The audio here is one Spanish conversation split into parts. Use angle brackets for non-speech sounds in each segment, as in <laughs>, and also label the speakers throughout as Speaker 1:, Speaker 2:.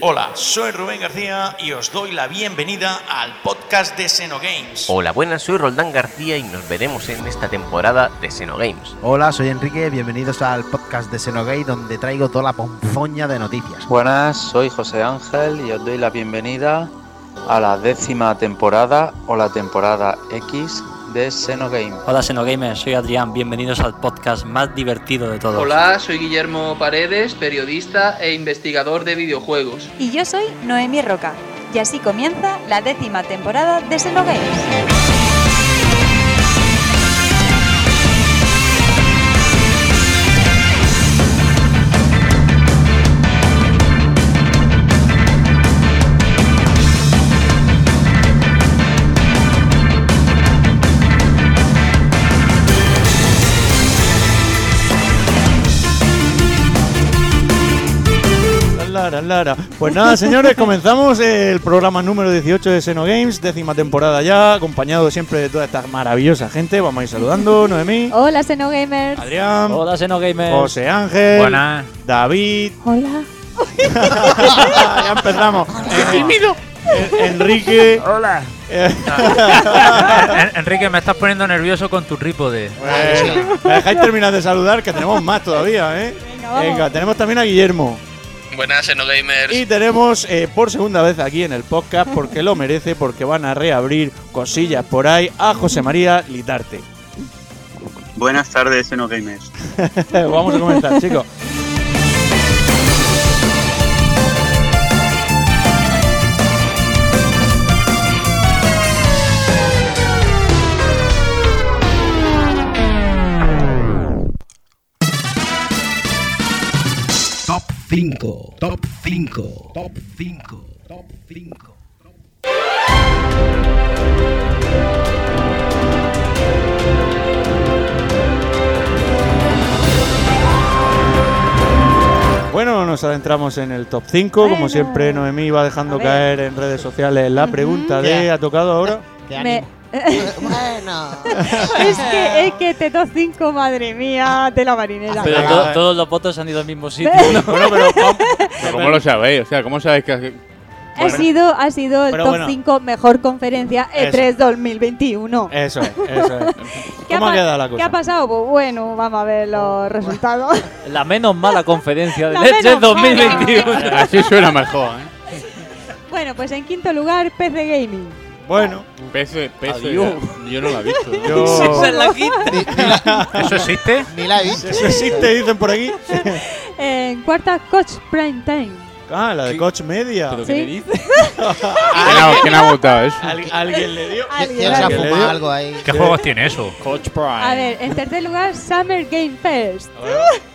Speaker 1: Hola, soy Rubén García y os doy la bienvenida al podcast de Xenogames.
Speaker 2: Hola, buenas, soy Roldán García y nos veremos en esta temporada de Xenogames.
Speaker 3: Hola, soy Enrique, bienvenidos al podcast de Xenogay donde traigo toda la ponzoña de noticias.
Speaker 4: Buenas, soy José Ángel y os doy la bienvenida a la décima temporada o la temporada X de Xenogame.
Speaker 5: Hola Xenogamers, soy Adrián, bienvenidos al podcast más divertido de todos.
Speaker 6: Hola, soy Guillermo Paredes, periodista e investigador de videojuegos.
Speaker 7: Y yo soy Noemí Roca. Y así comienza la décima temporada de Xenogames.
Speaker 8: Lara, Lara. Pues nada, señores, comenzamos el programa número 18 de Seno Games, décima temporada ya, acompañado siempre de toda esta maravillosa gente. Vamos a ir saludando, Noemí,
Speaker 9: Hola, Xenogamers.
Speaker 8: Adrián,
Speaker 5: Hola Xenogamers.
Speaker 8: José Ángel,
Speaker 2: Buenas.
Speaker 8: David. <laughs>
Speaker 9: Hola.
Speaker 8: ya empezamos. Eh, Enrique. Eh,
Speaker 10: Hola. Enrique, me estás poniendo nervioso con tu trípode.
Speaker 8: Bueno, eh, me dejáis terminar de saludar, que tenemos más todavía, ¿eh?
Speaker 9: Venga, vamos.
Speaker 8: Venga, tenemos también a Guillermo.
Speaker 6: Buenas, Xenogamers.
Speaker 8: Y tenemos eh, por segunda vez aquí en el podcast, porque lo merece, porque van a reabrir cosillas por ahí a José María Litarte. <laughs>
Speaker 11: Buenas tardes, Xenogamers.
Speaker 8: Vamos a
Speaker 9: <laughs>
Speaker 8: comenzar, chicos.
Speaker 12: Top 5. Top 5. Top 5. Top 5.
Speaker 8: Bueno, nos adentramos en el top 5. Como
Speaker 9: Bueno.
Speaker 8: siempre, Noemí va dejando
Speaker 9: A ver.
Speaker 8: caer en redes sociales la pregunta de
Speaker 3: Ya.
Speaker 8: ¿ha tocado
Speaker 9: <laughs>
Speaker 8: ahora?
Speaker 9: Me-
Speaker 3: bueno.
Speaker 9: <laughs> es, que, es que te 5, madre mía, de la marinera.
Speaker 5: Pero
Speaker 8: Venga,
Speaker 5: to-
Speaker 8: eh.
Speaker 5: todos los votos han ido al mismo sitio.
Speaker 8: bueno,
Speaker 5: <laughs>
Speaker 8: pero vamos-
Speaker 13: ¿Cómo lo sabéis? O sea, ¿cómo sabéis que.?
Speaker 9: ha, sido, ha sido el
Speaker 8: Pero
Speaker 9: top
Speaker 8: bueno.
Speaker 9: 5 mejor conferencia E
Speaker 8: Eso.
Speaker 9: E3 2021.
Speaker 8: Eso es, eso es.
Speaker 9: <laughs> ¿Qué
Speaker 8: ¿Cómo ha
Speaker 9: pa-
Speaker 8: quedado la
Speaker 9: ¿Qué
Speaker 8: cosa?
Speaker 9: ha pasado? Pues bueno, vamos a ver los resultados. <laughs>
Speaker 5: La menos mala conferencia de
Speaker 9: La
Speaker 5: leche
Speaker 9: menos
Speaker 5: 2021.
Speaker 13: Así suena mejor, ¿eh?
Speaker 9: bueno, pues en quinto lugar, PC Gaming.
Speaker 8: Bueno,
Speaker 13: Peso, peso.
Speaker 5: Adiós.
Speaker 13: Yo no lo he visto.
Speaker 5: <laughs>
Speaker 13: ¿no?
Speaker 8: yo.
Speaker 5: Esa
Speaker 13: Pues
Speaker 5: es la quinta.
Speaker 10: ¿Eso existe?
Speaker 3: Ni la he visto.
Speaker 8: Eso existe, dicen por aquí.
Speaker 9: En Eh, cuarta, Coach Prime Time.
Speaker 8: Ah, la de Coach Media.
Speaker 13: ¿Pero
Speaker 9: Sí.
Speaker 13: qué le dice? ¿Quién ha, quién ha votado eso?
Speaker 8: Al- alguien le dio.
Speaker 3: ¿Quién
Speaker 9: Alguien.
Speaker 3: se ha
Speaker 8: ¿Qué le
Speaker 3: fumado
Speaker 8: dio?
Speaker 3: algo ahí?
Speaker 10: ¿Qué juegos tiene eso?
Speaker 8: Coach Prime.
Speaker 9: <laughs> A ver, en tercer lugar, Summer Game Fest.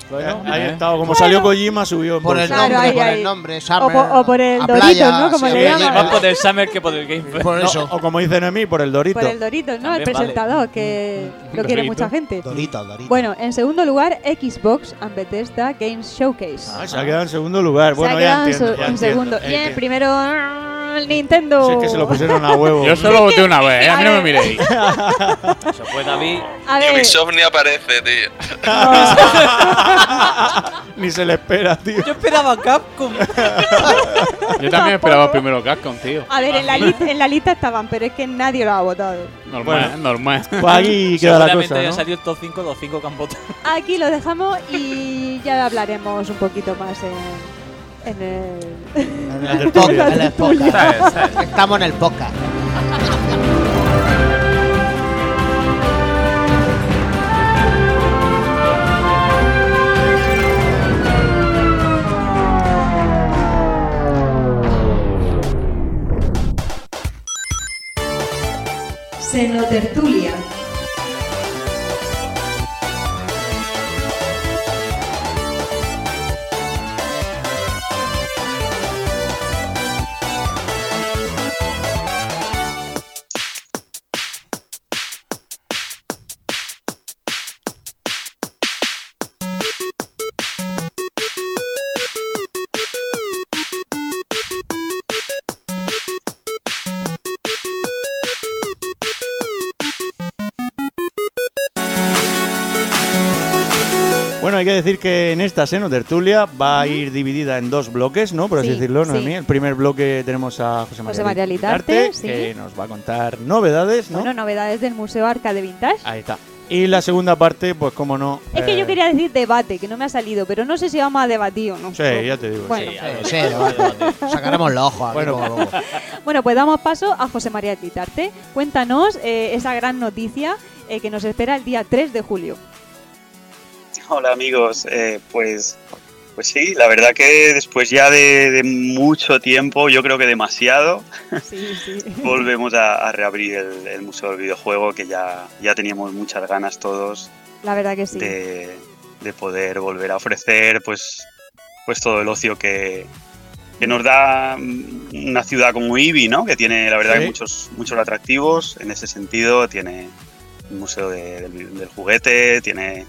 Speaker 8: Bueno, ahí
Speaker 13: eh.
Speaker 8: estaba. Como salió Kojima, subió en
Speaker 3: Por el
Speaker 8: bolsa.
Speaker 9: Claro,
Speaker 3: nombre,
Speaker 9: ahí,
Speaker 3: por
Speaker 9: ahí.
Speaker 3: el nombre, Summer,
Speaker 9: O por- o por el
Speaker 3: a
Speaker 9: Doritos,
Speaker 3: playa,
Speaker 9: ¿no? Como
Speaker 3: sí,
Speaker 9: le
Speaker 3: bien,
Speaker 9: llaman.
Speaker 5: Más
Speaker 3: bien,
Speaker 5: por el Summer que por el Game Fest.
Speaker 3: Por
Speaker 8: No,
Speaker 3: eso.
Speaker 8: o como dice Noemí, por el Dorito. Mm,
Speaker 9: Por el Doritos, ¿no?
Speaker 5: También
Speaker 9: El
Speaker 5: vale.
Speaker 9: presentador, que lo quiere
Speaker 13: Doritos.
Speaker 9: mucha gente.
Speaker 3: Doritos, Doritos.
Speaker 9: Bueno, en segundo lugar, Xbox and Bethesda Games Showcase.
Speaker 8: Ah, se ha quedado en segundo lugar.
Speaker 9: Se ha
Speaker 8: Bueno, ya
Speaker 9: quedado en
Speaker 8: entiendo.
Speaker 9: su-
Speaker 8: ya
Speaker 9: en
Speaker 8: entiendo,
Speaker 9: segundo.
Speaker 8: ya
Speaker 9: Y en
Speaker 8: entiendo.
Speaker 9: primero, el Nintendo.
Speaker 8: Si es que se lo
Speaker 9: <laughs>
Speaker 8: pusieron a huevo.
Speaker 13: Yo solo voté una vez, ¿eh? A
Speaker 5: <laughs>
Speaker 13: mí no me miréis.
Speaker 5: Se fue David.
Speaker 9: A ver,
Speaker 6: ni aparece, tío.
Speaker 8: Ni se le espera, tío.
Speaker 5: Yo esperaba Capcom.
Speaker 13: Yo también esperaba primero Capcom, tío.
Speaker 5: Ah,
Speaker 9: a ver en,
Speaker 8: Ah.
Speaker 9: la li- en la lista estaban, pero es que nadie lo ha votado.
Speaker 13: Normal,
Speaker 8: Bueno.
Speaker 13: normal.
Speaker 8: Pues aquí queda la
Speaker 5: Seguramente
Speaker 8: cosa,
Speaker 5: ya
Speaker 8: ¿no?
Speaker 5: salió el top 5, los 5 que han votado.
Speaker 9: Aquí lo dejamos y ya hablaremos un poquito más en, en el.
Speaker 3: En
Speaker 8: la
Speaker 3: el
Speaker 8: tertulia.
Speaker 3: podcast, en el podcast.
Speaker 10: ¿Sabes? ¿Sabes?
Speaker 3: Estamos en el podcast.
Speaker 7: Xenotertulia.
Speaker 8: Bueno, hay que decir que en esta Senotertulia va a ir dividida en dos bloques, ¿no? Por así
Speaker 9: Sí,
Speaker 8: decirlo, Noemí.
Speaker 9: sí.
Speaker 8: El primer bloque tenemos a José María,
Speaker 9: José María Litarte, sí.
Speaker 8: que nos va a contar novedades, ¿no?
Speaker 9: Bueno, novedades del Museo Arcade Vintage.
Speaker 8: Ahí está. Y la segunda parte, pues como no...
Speaker 9: Es que yo
Speaker 8: eh,
Speaker 9: quería decir debate, que no me ha salido, pero no sé si vamos a debatir o no.
Speaker 8: Sí, ya te digo.
Speaker 9: Bueno.
Speaker 8: sí.
Speaker 3: Sí, debate.
Speaker 9: <laughs>
Speaker 3: Sacaremos los ojos. aquí
Speaker 8: Bueno.
Speaker 3: poco a poco.
Speaker 9: Bueno, pues damos paso a José María Titarte. Cuéntanos eh, esa gran noticia eh, que nos espera el día 3 de julio.
Speaker 11: <laughs> Hola amigos, Eh, pues, pues sí, la verdad que después ya de, de mucho tiempo, yo creo que demasiado, volvemos a, a reabrir el, el Museo del Videojuego que ya, ya teníamos muchas ganas todos
Speaker 9: La verdad que sí.
Speaker 11: de, de poder volver a ofrecer pues, pues todo el ocio que, que nos da mm, una ciudad como Ibi, ¿no? que tiene la verdad
Speaker 8: Sí.
Speaker 11: que muchos, muchos atractivos en ese sentido, tiene el Museo de- del, del Juguete, tiene,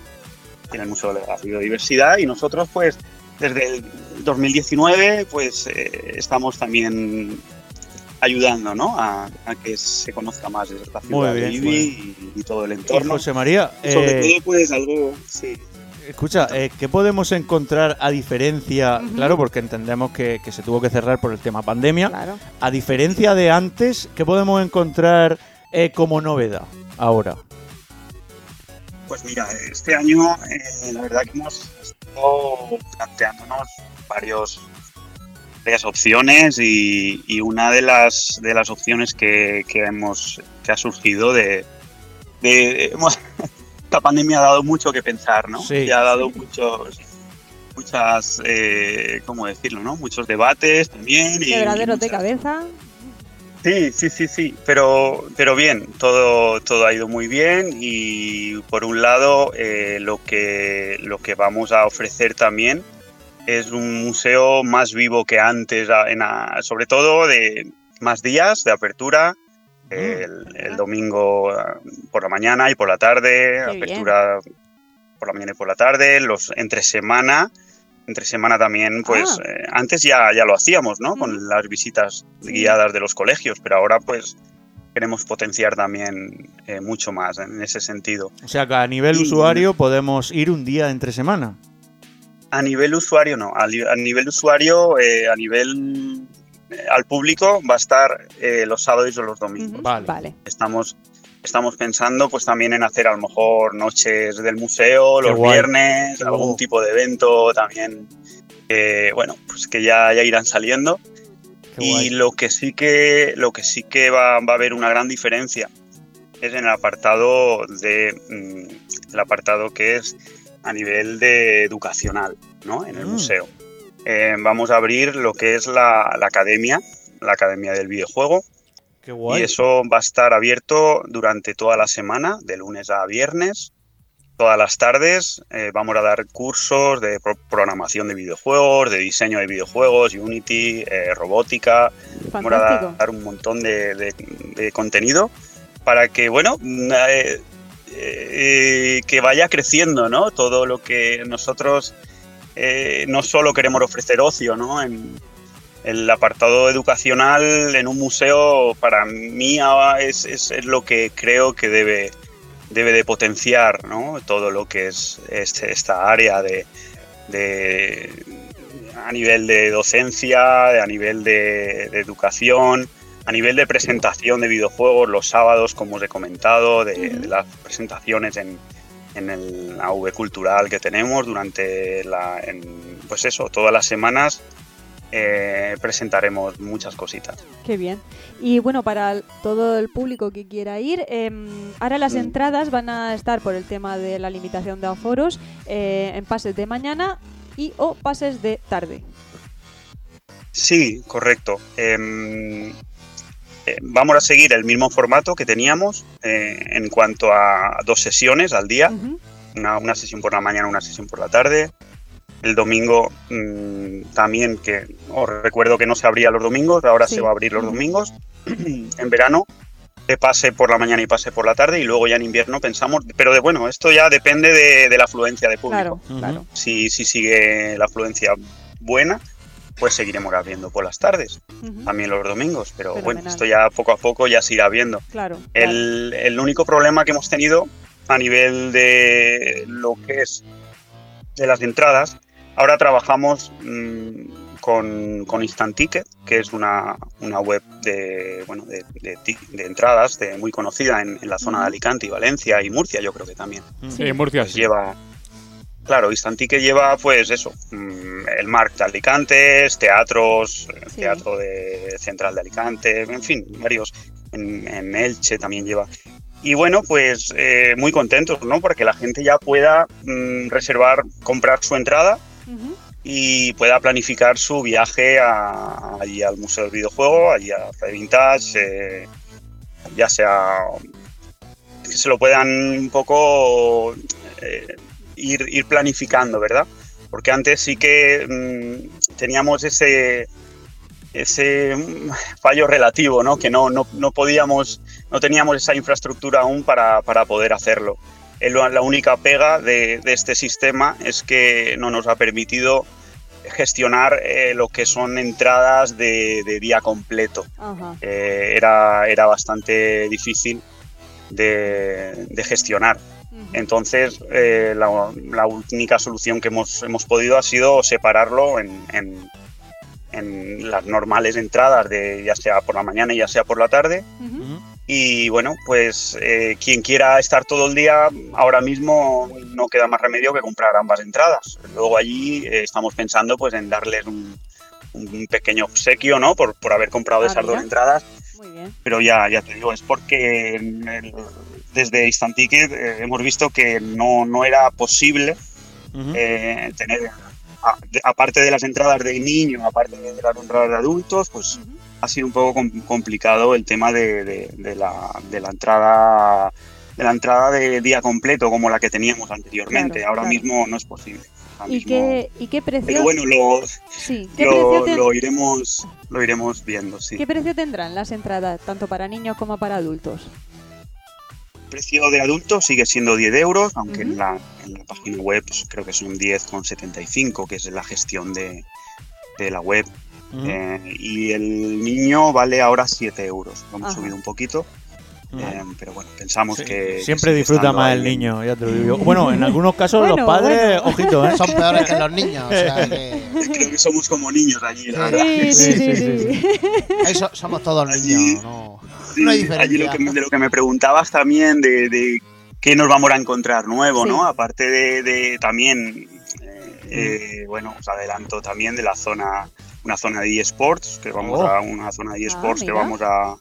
Speaker 11: tiene el Museo de la Biodiversidad y nosotros pues desde el 2019 pues eh, estamos también ayudando ¿no? a, a que se conozca más de la ciudad de
Speaker 8: bien,
Speaker 11: Ibi
Speaker 8: muy
Speaker 11: y, y todo el
Speaker 8: Y
Speaker 11: entorno.
Speaker 8: Eh, José María,
Speaker 11: Y sobre
Speaker 8: eh,
Speaker 11: todo, pues algo. Sí.
Speaker 8: Escucha, eh, ¿qué podemos encontrar a diferencia?
Speaker 11: Ujú.
Speaker 8: Claro, porque entendemos que, que se tuvo que cerrar por el tema pandemia. A diferencia de antes, ¿qué podemos encontrar eh, como novedad ahora?
Speaker 11: Pues mira, este año eh, la verdad que hemos estado planteándonos varios, varias opciones y, y una de las, de las opciones que, que hemos, que ha surgido de... de- hemos- <laughs> esta pandemia ha dado mucho que pensar, ¿no?
Speaker 8: Sí.
Speaker 11: Y ha dado muchos muchas, eh, ¿cómo decirlo, no? Muchos debates también. y-
Speaker 9: Quebraderos de cabeza.
Speaker 11: Sí, sí, sí, sí, pero, pero bien, todo, todo ha ido muy bien y por un lado eh, lo, que, lo que vamos a ofrecer también es un museo más vivo que antes, a- en a- sobre todo de más días de apertura,
Speaker 14: Mm.
Speaker 11: el, el domingo ah, por la mañana y por la tarde,
Speaker 14: Qué bien.
Speaker 11: apertura por la mañana y por la tarde, los entre semana, entre semana también, pues
Speaker 14: Ah.
Speaker 11: eh, antes ya, ya lo hacíamos, ¿no? Con las visitas guiadas de los colegios, pero ahora pues queremos potenciar también eh, mucho más en ese sentido.
Speaker 8: O sea, que a nivel
Speaker 11: Y-
Speaker 8: usuario podemos ir un día entre semana.
Speaker 11: A nivel usuario no, a, li- a nivel usuario, eh, a nivel eh, al público va a estar eh, los sábados o los domingos.
Speaker 8: Vale.
Speaker 11: Estamos estamos pensando pues también en hacer a lo mejor noches del museo,
Speaker 8: Qué
Speaker 11: los
Speaker 8: guay.
Speaker 11: viernes, algún tipo de evento también. eh, bueno, pues que ya, ya irán saliendo. Y lo que sí que lo que sí que va, va a haber una gran diferencia es en el apartado de mm, el apartado que es a nivel de educacional, ¿no?
Speaker 8: Mm.
Speaker 11: En el museo. Eh, vamos a abrir lo que es la, la academia, la academia del videojuego.
Speaker 8: Qué guay.
Speaker 11: Y eso va a estar abierto durante toda la semana, de lunes a viernes. Todas las tardes eh, vamos a dar cursos de pro- programación de videojuegos, de diseño de videojuegos, Unity, eh, robótica. Vamos a
Speaker 14: Fantástico.
Speaker 11: dar, dar un montón de, de- de contenido para que, bueno, eh, eh, que vaya creciendo, ¿no? Todo lo que nosotros eh, no solo queremos ofrecer ocio, ¿no? En el apartado educacional en un museo para mí ahora es, es- es lo que creo que debe, debe de potenciar, ¿no? Todo lo que es este- esta área de, de- a nivel de docencia, de- a nivel de, de educación, a nivel de presentación de videojuegos los sábados, como os he comentado, de, de las presentaciones en, en el AV cultural que tenemos durante la, en, pues eso, todas las semanas eh, presentaremos muchas cositas.
Speaker 9: Qué bien. Y bueno, para el- todo el público que quiera ir, em, ahora las entradas van a estar por el tema de la limitación de aforos eh, en pases de mañana y o pases de tarde.
Speaker 11: Sí, correcto. Em, eh, vamos a seguir el mismo formato que teníamos eh, en cuanto a dos sesiones al día, una, una sesión por la mañana, una sesión por la tarde. El domingo mm, también, que os recuerdo que no se abría los domingos, ahora
Speaker 14: Sí.
Speaker 11: se va a abrir los
Speaker 14: Ujú.
Speaker 11: domingos en verano, de pase por la mañana y pase por la tarde, y luego ya en invierno pensamos, pero de, bueno, esto ya depende de, de la afluencia de público
Speaker 9: Claro, claro.
Speaker 11: si, si sigue la afluencia buena, pues seguiremos abriendo por las tardes,
Speaker 9: Ujú.
Speaker 11: también los domingos, pero bueno,
Speaker 9: Fenomenal.
Speaker 11: esto ya poco a poco ya se irá viendo.
Speaker 9: Claro.
Speaker 11: El, el único problema que hemos tenido a nivel de lo que es de las entradas. Ahora trabajamos mm, con, con Instant Ticket, que es una, una web de, bueno, de, de ti- de entradas de, muy conocida en, en la zona de Alicante y Valencia y Murcia, yo creo que también. Pues
Speaker 13: Sí, en Murcia sí.
Speaker 11: Lleva, claro, Instant Ticket lleva pues eso, mm, el Marc de Alicante, teatros, eh, teatro de Central de Alicante, en fin, varios. En, en Elche también lleva. Y bueno, pues eh, muy contentos, ¿no? Porque la gente ya pueda mm, reservar, comprar su entrada y pueda planificar su viaje a- allí al Museo del Videojuego, allí a Red Vintage, eh, ya sea que se lo puedan un poco eh, ir, ir planificando, ¿verdad? Porque antes sí que mm, teníamos ese, ese mm, fallo relativo, ¿no? Que no, no, no podíamos, no teníamos esa infraestructura aún para, para poder hacerlo. Eh, lo- La única pega de, de este sistema es que no nos ha permitido gestionar eh, lo que son entradas de, de día completo.
Speaker 9: Ajá.
Speaker 11: Eh, era, era bastante difícil de, de gestionar. Entonces, eh, la, la única solución que hemos, hemos podido ha sido separarlo en, en- en las normales entradas, de ya sea por la mañana y ya sea por la tarde. Y bueno, pues eh, quien quiera estar todo el día, ahora mismo no queda más remedio que comprar ambas entradas. Luego allí eh, estamos pensando pues en darles un, un pequeño obsequio, ¿no? Por, por haber comprado
Speaker 9: Ah,
Speaker 11: esas dos
Speaker 9: mira.
Speaker 11: entradas
Speaker 9: Muy bien.
Speaker 11: pero ya, ya te digo, es porque en el- desde Instant Ticket eh, hemos visto que no, no era posible eh, tener, a- de- aparte de las entradas de niños, aparte de las entradas de adultos, pues ha sido un poco com- complicado el tema de, de- de la, de la entrada de la entrada de día completo como la que teníamos anteriormente. Ahora mismo no es posible. Ahora
Speaker 9: ¿Y
Speaker 11: mismo-
Speaker 9: qué, ¿Y qué precio?
Speaker 11: Pero bueno, lo,
Speaker 9: sí. ¿Qué, precio
Speaker 11: lo,
Speaker 9: ten-
Speaker 11: lo iremos, lo iremos viendo, sí.
Speaker 9: qué precio tendrán las entradas, tanto para niños como para adultos?
Speaker 11: precio de adulto sigue siendo 10 euros, aunque en, la, en la página web pues, creo que son 10,75, que es la gestión de, de la web. Eh, y el niño vale ahora 7 euros. Lo hemos
Speaker 9: Ajá.
Speaker 11: subido un poquito, eh, pero bueno, pensamos que. que
Speaker 8: Siempre
Speaker 11: sigue
Speaker 8: disfruta
Speaker 11: estando
Speaker 8: más
Speaker 11: ahí
Speaker 8: el
Speaker 11: en-
Speaker 8: niño, ya te lo digo. Bueno, en algunos
Speaker 11: <laughs>
Speaker 8: casos
Speaker 11: Bueno,
Speaker 8: los
Speaker 11: bueno.
Speaker 8: padres, <laughs> ojito, ¿eh?
Speaker 11: Son peores que los niños,
Speaker 3: o
Speaker 8: <laughs>
Speaker 3: sea
Speaker 11: Creo que somos como niños allí, la verdad.
Speaker 3: Ahí so- somos todos niños, no,
Speaker 11: Sí,
Speaker 3: no hay
Speaker 11: allí lo
Speaker 3: diferencia.
Speaker 11: que, me- de lo que me preguntabas también de, de qué nos vamos a encontrar nuevo,
Speaker 3: Sí. Mm.
Speaker 11: ¿no? Aparte de, de también, eh, eh, bueno, os adelanto también de la zona, una zona de eSports, que vamos
Speaker 8: Oh.
Speaker 11: a una zona de eSports que
Speaker 8: mira.
Speaker 11: vamos a...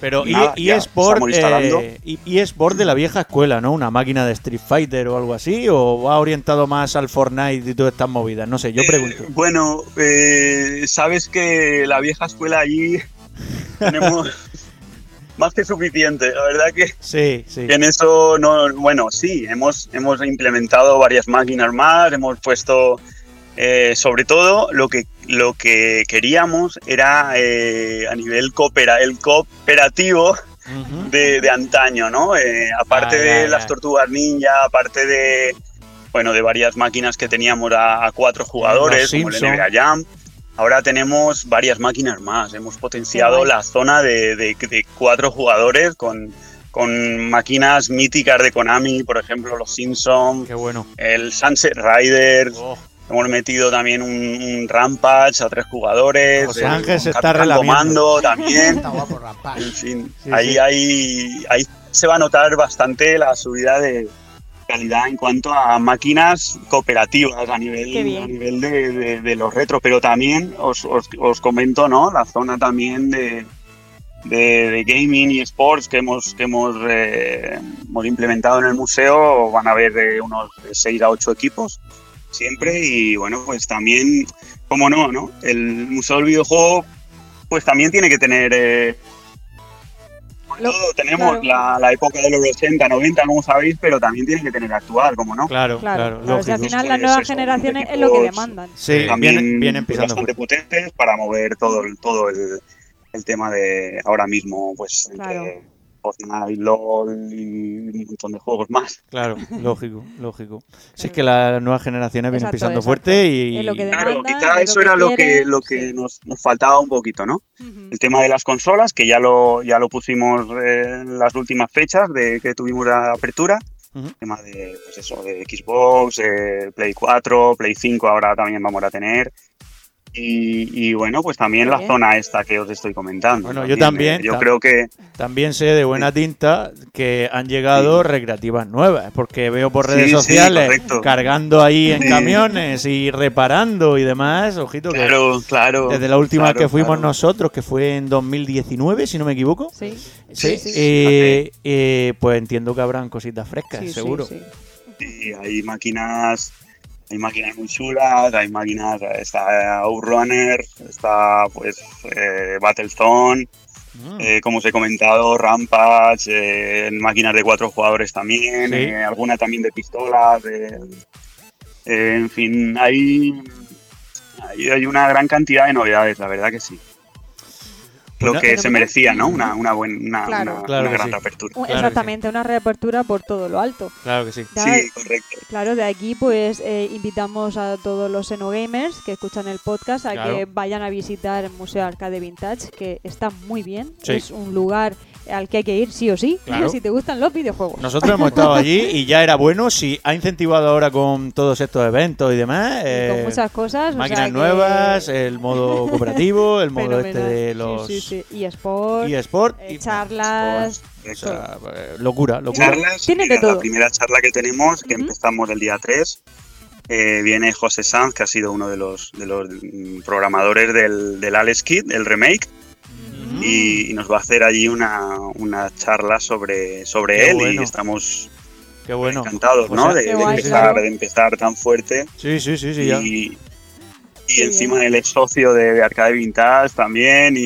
Speaker 8: Pero
Speaker 11: Nada,
Speaker 8: y, eh,
Speaker 11: ya,
Speaker 8: eSport,
Speaker 11: estamos instalando.
Speaker 3: eh?
Speaker 8: de la vieja escuela, ¿no? Una máquina de Street Fighter o algo así, o va orientado más al Fortnite y todas estas movidas, no sé, yo pregunto.
Speaker 11: Bueno, eh, sabes que la vieja escuela
Speaker 3: <laughs>
Speaker 11: allí tenemos más que suficiente, la verdad que...
Speaker 8: Sí, sí.
Speaker 11: En eso, no, bueno, sí, hemos, hemos implementado varias máquinas más, hemos puesto, eh, sobre todo, lo que, lo que queríamos era eh, a nivel coopera, el cooperativo de, de antaño, ¿no? Eh, aparte
Speaker 8: Ah,
Speaker 11: de
Speaker 8: ya,
Speaker 11: las
Speaker 8: ya.
Speaker 11: tortugas ninja, aparte de, bueno, de varias máquinas que teníamos a, a cuatro jugadores, como el
Speaker 8: Simpson.
Speaker 11: NBA Jam. Ahora tenemos varias máquinas más. Hemos potenciado la zona de, de- de cuatro jugadores con, con máquinas míticas de Konami, por ejemplo, los Simpson, el Sunset Riders.
Speaker 8: Oh.
Speaker 11: Hemos metido también un, un Rampage a tres jugadores.
Speaker 8: José
Speaker 11: el-
Speaker 8: Ángel se
Speaker 11: con
Speaker 8: está
Speaker 11: Capitán
Speaker 8: relamiendo.
Speaker 11: Comando también. En fin, ahí, Ahí, ahí se va a notar bastante la subida de calidad en cuanto a máquinas cooperativas a
Speaker 14: Qué
Speaker 11: nivel,
Speaker 14: bien.
Speaker 11: a nivel de, de- de los retros, pero también os, os- os comento ¿no? la zona también de, de- de gaming y sports que hemos, que hemos, eh, hemos implementado en el museo, van a haber de unos 6 a 8 equipos siempre y bueno, pues también, como no, ¿no? El Museo del Videojuego pues también tiene que tener... eh, por todo tenemos la, la época de los 80, 90, como sabéis, pero también tiene que tener actual, como no.
Speaker 8: Claro,
Speaker 9: Claro, claro, si al final las nuevas generaciones es lo que demandan.
Speaker 8: Sí,
Speaker 11: también
Speaker 8: vienen- vienen pisando
Speaker 11: pues, bastante potentes para mover todo el, todo el, el tema de ahora mismo, pues entre Fortnite, LOL y un montón de juegos más.
Speaker 8: Claro, lógico, lógico. Si es que las nuevas generaciones vienen
Speaker 11: Eh, Exacto,
Speaker 8: pisando
Speaker 11: exacto.
Speaker 8: fuerte y...
Speaker 11: claro, quizá eso era lo que, lo que nos, nos faltaba un poquito, ¿no? El tema de las consolas, que ya lo, ya lo pusimos eh, en las últimas fechas de que tuvimos la apertura. Tema de, pues eso, de Xbox, eh, Play 4, Play 5 ahora también vamos a tener. Y, y bueno, pues también
Speaker 8: Muy
Speaker 11: la
Speaker 8: bien.
Speaker 11: zona esta que os estoy comentando.
Speaker 8: Bueno, yo también.
Speaker 11: eh, Yo
Speaker 8: tam-
Speaker 11: creo que
Speaker 8: También sé de buena tinta que han llegado recreativas nuevas, porque veo por
Speaker 11: Sí,
Speaker 8: redes
Speaker 11: sí,
Speaker 8: sociales
Speaker 11: correcto.
Speaker 8: cargando ahí en
Speaker 11: Sí.
Speaker 8: camiones y reparando y demás. Ojito que.
Speaker 11: Claro, claro,
Speaker 8: Desde la última
Speaker 11: claro,
Speaker 8: que fuimos
Speaker 11: claro.
Speaker 8: nosotros, que fue en 2019, si no me equivoco.
Speaker 9: Sí.
Speaker 8: Sí,
Speaker 11: Sí, sí.
Speaker 8: eh, eh, pues entiendo que habrán cositas frescas,
Speaker 11: Sí, sí,
Speaker 8: seguro.
Speaker 11: sí. Sí, hay máquinas, hay máquinas muy chulas, hay máquinas, está Outrunner, está pues eh, Battlezone,
Speaker 8: Mm.
Speaker 11: eh, como os he comentado, Rampage, eh, máquinas de cuatro jugadores también,
Speaker 14: Sí.
Speaker 11: eh, alguna también de pistolas, de- eh, en fin, hay, hay, hay una gran cantidad de novedades, la verdad que sí. Lo
Speaker 8: Bueno,
Speaker 11: que se merecía, ¿no? Una, una, buen- una,
Speaker 9: Claro.
Speaker 11: una-
Speaker 8: Claro
Speaker 11: una
Speaker 8: que
Speaker 11: gran
Speaker 8: sí.
Speaker 11: apertura.
Speaker 9: Un- Exactamente, una reapertura por todo lo alto.
Speaker 8: Claro que sí.
Speaker 9: Ya, Claro, de aquí pues eh, invitamos a todos los Xenogamers que escuchan el podcast a
Speaker 8: Claro.
Speaker 9: que vayan a visitar el Museo Arcade Vintage, que está muy bien.
Speaker 8: Sí.
Speaker 9: Es un lugar al que hay que ir sí o sí, <laughs>
Speaker 8: Claro.
Speaker 9: si te gustan los videojuegos.
Speaker 8: Nosotros hemos estado allí y ya era bueno. Si ha incentivado ahora con todos estos eventos y demás.
Speaker 9: Con
Speaker 8: eh,
Speaker 9: muchas cosas. o
Speaker 8: Máquinas
Speaker 9: sea que-
Speaker 8: nuevas, el modo
Speaker 9: <laughs>
Speaker 8: cooperativo, el modo este de los
Speaker 9: Sí, sí, sí. eSport,
Speaker 8: eSport,
Speaker 9: eh, charlas.
Speaker 8: eh, locura, locura.
Speaker 11: charlas.
Speaker 9: Tienen
Speaker 11: Mira,
Speaker 9: de todo.
Speaker 11: La primera charla que tenemos, que empezamos el día 3, eh, viene José Sanz, que ha sido uno de los, de los mm, programadores del, del Alex Kid, el remake. Y, y nos va a hacer allí una, una charla sobre, sobre
Speaker 8: Qué
Speaker 11: él
Speaker 8: bueno.
Speaker 11: y estamos
Speaker 8: Qué bueno.
Speaker 11: encantados
Speaker 8: José-
Speaker 11: ¿no? de,
Speaker 8: Qué
Speaker 11: de
Speaker 8: guay,
Speaker 11: empezar,
Speaker 8: claro.
Speaker 11: de empezar tan fuerte.
Speaker 8: Sí, sí, sí, sí. ya.
Speaker 11: Y, y encima el ex socio de, de Arcade Vintage también. Y,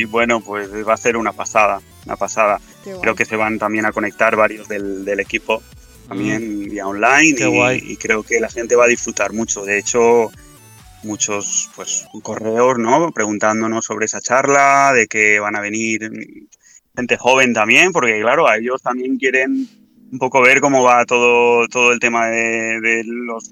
Speaker 11: y bueno, pues va a ser una pasada, una pasada.
Speaker 9: Qué guay.
Speaker 11: Creo que se van también a conectar varios del, del equipo también vía online.
Speaker 8: Mm. Qué
Speaker 11: y,
Speaker 8: guay.
Speaker 11: y creo que la gente va a disfrutar mucho. De hecho, muchos pues correos, ¿no? Preguntándonos sobre esa charla, de que van a venir mm, gente joven también, porque claro, a ellos también quieren un poco ver cómo va todo, todo el tema de, de los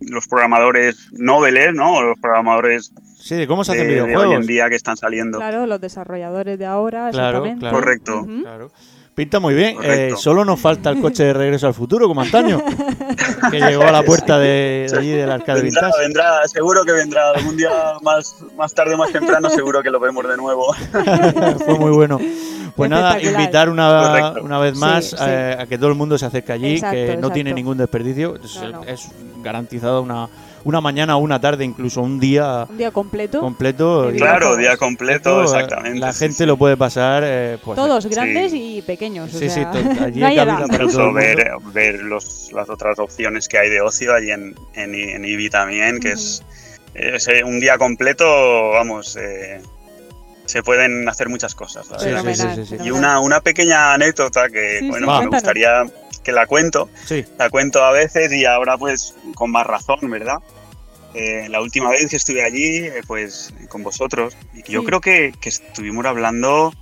Speaker 11: los programadores noveles, ¿no? O los programadores
Speaker 8: Sí, de cómo se hacen
Speaker 11: de- de hoy en
Speaker 8: videojuegos.
Speaker 11: día que están saliendo.
Speaker 9: Claro, los desarrolladores de ahora.
Speaker 8: Claro,
Speaker 9: exactamente.
Speaker 8: claro.
Speaker 11: Correcto.
Speaker 9: Ujú.
Speaker 8: Pinta muy bien. Eh,
Speaker 11: Correcto.
Speaker 8: solo nos falta el coche de regreso al futuro, como
Speaker 9: <laughs>
Speaker 8: antaño, que llegó a la puerta de, de allí del arcade
Speaker 11: Vendrá,
Speaker 8: vintage.
Speaker 11: vendrá, seguro que vendrá. Algún día más, más tarde o más temprano seguro que lo vemos de
Speaker 8: <laughs>
Speaker 11: nuevo.
Speaker 8: Fue
Speaker 11: <laughs>
Speaker 8: muy bueno. Pues nada,
Speaker 11: Espectacular.
Speaker 8: invitar una,
Speaker 11: Correcto.
Speaker 8: una vez
Speaker 11: Sí,
Speaker 8: más
Speaker 11: sí.
Speaker 8: eh, a que todo el mundo se acerque allí,
Speaker 11: Exacto,
Speaker 8: que no
Speaker 11: exacto.
Speaker 8: tiene ningún desperdicio. Es, es garantizado una, una mañana, una tarde, incluso un día
Speaker 9: Un día completo.
Speaker 8: completo. Y-
Speaker 9: De
Speaker 11: Claro,
Speaker 9: videojuegos.
Speaker 11: día completo,
Speaker 8: Esto, eh,
Speaker 11: exactamente.
Speaker 8: La gente lo puede pasar. eh, pues,
Speaker 9: Todos
Speaker 8: sí.
Speaker 9: grandes y pequeños. o
Speaker 8: Sí, sí,
Speaker 9: sea, <laughs>
Speaker 8: to- allí
Speaker 9: no hay
Speaker 8: cabida
Speaker 9: edad.
Speaker 8: para todo
Speaker 11: Incluso
Speaker 8: el mundo.
Speaker 11: ver, ver los, las otras opciones que hay de ocio allí en, en, I- en Ibi también, que es, es, eh, un día completo, vamos, eh, se pueden hacer muchas cosas. la
Speaker 8: Sí,
Speaker 11: verdad.
Speaker 8: sí, sí, sí, sí.
Speaker 11: Y una, una pequeña anécdota que
Speaker 8: Sí, sí,
Speaker 11: bueno,
Speaker 8: Va.
Speaker 11: me
Speaker 8: cuéntanos.
Speaker 11: gustaría que la cuento.
Speaker 8: Sí.
Speaker 11: La cuento a veces y ahora pues con más razón, ¿verdad? Eh, la última vez que estuve allí, eh, pues con vosotros, yo
Speaker 14: Sí.
Speaker 11: creo que, que estuvimos hablando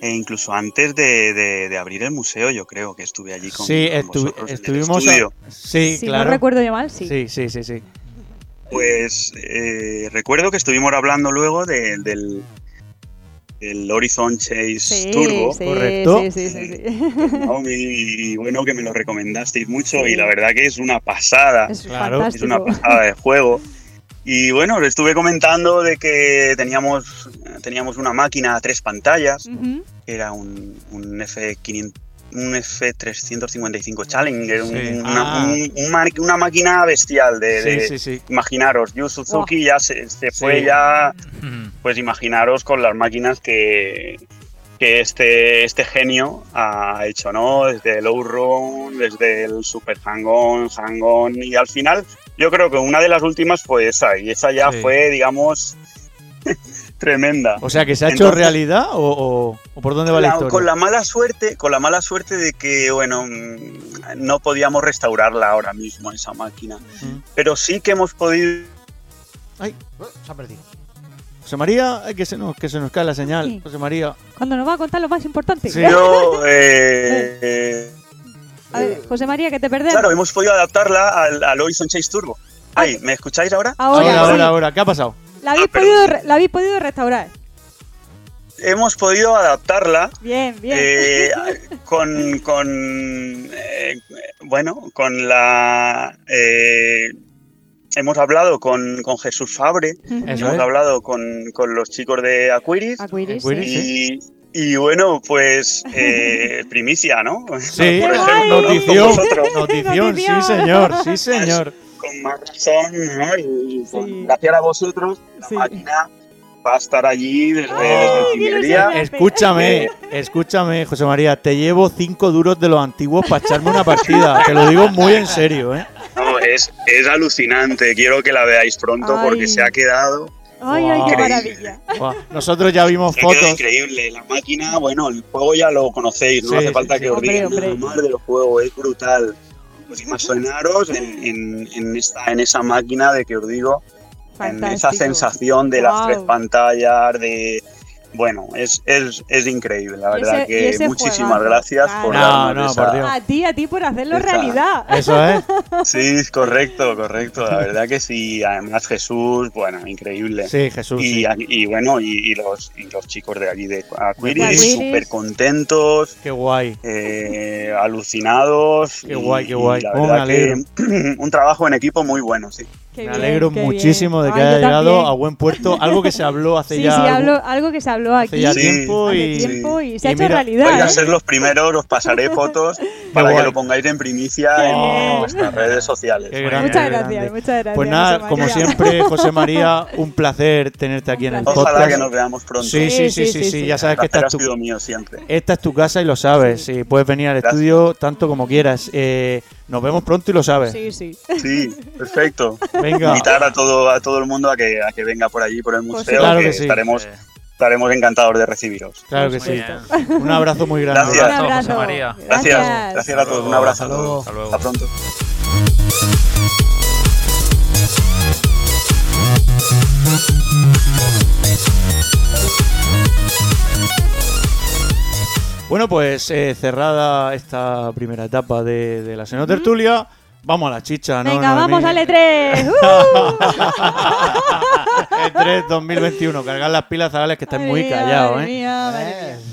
Speaker 11: e incluso antes de, de- de abrir el museo, yo creo que estuve allí con,
Speaker 8: Sí,
Speaker 11: con
Speaker 8: estu-
Speaker 11: vosotros en el
Speaker 8: estuvimos. a-
Speaker 11: estudio.
Speaker 8: sí,
Speaker 9: Si
Speaker 8: claro.
Speaker 9: no recuerdo yo mal, sí.
Speaker 8: Sí, sí, sí, sí.
Speaker 11: Pues eh, recuerdo que estuvimos hablando luego de- del, del Horizon Chase
Speaker 9: Sí,
Speaker 11: Turbo.
Speaker 9: sí, Sí, sí, sí, sí.
Speaker 11: ¿no? Y, y bueno, que me lo recomendasteis mucho y la verdad que es una pasada.
Speaker 9: Es
Speaker 14: Claro. fantástico.
Speaker 11: una pasada de juego. Y bueno, os estuve comentando de que teníamos, teníamos una máquina a tres pantallas,
Speaker 9: Ujú.
Speaker 11: que era un, un F500 un F355 Challenger, un-
Speaker 8: Sí.
Speaker 11: una,
Speaker 8: Ah.
Speaker 11: un- un mar- una máquina bestial de,
Speaker 8: Sí,
Speaker 11: de-
Speaker 8: sí, sí.
Speaker 11: imaginaros, Yu Suzuki ya se, se fue
Speaker 8: Sí. Mm.
Speaker 11: ya, pues imaginaros con las máquinas que, que este, este genio ha hecho, ¿no? Desde el Outrun, desde el Super Hang-On, Hang-On, y al final yo creo que una de las últimas fue esa, y esa ya
Speaker 8: Sí.
Speaker 11: fue, digamos, <laughs> tremenda.
Speaker 8: O sea, que se ha hecho
Speaker 11: Entonces,
Speaker 8: realidad o, o- o por dónde va la,
Speaker 11: la-
Speaker 8: historia.
Speaker 11: con la mala suerte, con la mala suerte de que bueno, mm, no podíamos restaurarla ahora mismo esa máquina, pero sí que hemos podido
Speaker 8: Ay, se ha perdido. José María, ay, que se nos, que se nos cae la señal.
Speaker 9: Sí.
Speaker 8: José María.
Speaker 9: Cuando nos va a contar lo más importante. <laughs>
Speaker 11: Yo, eh, eh,
Speaker 9: A ver, <laughs> José María, que te perdés.
Speaker 11: claro, hemos podido adaptarla al, al Horizon Chase Turbo. Ay, ¿me escucháis ahora?
Speaker 9: Ahora,
Speaker 8: ahora, ahora, ahora, ¿qué ha pasado?
Speaker 9: La, habéis podido, re- la habéis podido restaurar.
Speaker 11: Hemos podido adaptarla
Speaker 9: Bien, bien.
Speaker 11: eh, con, con, eh, bueno, con la... eh, hemos hablado con, con Jesús Fabre,
Speaker 14: Ujú.
Speaker 11: hemos
Speaker 14: Eso es.
Speaker 11: hablado con, con los chicos de Aquiris.
Speaker 9: Aquiris,
Speaker 14: Aquiris,
Speaker 11: y, y bueno, pues eh, primicia, ¿no?
Speaker 8: Sí,
Speaker 11: <laughs> Por ejemplo, ¿no? Con
Speaker 8: notición,
Speaker 11: vosotros.
Speaker 8: notición, sí señor, sí señor.
Speaker 11: Con más razón, ¿no? Y con- gracias a vosotros, la máquina va a estar allí desde, desde el primer día.
Speaker 8: Escúchame, escúchame, José María, te llevo cinco duros de los antiguos para echarme una partida. Te lo digo muy en serio, ¿eh?
Speaker 11: No, es, es alucinante. Quiero que la veáis pronto porque
Speaker 9: Ay.
Speaker 11: se ha quedado.
Speaker 9: Ay, ay, qué maravilla.
Speaker 8: Buah, Nosotros ya vimos
Speaker 11: Se ha quedado
Speaker 8: fotos.
Speaker 11: increíble. La máquina, bueno, el juego ya lo conocéis, no
Speaker 8: Sí,
Speaker 11: hace
Speaker 8: sí,
Speaker 11: falta
Speaker 8: sí.
Speaker 11: que os
Speaker 8: Hombre,
Speaker 11: diga
Speaker 8: hombre.
Speaker 11: nada más del juego, es brutal. Pues imaginaros en, en- en esta, en esa máquina de que os digo, en esa
Speaker 9: Fantástico.
Speaker 11: sensación de las
Speaker 9: Guau.
Speaker 11: tres pantallas, de. Bueno, es, es, es increíble, la
Speaker 9: Y
Speaker 11: verdad
Speaker 9: ese- y ese
Speaker 11: que muchísimas
Speaker 9: juegazo,
Speaker 11: gracias
Speaker 9: claro.
Speaker 11: por
Speaker 8: No,
Speaker 11: darnos
Speaker 8: no,
Speaker 11: esa-
Speaker 8: por Dios.
Speaker 9: <laughs> A ti, a ti por hacerlo
Speaker 11: Esa-
Speaker 9: realidad.
Speaker 8: Eso ¿eh? es.
Speaker 11: Sí, correcto, correcto. La verdad que sí. Además Jesús, bueno, increíble.
Speaker 8: Sí, Jesús,
Speaker 11: Y,
Speaker 8: sí.
Speaker 11: y bueno, y, y los, y los chicos de allí de
Speaker 8: De
Speaker 11: Aquiris,
Speaker 8: Aquiris.
Speaker 11: súper contentos.
Speaker 8: Qué guay.
Speaker 11: eh, alucinados.
Speaker 8: Qué guay,
Speaker 11: y-
Speaker 8: qué guay.
Speaker 11: y la
Speaker 8: Cómo me
Speaker 11: verdad que <clears throat> un trabajo en equipo muy bueno, sí.
Speaker 9: Qué
Speaker 8: Me
Speaker 9: bien,
Speaker 8: alegro
Speaker 9: qué
Speaker 8: muchísimo
Speaker 9: bien.
Speaker 8: de que
Speaker 9: Ay,
Speaker 8: haya
Speaker 9: yo
Speaker 8: llegado
Speaker 9: también.
Speaker 8: a buen puerto. Algo que se habló hace
Speaker 9: Sí, sí,
Speaker 8: ya algún-
Speaker 9: hablo- algo que se habló
Speaker 8: hace
Speaker 9: aquí.
Speaker 8: ya tiempo y
Speaker 9: Hace tiempo y se ha
Speaker 8: y
Speaker 9: hecho
Speaker 8: mira,
Speaker 9: realidad.
Speaker 11: Vais a
Speaker 9: ¿eh?
Speaker 11: ser los primeros, os pasaré
Speaker 8: <laughs>
Speaker 11: fotos para que lo pongáis en primicia en vuestras redes sociales.
Speaker 9: Muchas gracias, muchas gracias.
Speaker 8: Pues nada,
Speaker 9: José
Speaker 8: como
Speaker 9: María.
Speaker 8: siempre, José María, un placer tenerte aquí en el podcast.
Speaker 11: Ojalá que nos veamos pronto.
Speaker 8: Sí, sí, sí, sí, sí, ya sabes
Speaker 11: El
Speaker 8: que esta
Speaker 11: placer
Speaker 8: es, tu,
Speaker 11: ha sido mío siempre.
Speaker 8: esta es tu casa y lo sabes. Sí, puedes venir al estudio tanto como quieras. Eh, nos vemos pronto y lo sabes.
Speaker 9: Sí, sí.
Speaker 11: Sí, perfecto.
Speaker 8: Venga.
Speaker 11: Invitar a todo, a todo el mundo a que, a que venga por allí, por el museo,
Speaker 8: supuesto. Claro que sí.
Speaker 11: estaremos, estaremos encantados de recibiros.
Speaker 8: Claro que sí. Un abrazo muy grande.
Speaker 11: Gracias.
Speaker 8: Un abrazo,
Speaker 10: José María.
Speaker 11: Gracias, gracias a todos. Un abrazo a todos.
Speaker 10: Hasta luego.
Speaker 11: Hasta pronto.
Speaker 8: Bueno, pues eh, cerrada esta primera etapa de, de la Senotertulia, vamos a la chicha, ¿no?
Speaker 9: <laughs> Venga, vamos al
Speaker 8: Noemí? <laughs>
Speaker 9: E3.
Speaker 8: E3 2021, cargar las pilas, Zagales, que estáis muy callados,
Speaker 9: Uh, Madre
Speaker 8: ¿eh?
Speaker 9: mía, madre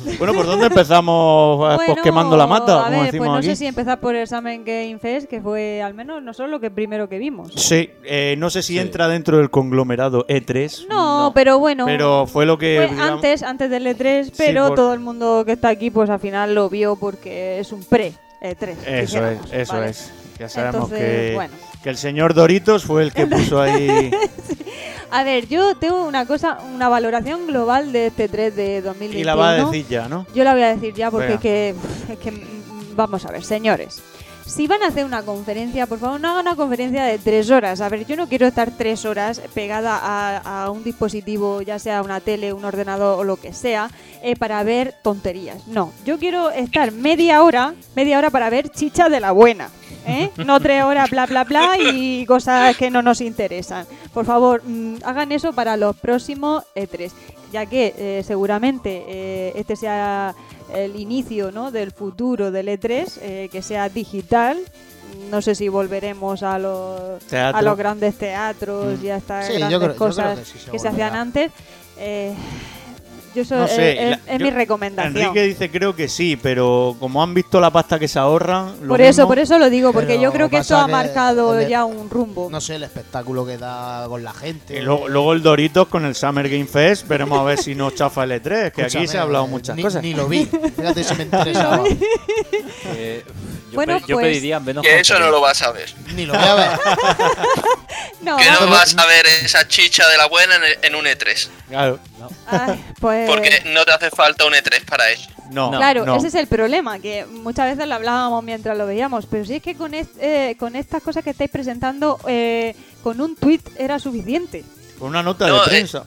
Speaker 9: mía.
Speaker 8: Bueno, ¿por dónde empezamos? Eh, pues
Speaker 9: Bueno,
Speaker 8: quemando la mata,
Speaker 9: A
Speaker 8: como
Speaker 9: ver,
Speaker 8: decimos
Speaker 9: pues no
Speaker 8: aquí.
Speaker 9: sé si empezar por el Examen Game Fest, que fue al menos nosotros lo que primero que vimos.
Speaker 8: Sí, eh, no sé si entra dentro del conglomerado E3,
Speaker 9: No, pero bueno.
Speaker 8: Mm, pero fue lo que...
Speaker 9: fue
Speaker 8: digamos-
Speaker 9: antes, antes del E3, pero
Speaker 8: por-
Speaker 9: todo el mundo que está aquí, pues al final lo vio porque es un pre-E3.
Speaker 8: Eso es,
Speaker 9: dijéramos,
Speaker 8: eso
Speaker 9: ¿vale?
Speaker 8: es. Ya sabemos
Speaker 9: Entonces,
Speaker 8: que,
Speaker 9: bueno.
Speaker 8: que el señor Doritos fue el que puso
Speaker 9: <laughs>
Speaker 8: ahí...
Speaker 9: A ver, yo tengo una cosa, una valoración global de este 3 de 2021.
Speaker 8: y la va a decir ya, ¿no?
Speaker 9: Yo la voy a decir ya porque
Speaker 8: Venga.
Speaker 9: es que, es que, mm, vamos a ver, señores. Si van a hacer una conferencia, por favor, no hagan una conferencia de tres horas. A ver, yo no quiero estar tres horas pegada a, a un dispositivo, ya sea una tele, un ordenador o lo que sea, eh, para ver tonterías. No, yo quiero estar media hora, media hora para ver chicha de la buena. ¿eh? No tres horas, bla, bla, bla, y cosas que no nos interesan. Por favor, mm, hagan eso para los próximos E3, ya que eh, seguramente eh, este sea el inicio ¿no? del futuro del E3, eh, que sea digital. No sé si volveremos a los,
Speaker 3: Teatro.
Speaker 9: a los grandes teatros
Speaker 3: Mm.
Speaker 9: y a estas
Speaker 3: Sí, yo
Speaker 9: grandes
Speaker 3: creo- yo creo
Speaker 9: cosas
Speaker 3: que sí se
Speaker 9: que se hacían
Speaker 3: volverá.
Speaker 9: antes. Eh, yo eso
Speaker 8: No
Speaker 9: es-
Speaker 8: sé,
Speaker 9: es,
Speaker 8: la-
Speaker 9: es
Speaker 8: yo-
Speaker 9: mi recomendación.
Speaker 8: Enrique dice creo que sí, pero como han visto la pasta que se ahorran... lo
Speaker 9: por eso,
Speaker 8: mismo-
Speaker 9: por eso lo digo, porque
Speaker 3: Pero
Speaker 9: yo creo que esto
Speaker 3: pasa
Speaker 9: ha
Speaker 3: que
Speaker 9: marcado
Speaker 3: en el- E
Speaker 9: ya un rumbo.
Speaker 3: No sé, el espectáculo que da con la gente.
Speaker 8: Y luego, luego el Doritos con el Summer Game Fest, veremos a ver si no chafa el E3, que aquí
Speaker 3: Escúchame,
Speaker 8: se ha hablado muchas
Speaker 3: ni-
Speaker 8: cosas.
Speaker 3: ni lo
Speaker 8: <laughs>
Speaker 3: vi. Fíjate si me interesaba.
Speaker 5: Eh, yo,
Speaker 9: <laughs> Bueno,
Speaker 5: pe- yo
Speaker 9: pues-
Speaker 5: pediría menos.
Speaker 6: Que eso no lo vas a ver.
Speaker 3: Ni lo voy a ver.
Speaker 9: <laughs> No,
Speaker 6: que no
Speaker 9: vamos-
Speaker 6: vas a ver esa chicha de la buena en, el- en un E3.
Speaker 8: Claro,
Speaker 9: Ay, pues-
Speaker 6: Porque no te hace falta un E3 para eso.
Speaker 8: no,
Speaker 9: claro,
Speaker 8: no.
Speaker 9: ese es el problema, que muchas veces lo hablábamos mientras lo veíamos, pero si es que con, est- eh, con estas cosas que estáis presentando, eh, con un tweet era suficiente.
Speaker 8: Con una nota
Speaker 6: No, eh,
Speaker 8: de prensa.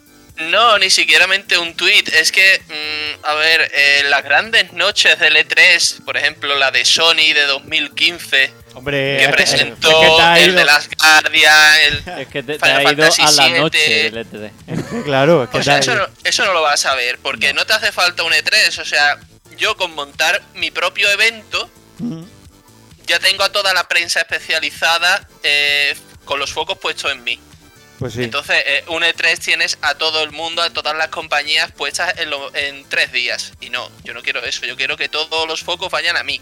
Speaker 6: No, ni siquiera mente un tweet. Es que, mm, a ver, eh, las grandes noches del E3, por ejemplo, la de Sony de 2015,
Speaker 5: Eh,
Speaker 8: Hombre,
Speaker 6: que
Speaker 8: es-
Speaker 6: presentó
Speaker 8: es que te ha
Speaker 6: el
Speaker 8: ido-
Speaker 6: de las Guardian, el
Speaker 5: <laughs> Es que te, te
Speaker 6: Final
Speaker 5: ha ido
Speaker 6: Fantasy
Speaker 5: a la
Speaker 6: VII.
Speaker 5: noche del E E3.
Speaker 8: Claro, es que
Speaker 6: O sea,
Speaker 8: da-
Speaker 6: eso no, eso no lo vas a ver, porque no te hace falta un E3. O sea, yo con montar mi propio evento, ya tengo a toda la prensa especializada eh, con los focos puestos en mí.
Speaker 8: Pues sí.
Speaker 6: Entonces, eh, un E3 tienes a todo el mundo, a todas las compañías puestas en, lo- en tres días. Y no, yo no quiero eso. Yo quiero que todos los focos vayan a mí.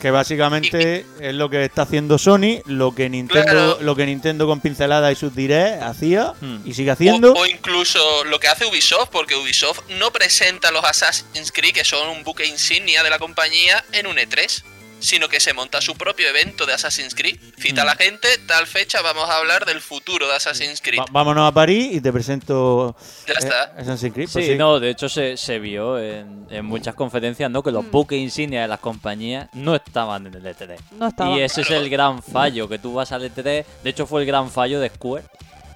Speaker 8: Que básicamente es lo que está haciendo Sony, lo que Nintendo, lo que Nintendo con pincelada y sus direct hacía
Speaker 5: Hmm.
Speaker 8: y sigue haciendo.
Speaker 6: O incluso lo que hace Ubisoft, porque Ubisoft no presenta los Assassin's Creed, que son un buque insignia de la compañía, en un E3, sino que se monta su propio evento de Assassin's Creed. Cita a la gente, tal fecha vamos a hablar del futuro de Assassin's Creed.
Speaker 8: Mm. Va- vámonos a París y te presento
Speaker 6: Ya está.
Speaker 8: eh, Assassin's Creed.
Speaker 5: Sí,
Speaker 8: pues sí.
Speaker 5: no, de hecho se, se vio en, en muchas conferencias ¿no? que
Speaker 9: Mm.
Speaker 5: los buques insignia de las compañías no estaban en el E3.
Speaker 9: No estaban.
Speaker 5: Y ese es el gran fallo, que tú vas al E3, de hecho fue el gran fallo de Square.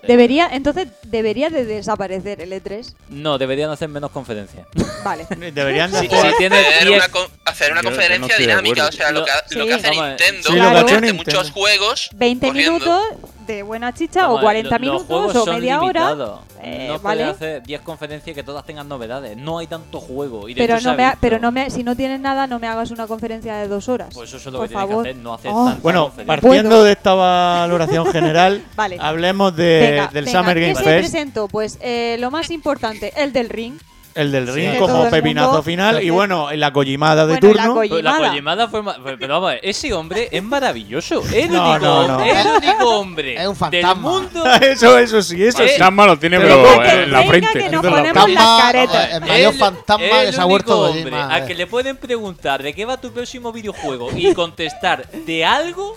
Speaker 6: eh,
Speaker 9: Debería, entonces, debería de desaparecer el E E3.
Speaker 5: No, deberían hacer menos conferencias.
Speaker 9: <laughs> Vale.
Speaker 8: Deberían
Speaker 5: de hacer- Si tienes
Speaker 6: hacer,
Speaker 5: 10
Speaker 6: una, con- hacer una
Speaker 5: Yo- yo no
Speaker 6: conferencia
Speaker 5: estoy de
Speaker 6: dinámica,
Speaker 5: acuerdo.
Speaker 6: o sea, lo, que, ha-
Speaker 9: Sí.
Speaker 6: lo que hace
Speaker 9: Vamos a ver.
Speaker 6: Nintendo,
Speaker 9: Sí, lo que ha hecho
Speaker 6: de
Speaker 9: Nintendo.
Speaker 6: muchos juegos
Speaker 9: 20
Speaker 6: corriendo.
Speaker 9: minutos de buena chicha o
Speaker 5: Vamos a ver,
Speaker 9: 40
Speaker 5: lo- los
Speaker 9: minutos
Speaker 5: juegos
Speaker 9: o
Speaker 5: son
Speaker 9: media
Speaker 5: limitados.
Speaker 9: hora. eh,
Speaker 5: no puedes
Speaker 9: vale.
Speaker 5: hacer 10 conferencias y que todas tengan novedades. No hay tanto juego. Y de
Speaker 9: Pero
Speaker 5: hecho se
Speaker 9: no,
Speaker 5: ha
Speaker 9: me ha-
Speaker 5: visto.
Speaker 9: pero no me, si no tienes nada, no me hagas una conferencia de dos horas.
Speaker 5: Pues eso es lo que
Speaker 9: Por
Speaker 5: tienes
Speaker 9: favor.
Speaker 5: que hacer, no hacer
Speaker 9: Oh.
Speaker 5: tanta
Speaker 8: Bueno,
Speaker 5: conferencia.
Speaker 8: partiendo de esta valoración general,
Speaker 9: Vale.
Speaker 8: hablemos de-
Speaker 9: Venga,
Speaker 8: Eh, del
Speaker 9: venga,
Speaker 8: Summer
Speaker 9: ¿qué
Speaker 8: Game
Speaker 9: se
Speaker 8: Fest,
Speaker 9: presentó? Pues eh, lo más importante, el del ring.
Speaker 8: el del
Speaker 5: Sí,
Speaker 8: ring
Speaker 5: que todo
Speaker 8: como
Speaker 5: el
Speaker 8: pepinazo
Speaker 5: mundo-
Speaker 8: final y bueno, la collimada de
Speaker 9: Bueno, la
Speaker 8: turno.
Speaker 9: collimada.
Speaker 5: La collimada fue. ma- Pero vamos a ver, ese hombre es maravilloso. Es el,
Speaker 8: No,
Speaker 5: único,
Speaker 8: no, no.
Speaker 5: es el único hombre
Speaker 3: Es un
Speaker 5: del
Speaker 3: fantasma.
Speaker 8: <laughs>
Speaker 5: mundo.
Speaker 8: eso, eso sí, eso sí.
Speaker 13: Fantasma lo Eh, tiene,
Speaker 8: Pero
Speaker 13: pero,
Speaker 8: que
Speaker 13: eh, en la
Speaker 8: venga,
Speaker 13: frente.
Speaker 8: que
Speaker 9: nos
Speaker 13: En la
Speaker 9: ponemos
Speaker 13: frente.
Speaker 9: las caretas.
Speaker 3: Eh, El mayor fantasma
Speaker 5: es el
Speaker 3: que se ha vuelto
Speaker 5: único
Speaker 3: de
Speaker 5: hombre
Speaker 3: Lima,
Speaker 5: a
Speaker 3: eh.
Speaker 5: que le pueden preguntar de qué va tu próximo videojuego y contestar de algo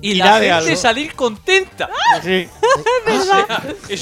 Speaker 5: y
Speaker 8: Irá
Speaker 5: la
Speaker 8: de
Speaker 5: gente
Speaker 8: algo. Ah,
Speaker 5: salir contenta. <laughs>
Speaker 8: Sí.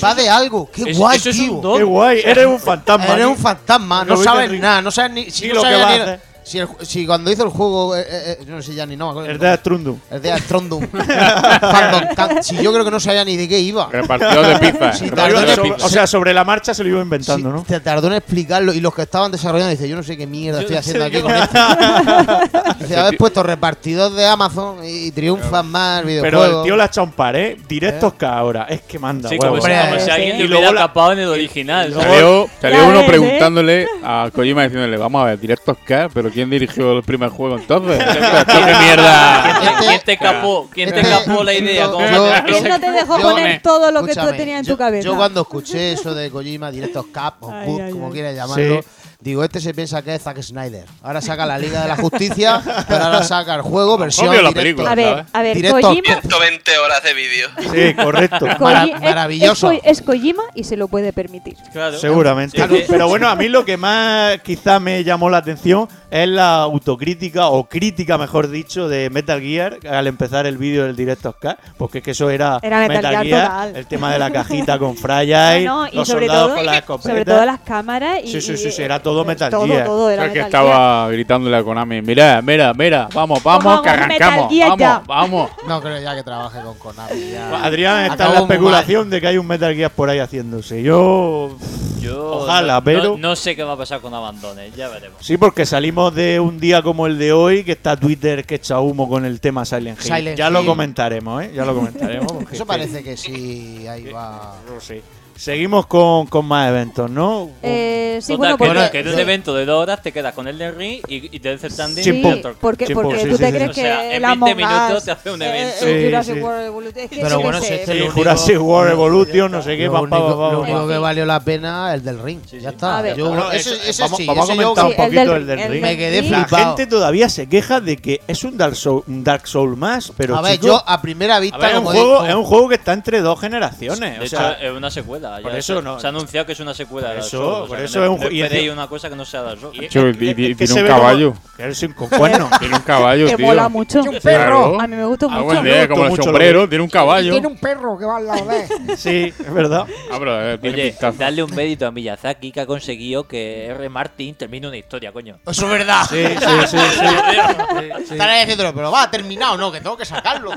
Speaker 3: Va de algo. Qué
Speaker 5: Eso-
Speaker 3: guay,
Speaker 5: eso es un
Speaker 3: tío.
Speaker 5: don.
Speaker 8: Qué guay, eres un fantasma.
Speaker 3: Eres un fantasma. Ah, No
Speaker 8: Lo
Speaker 3: sabes
Speaker 8: viste en-
Speaker 3: nada. No sabes ni. Si
Speaker 8: Ni
Speaker 3: no
Speaker 8: lo que
Speaker 3: sabes
Speaker 8: va a
Speaker 3: ni-
Speaker 8: hacer.
Speaker 3: Si, el ju- si cuando hizo el juego. eh, eh, eh, no sé ya ni no. me acuerdo.
Speaker 8: El de Astrundum.
Speaker 3: El de <laughs> Astrondum. Fandom Tan- si yo creo que no sabía ni de qué iba.
Speaker 13: Repartido de pizza.
Speaker 3: Sí,
Speaker 13: repartidor
Speaker 3: tardó-
Speaker 13: de pizza.
Speaker 8: O sea, sobre la marcha se lo iba inventando, ¿no?
Speaker 3: Te tardó en explicarlo y los que estaban desarrollando dicen, yo no sé qué mierda estoy
Speaker 5: no
Speaker 3: haciendo
Speaker 5: sé
Speaker 3: aquí
Speaker 5: qué
Speaker 3: con esto. <laughs> Dice, habéis puesto repartidor de Amazon y triunfan más el videojuego.
Speaker 8: Pero el tío la ha echado un par, ¿eh? Directos cada hora. Es que manda,
Speaker 5: Sí,
Speaker 8: huevo.
Speaker 5: como, si, como si alguien
Speaker 8: Y
Speaker 5: le
Speaker 8: luego
Speaker 5: hubiera
Speaker 8: la-
Speaker 5: capado en el original. ¿no?
Speaker 13: Salió, salió
Speaker 9: Ya
Speaker 13: uno
Speaker 9: ves, ¿eh?
Speaker 13: preguntándole a Kojima diciéndole, vamos a ver, directos K, pero ¿quién dirigió el primer juego
Speaker 8: <laughs>
Speaker 13: entonces? ¿Esto ¿Qué mierda?
Speaker 5: ¿Quién te- ¿Quién te capó? ¿Quién te
Speaker 3: Este-
Speaker 5: capó la idea?
Speaker 3: yo-
Speaker 5: ¿Cómo
Speaker 3: yo-
Speaker 5: te-
Speaker 9: ¿Quién no te dejó
Speaker 3: Yo-
Speaker 9: poner todo lo que tú
Speaker 3: Escúchame,
Speaker 9: tenías en
Speaker 3: yo-
Speaker 9: tu cabeza?
Speaker 3: Yo cuando escuché eso de Kojima, Directos Cap o
Speaker 9: Ay,
Speaker 3: Cut,
Speaker 9: ay,
Speaker 3: como
Speaker 9: ay.
Speaker 3: quieras llamarlo,
Speaker 8: Sí.
Speaker 3: digo, este se piensa que es Zack Snyder. Ahora saca la Liga de la Justicia, pero ahora saca el juego versión
Speaker 13: Obvio la
Speaker 3: directo.
Speaker 13: película,
Speaker 9: A ver, a ver,
Speaker 3: Directo.
Speaker 9: Kojima.
Speaker 6: 120 horas de vídeo.
Speaker 9: <laughs>
Speaker 8: Sí, correcto.
Speaker 3: Mara-
Speaker 9: Koji- es-
Speaker 3: maravilloso.
Speaker 9: Es, Ko- es Kojima y se lo puede permitir.
Speaker 5: Claro.
Speaker 8: Seguramente.
Speaker 5: Sí, sí.
Speaker 8: Pero bueno, a mí lo que más quizá me llamó la atención es la autocrítica o crítica, mejor dicho, de Metal Gear al empezar el vídeo del directo Oscar, porque es que eso era,
Speaker 9: Era Metal Gear total.
Speaker 8: el tema de la cajita con Fryer,
Speaker 9: <laughs> No, no, y
Speaker 8: los
Speaker 9: sobre
Speaker 8: soldados
Speaker 9: todo,
Speaker 8: con las
Speaker 9: sobre todo
Speaker 8: escopetas.
Speaker 9: las cámaras y
Speaker 8: Sí, sí, sí, sí,
Speaker 9: y-
Speaker 8: era todo Metal
Speaker 9: todo,
Speaker 8: Gear.
Speaker 9: todo era
Speaker 13: Es que
Speaker 9: Metal Gear.
Speaker 13: estaba gritándole a Konami, mira, mira, mira, vamos, vamos,
Speaker 9: Pongamos
Speaker 13: que
Speaker 9: Pues Metal
Speaker 13: arrancamos,
Speaker 9: Gear ya.
Speaker 13: vamos, vamos.
Speaker 3: No creo ya que trabaje con Konami. ya.
Speaker 8: Adrián está en la
Speaker 3: Acabó muy
Speaker 8: especulación de que hay un Metal Gear por ahí haciéndose. Yo.
Speaker 5: Yo
Speaker 8: Ojalá,
Speaker 5: no-
Speaker 8: pero-
Speaker 5: No, no sé qué va a pasar con Abandones, ya veremos.
Speaker 8: Sí, porque salimos de un día como el de hoy, que está Twitter que echa humo con el tema Silent Hill.
Speaker 3: Silent
Speaker 8: ya lo
Speaker 3: Hill.
Speaker 8: comentaremos, ¿eh? Ya lo comentaremos. <laughs>
Speaker 3: mal.
Speaker 8: porque es
Speaker 3: Eso
Speaker 8: que-
Speaker 3: parece que sí, ahí va.
Speaker 8: No sé. Seguimos con, con más eventos, ¿no?
Speaker 9: Eh, sí,
Speaker 5: Total,
Speaker 9: bueno,
Speaker 5: que,
Speaker 9: porque,
Speaker 5: que en un evento de dos horas te quedas con el de Ring y, y te hace el standing
Speaker 8: Sin
Speaker 5: y
Speaker 8: pum.
Speaker 5: el
Speaker 9: sí,
Speaker 5: torque.
Speaker 9: porque,
Speaker 8: Sí,
Speaker 9: porque
Speaker 8: sí,
Speaker 9: tú
Speaker 8: sí,
Speaker 9: te
Speaker 8: sí,
Speaker 9: crees
Speaker 8: sí.
Speaker 5: O sea,
Speaker 9: que
Speaker 5: en
Speaker 9: el
Speaker 5: 20
Speaker 9: Among
Speaker 5: minutos
Speaker 9: Us,
Speaker 5: te hace un
Speaker 9: eh,
Speaker 5: evento.
Speaker 9: el
Speaker 8: Sí,
Speaker 9: Jurassic
Speaker 8: sí.
Speaker 9: World Evolution- es que
Speaker 3: Pero
Speaker 9: yo
Speaker 3: bueno,
Speaker 9: qué
Speaker 3: si
Speaker 9: sé, eh.
Speaker 3: este
Speaker 8: Sí,
Speaker 3: lo único-
Speaker 8: Jurassic World Evolution, no sé qué,
Speaker 3: Lo
Speaker 8: pa, pa,
Speaker 3: único,
Speaker 8: pa,
Speaker 3: lo
Speaker 8: pa, pa.
Speaker 3: único que
Speaker 9: Sí.
Speaker 3: valió la pena el del ring.
Speaker 5: Sí, sí.
Speaker 3: Ya está.
Speaker 9: A ver.
Speaker 3: Yo-
Speaker 8: Bueno,
Speaker 3: ese,
Speaker 8: eso-
Speaker 3: ese
Speaker 8: vamos,
Speaker 3: sí,
Speaker 8: vamos
Speaker 3: ese
Speaker 8: a
Speaker 3: yo
Speaker 8: comentar
Speaker 3: creo
Speaker 8: un
Speaker 9: Sí, el
Speaker 8: poquito
Speaker 9: del-
Speaker 8: el del
Speaker 9: el
Speaker 8: ring.
Speaker 3: Me quedé
Speaker 9: Sí.
Speaker 8: La
Speaker 3: flipado.
Speaker 8: gente todavía se queja de que es un Dark Soul, un Dark Soul más, pero
Speaker 3: a ver,
Speaker 8: chicos,
Speaker 3: yo a primera vista
Speaker 8: a ver, es, un
Speaker 3: como
Speaker 8: juego,
Speaker 3: digo-
Speaker 8: es un juego que está entre dos generaciones.
Speaker 5: De
Speaker 8: o
Speaker 5: hecho,
Speaker 8: sea,
Speaker 3: eh,
Speaker 5: es una secuela. ya
Speaker 8: por
Speaker 5: se-
Speaker 8: eso no-
Speaker 5: Se ha anunciado que es una secuela.
Speaker 8: Por
Speaker 5: de Dark
Speaker 8: eso-
Speaker 5: Souls, o sea,
Speaker 8: por
Speaker 5: que
Speaker 8: eso
Speaker 5: no-
Speaker 8: es un
Speaker 5: no
Speaker 8: ju- y
Speaker 5: esperéis
Speaker 8: encima-
Speaker 5: una cosa que no sea Dark Souls.
Speaker 13: Yo, di- di- tiene un caballo.
Speaker 8: Claro, sin con cuernos.
Speaker 13: Tiene un caballo,
Speaker 9: Que
Speaker 13: tío.
Speaker 9: mola mucho.
Speaker 13: un perro.
Speaker 9: A mí me gustó
Speaker 13: Ah,
Speaker 9: mucho.
Speaker 13: buen
Speaker 8: me
Speaker 13: día,
Speaker 8: gustó
Speaker 13: como el
Speaker 8: mucho lo
Speaker 13: sombrero, tiene un caballo.
Speaker 3: un perro que va al lado de él. <laughs>
Speaker 8: sí,
Speaker 5: <laughs>
Speaker 8: es verdad.
Speaker 13: Ah, pero eh, tiene
Speaker 5: Oye,
Speaker 13: pintaza.
Speaker 5: darle un mérito a Miyazaki que ha conseguido que R. Martin termine una historia, coño.
Speaker 3: Eso es verdad.
Speaker 8: Sí, sí, sí.
Speaker 13: <laughs>
Speaker 8: sí.
Speaker 3: Estará diciéndolo, pero va, ha terminado, no, que tengo que
Speaker 8: <laughs>
Speaker 3: sacarlo.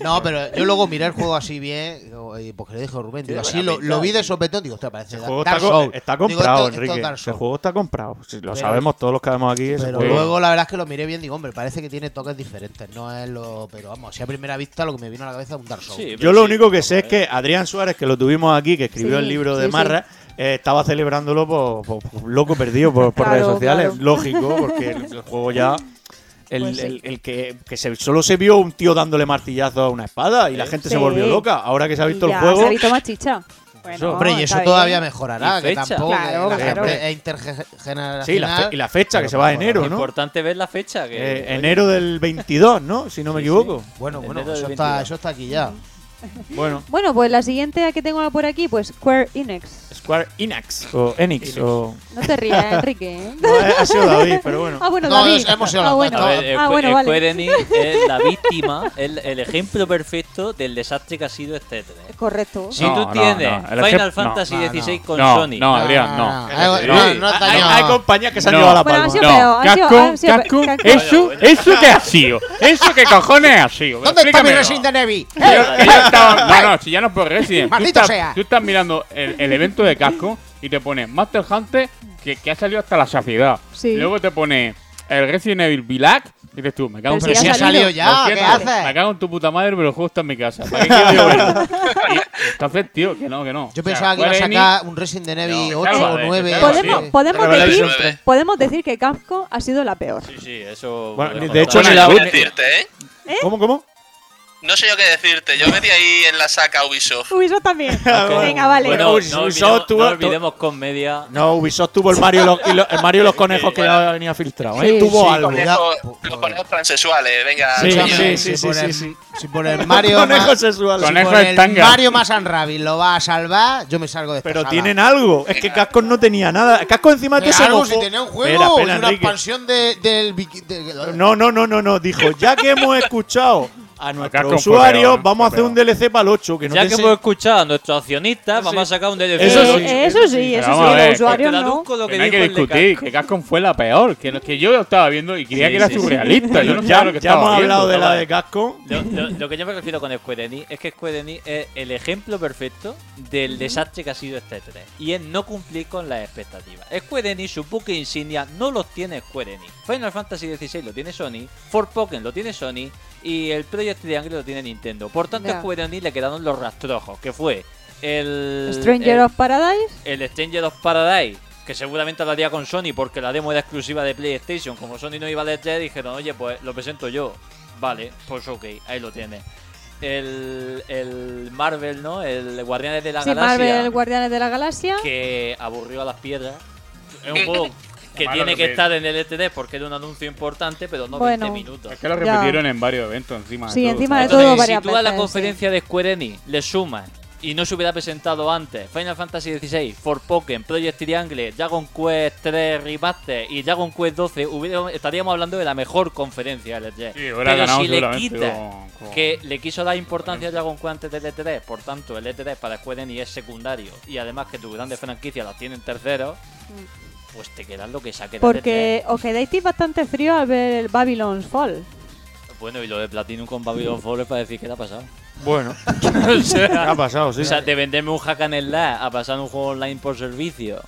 Speaker 3: No, pero yo luego miré el juego así bien, digo, eh, porque le dijo Rubén, digo, así lo, lo vi de sopetón, digo, hostia, parece
Speaker 8: El juego
Speaker 3: Dark
Speaker 8: está, co-
Speaker 3: Souls.
Speaker 8: está
Speaker 3: Digo,
Speaker 8: comprado,
Speaker 3: esto- esto es
Speaker 8: Enrique.
Speaker 3: Dark
Speaker 8: el
Speaker 3: Souls.
Speaker 8: juego está comprado. Sí, lo
Speaker 3: Pero-
Speaker 8: sabemos todos los que vemos aquí. ese
Speaker 3: Pero
Speaker 8: juego.
Speaker 3: luego la verdad es que lo miré bien, digo, hombre, parece que tiene toques diferentes, no es lo... Pero vamos, si a primera vista lo que me vino a la cabeza es un Dark Souls.
Speaker 5: Sí,
Speaker 8: Yo
Speaker 5: pero
Speaker 8: lo
Speaker 5: sí,
Speaker 8: único que sé es
Speaker 5: vamos a ver.
Speaker 8: que Adrián Suárez, que lo tuvimos aquí, que escribió
Speaker 9: Sí,
Speaker 8: el libro de
Speaker 9: sí, sí.
Speaker 8: Marra, eh, estaba celebrándolo por, por- por loco perdido por, por
Speaker 9: Claro,
Speaker 8: redes sociales.
Speaker 9: claro.
Speaker 8: Lógico, porque el, el juego ya. El,
Speaker 14: Pues sí.
Speaker 8: el- el que, que se- solo se vio un tío dándole martillazo a una espada y la gente se
Speaker 9: Sí.
Speaker 8: volvió loca. Ahora que se ha visto
Speaker 9: Y
Speaker 8: el
Speaker 9: ya
Speaker 8: juego.
Speaker 9: Se ha visto más chicha. Bueno,
Speaker 3: Hombre, y eso
Speaker 9: está
Speaker 3: todavía
Speaker 9: bien.
Speaker 3: mejorará, que tampoco.
Speaker 9: Claro,
Speaker 3: que la
Speaker 9: claro.
Speaker 3: gente es intergeneracional.
Speaker 8: Sí, la fe- y la fecha, que se va a enero, ¿no?
Speaker 5: Importante ver la fecha. Que,
Speaker 8: Eh, enero del 22, ¿no? Si no me equivoco.
Speaker 3: Bueno, bueno,
Speaker 5: Enero del
Speaker 3: eso está, eso está aquí ya.
Speaker 8: Bueno.
Speaker 9: Bueno, pues la siguiente que tengo por aquí, pues Square Enix.
Speaker 8: Square Enix. O Enix. O...
Speaker 9: No te
Speaker 8: <laughs>
Speaker 9: rías, Enrique. ¿eh?
Speaker 8: ha sido David, pero bueno.
Speaker 9: Ah, bueno,
Speaker 3: No,
Speaker 9: David.
Speaker 3: es- hemos sido
Speaker 9: ah,
Speaker 3: los
Speaker 9: bueno.
Speaker 5: A ver,
Speaker 9: ah,
Speaker 5: Squ-
Speaker 9: bueno, vale.
Speaker 5: Square Enix eh, es la víctima, el, el ejemplo perfecto del desastre que ha sido este E3.
Speaker 9: Correcto.
Speaker 5: Si tú tienes Final Fantasy XVI con
Speaker 13: no,
Speaker 5: Sony.
Speaker 13: No, Adrián, Ah, no.
Speaker 5: Hay-
Speaker 13: hay-
Speaker 5: hay- hay compa-
Speaker 8: compañías que se han
Speaker 13: No.
Speaker 8: llevado la
Speaker 13: Bueno,
Speaker 8: palma.
Speaker 13: han sido No. peor, han sido-
Speaker 9: ah,
Speaker 13: Capcom, han sido Capcom, peor. Capcom. eso- eso qué ha sido. Eso qué cojones ha sido.
Speaker 3: ¿Dónde está mi
Speaker 13: Explícamelo.
Speaker 3: Resident Evil?
Speaker 13: Que yo- que yo estaba-
Speaker 3: <laughs>
Speaker 13: no, no, si ya no es por Resident. tú
Speaker 3: Maldito
Speaker 13: estás-
Speaker 3: sea.
Speaker 13: Tú estás mirando el, el evento de casco y te pone Master Hunter, que, que ha salido hasta la saciedad.
Speaker 9: Sí.
Speaker 13: Luego te pone el Resident Evil Black y dices tú, me cago
Speaker 3: Pero
Speaker 13: en tu
Speaker 3: si ha
Speaker 13: puta
Speaker 3: salido
Speaker 13: madre.
Speaker 3: ya,
Speaker 13: Lo
Speaker 3: ¿qué
Speaker 13: siento,
Speaker 3: haces?
Speaker 13: Me cago en tu puta madre, pero el juego está en mi casa. ¿Para qué quiero yo verlo? Y- Entonces, tío, que no, que no.
Speaker 3: Yo
Speaker 13: O sea,
Speaker 3: pensaba que iba a
Speaker 13: Square
Speaker 3: sacar
Speaker 13: Enix-
Speaker 3: un Resident Evil 8
Speaker 13: No,
Speaker 3: o
Speaker 13: claro,
Speaker 3: 9.
Speaker 13: claro,
Speaker 9: Podemos,
Speaker 13: sí.
Speaker 9: podemos, decir,
Speaker 13: Revelation tres.
Speaker 9: podemos decir que Capcom ha sido la peor.
Speaker 5: Sí, eso.
Speaker 8: Bueno,
Speaker 5: podemos
Speaker 8: de hecho,
Speaker 5: contar.
Speaker 8: ni la-
Speaker 5: Voy a
Speaker 6: decirte, ¿eh?
Speaker 8: ¿Cómo, cómo?
Speaker 6: No sé yo qué decirte. Yo metí ahí en la saca Ubisoft.
Speaker 9: Ubisoft también.
Speaker 8: Ah,
Speaker 9: Venga, vale.
Speaker 5: Bueno, no,
Speaker 8: Ubisoft
Speaker 5: olvidemos,
Speaker 8: tuvo-
Speaker 5: no olvidemos comedia.
Speaker 8: No, Ubisoft tuvo el Mario y los, y lo- el Mario y los conejos que ya venía filtrado. ¿eh?
Speaker 6: Sí,
Speaker 8: tuvo
Speaker 6: sí,
Speaker 8: algo.
Speaker 6: conejos- Los conejos transexuales, venga.
Speaker 8: Sí,
Speaker 6: coño.
Speaker 8: sí, sí, sí,
Speaker 3: por
Speaker 8: sí,
Speaker 3: el-
Speaker 8: sí.
Speaker 3: Si por el Mario.
Speaker 8: Conejo
Speaker 3: Ma-
Speaker 8: sexual.
Speaker 3: si
Speaker 8: Conejo
Speaker 3: por
Speaker 8: en
Speaker 3: el
Speaker 8: tanga.
Speaker 3: Mario más Rabbit lo va a salvar, yo me salgo de esta
Speaker 8: Pero
Speaker 3: sala.
Speaker 8: tienen algo. Es que Casco no tenía nada. Casco encima de
Speaker 3: Tiene
Speaker 8: todo se
Speaker 3: algo,
Speaker 8: mojó.
Speaker 3: si tenía un juego
Speaker 8: Espera, espera,
Speaker 3: y una
Speaker 8: Enrique.
Speaker 3: expansión de, del. biki- de-
Speaker 8: No, no, no, no, no. Dijo, ya que hemos escuchado a nuestros
Speaker 5: fue
Speaker 8: usuarios,
Speaker 5: peor,
Speaker 8: vamos a hacer
Speaker 5: fue
Speaker 8: un DLC para el 8. Que no
Speaker 5: ya
Speaker 8: te
Speaker 5: que
Speaker 8: sé-
Speaker 5: hemos escuchado a nuestros accionistas, vamos a sacar un DLC.
Speaker 8: Eso
Speaker 9: sí, Eh, eso sí, eso
Speaker 13: Vamos a
Speaker 9: sí,
Speaker 13: ver,
Speaker 9: los usuarios
Speaker 13: que
Speaker 9: no.
Speaker 13: Que no hay que discutir, que Cascon fue la peor. Que, no- que yo lo estaba viendo y creía
Speaker 5: Sí,
Speaker 13: que era
Speaker 5: sí, sí.
Speaker 13: surrealista. Yo no
Speaker 5: Ya-
Speaker 13: sabía lo que
Speaker 5: ya
Speaker 13: estaba
Speaker 5: hemos hablado de
Speaker 13: viendo.
Speaker 5: la de
Speaker 8: Casco.
Speaker 5: Lo, lo- lo que yo me refiero con Square Enix es que Square Enix es el ejemplo perfecto del desastre que ha sido este 3 y es no cumplir con las expectativas. Square Enix, su buque insignia, no los tiene Square Enix. Final Fantasy XVI lo tiene Sony, For Pokémon lo tiene Sony y el Project Triangle lo tiene Nintendo. Por tanto,
Speaker 9: Ya.
Speaker 5: a Square Enix le quedaron los rastrojos, que fue el.
Speaker 9: Stranger
Speaker 5: el-
Speaker 9: of Paradise.
Speaker 5: el Stranger of Paradise, que seguramente lo haría con Sony porque la demo era exclusiva de PlayStation. Como Sony no iba a leer, dijeron, oye, pues lo presento yo. Vale, pues ok, ahí lo tienes. El, el Marvel, ¿no? El Guardianes de la
Speaker 9: Sí,
Speaker 5: Galaxia,
Speaker 9: Marvel Guardianes de la Galaxia.
Speaker 5: que aburrió a las piedras. Es un juego que
Speaker 13: Malo
Speaker 5: tiene que
Speaker 13: que es.
Speaker 5: estar en el E3 porque era un anuncio importante, pero no
Speaker 9: Bueno.
Speaker 5: 20 minutos.
Speaker 13: Es que lo
Speaker 9: Ya.
Speaker 13: repitieron en varios eventos encima.
Speaker 9: Sí,
Speaker 13: de todo.
Speaker 9: encima de
Speaker 5: Entonces,
Speaker 9: todo varias
Speaker 5: si tú a la
Speaker 9: veces,
Speaker 5: conferencia de Square Enix le sumas y no se hubiera presentado antes Final Fantasy XVI, For Pokémon, Project Triangle, Dragon Quest 3 Remaster y Dragon Quest 12, hubiera- estaríamos hablando de la mejor conferencia del E3.
Speaker 13: Sí, hubiera
Speaker 5: Pero
Speaker 13: ganado
Speaker 5: si le
Speaker 13: seguramente
Speaker 5: quitas
Speaker 13: con- con-
Speaker 5: que le quiso dar importancia a Dragon Quest antes del E3, por tanto el E3 para Square Enix es secundario y además que tus grandes franquicias las tienen terceros, pues te quedas lo que saque del E3.
Speaker 9: Mm. Porque os quedáis bastante frío al ver el Babylon's Fall.
Speaker 5: Bueno, y lo de Platinum con Babylon Fall es para decir que te ha pasado. <laughs>
Speaker 13: <laughs>
Speaker 8: Bueno.
Speaker 5: O sea,
Speaker 8: ha pasado, sí.
Speaker 5: O sea, de venderme un hack and slash a pasar un juego online por servicio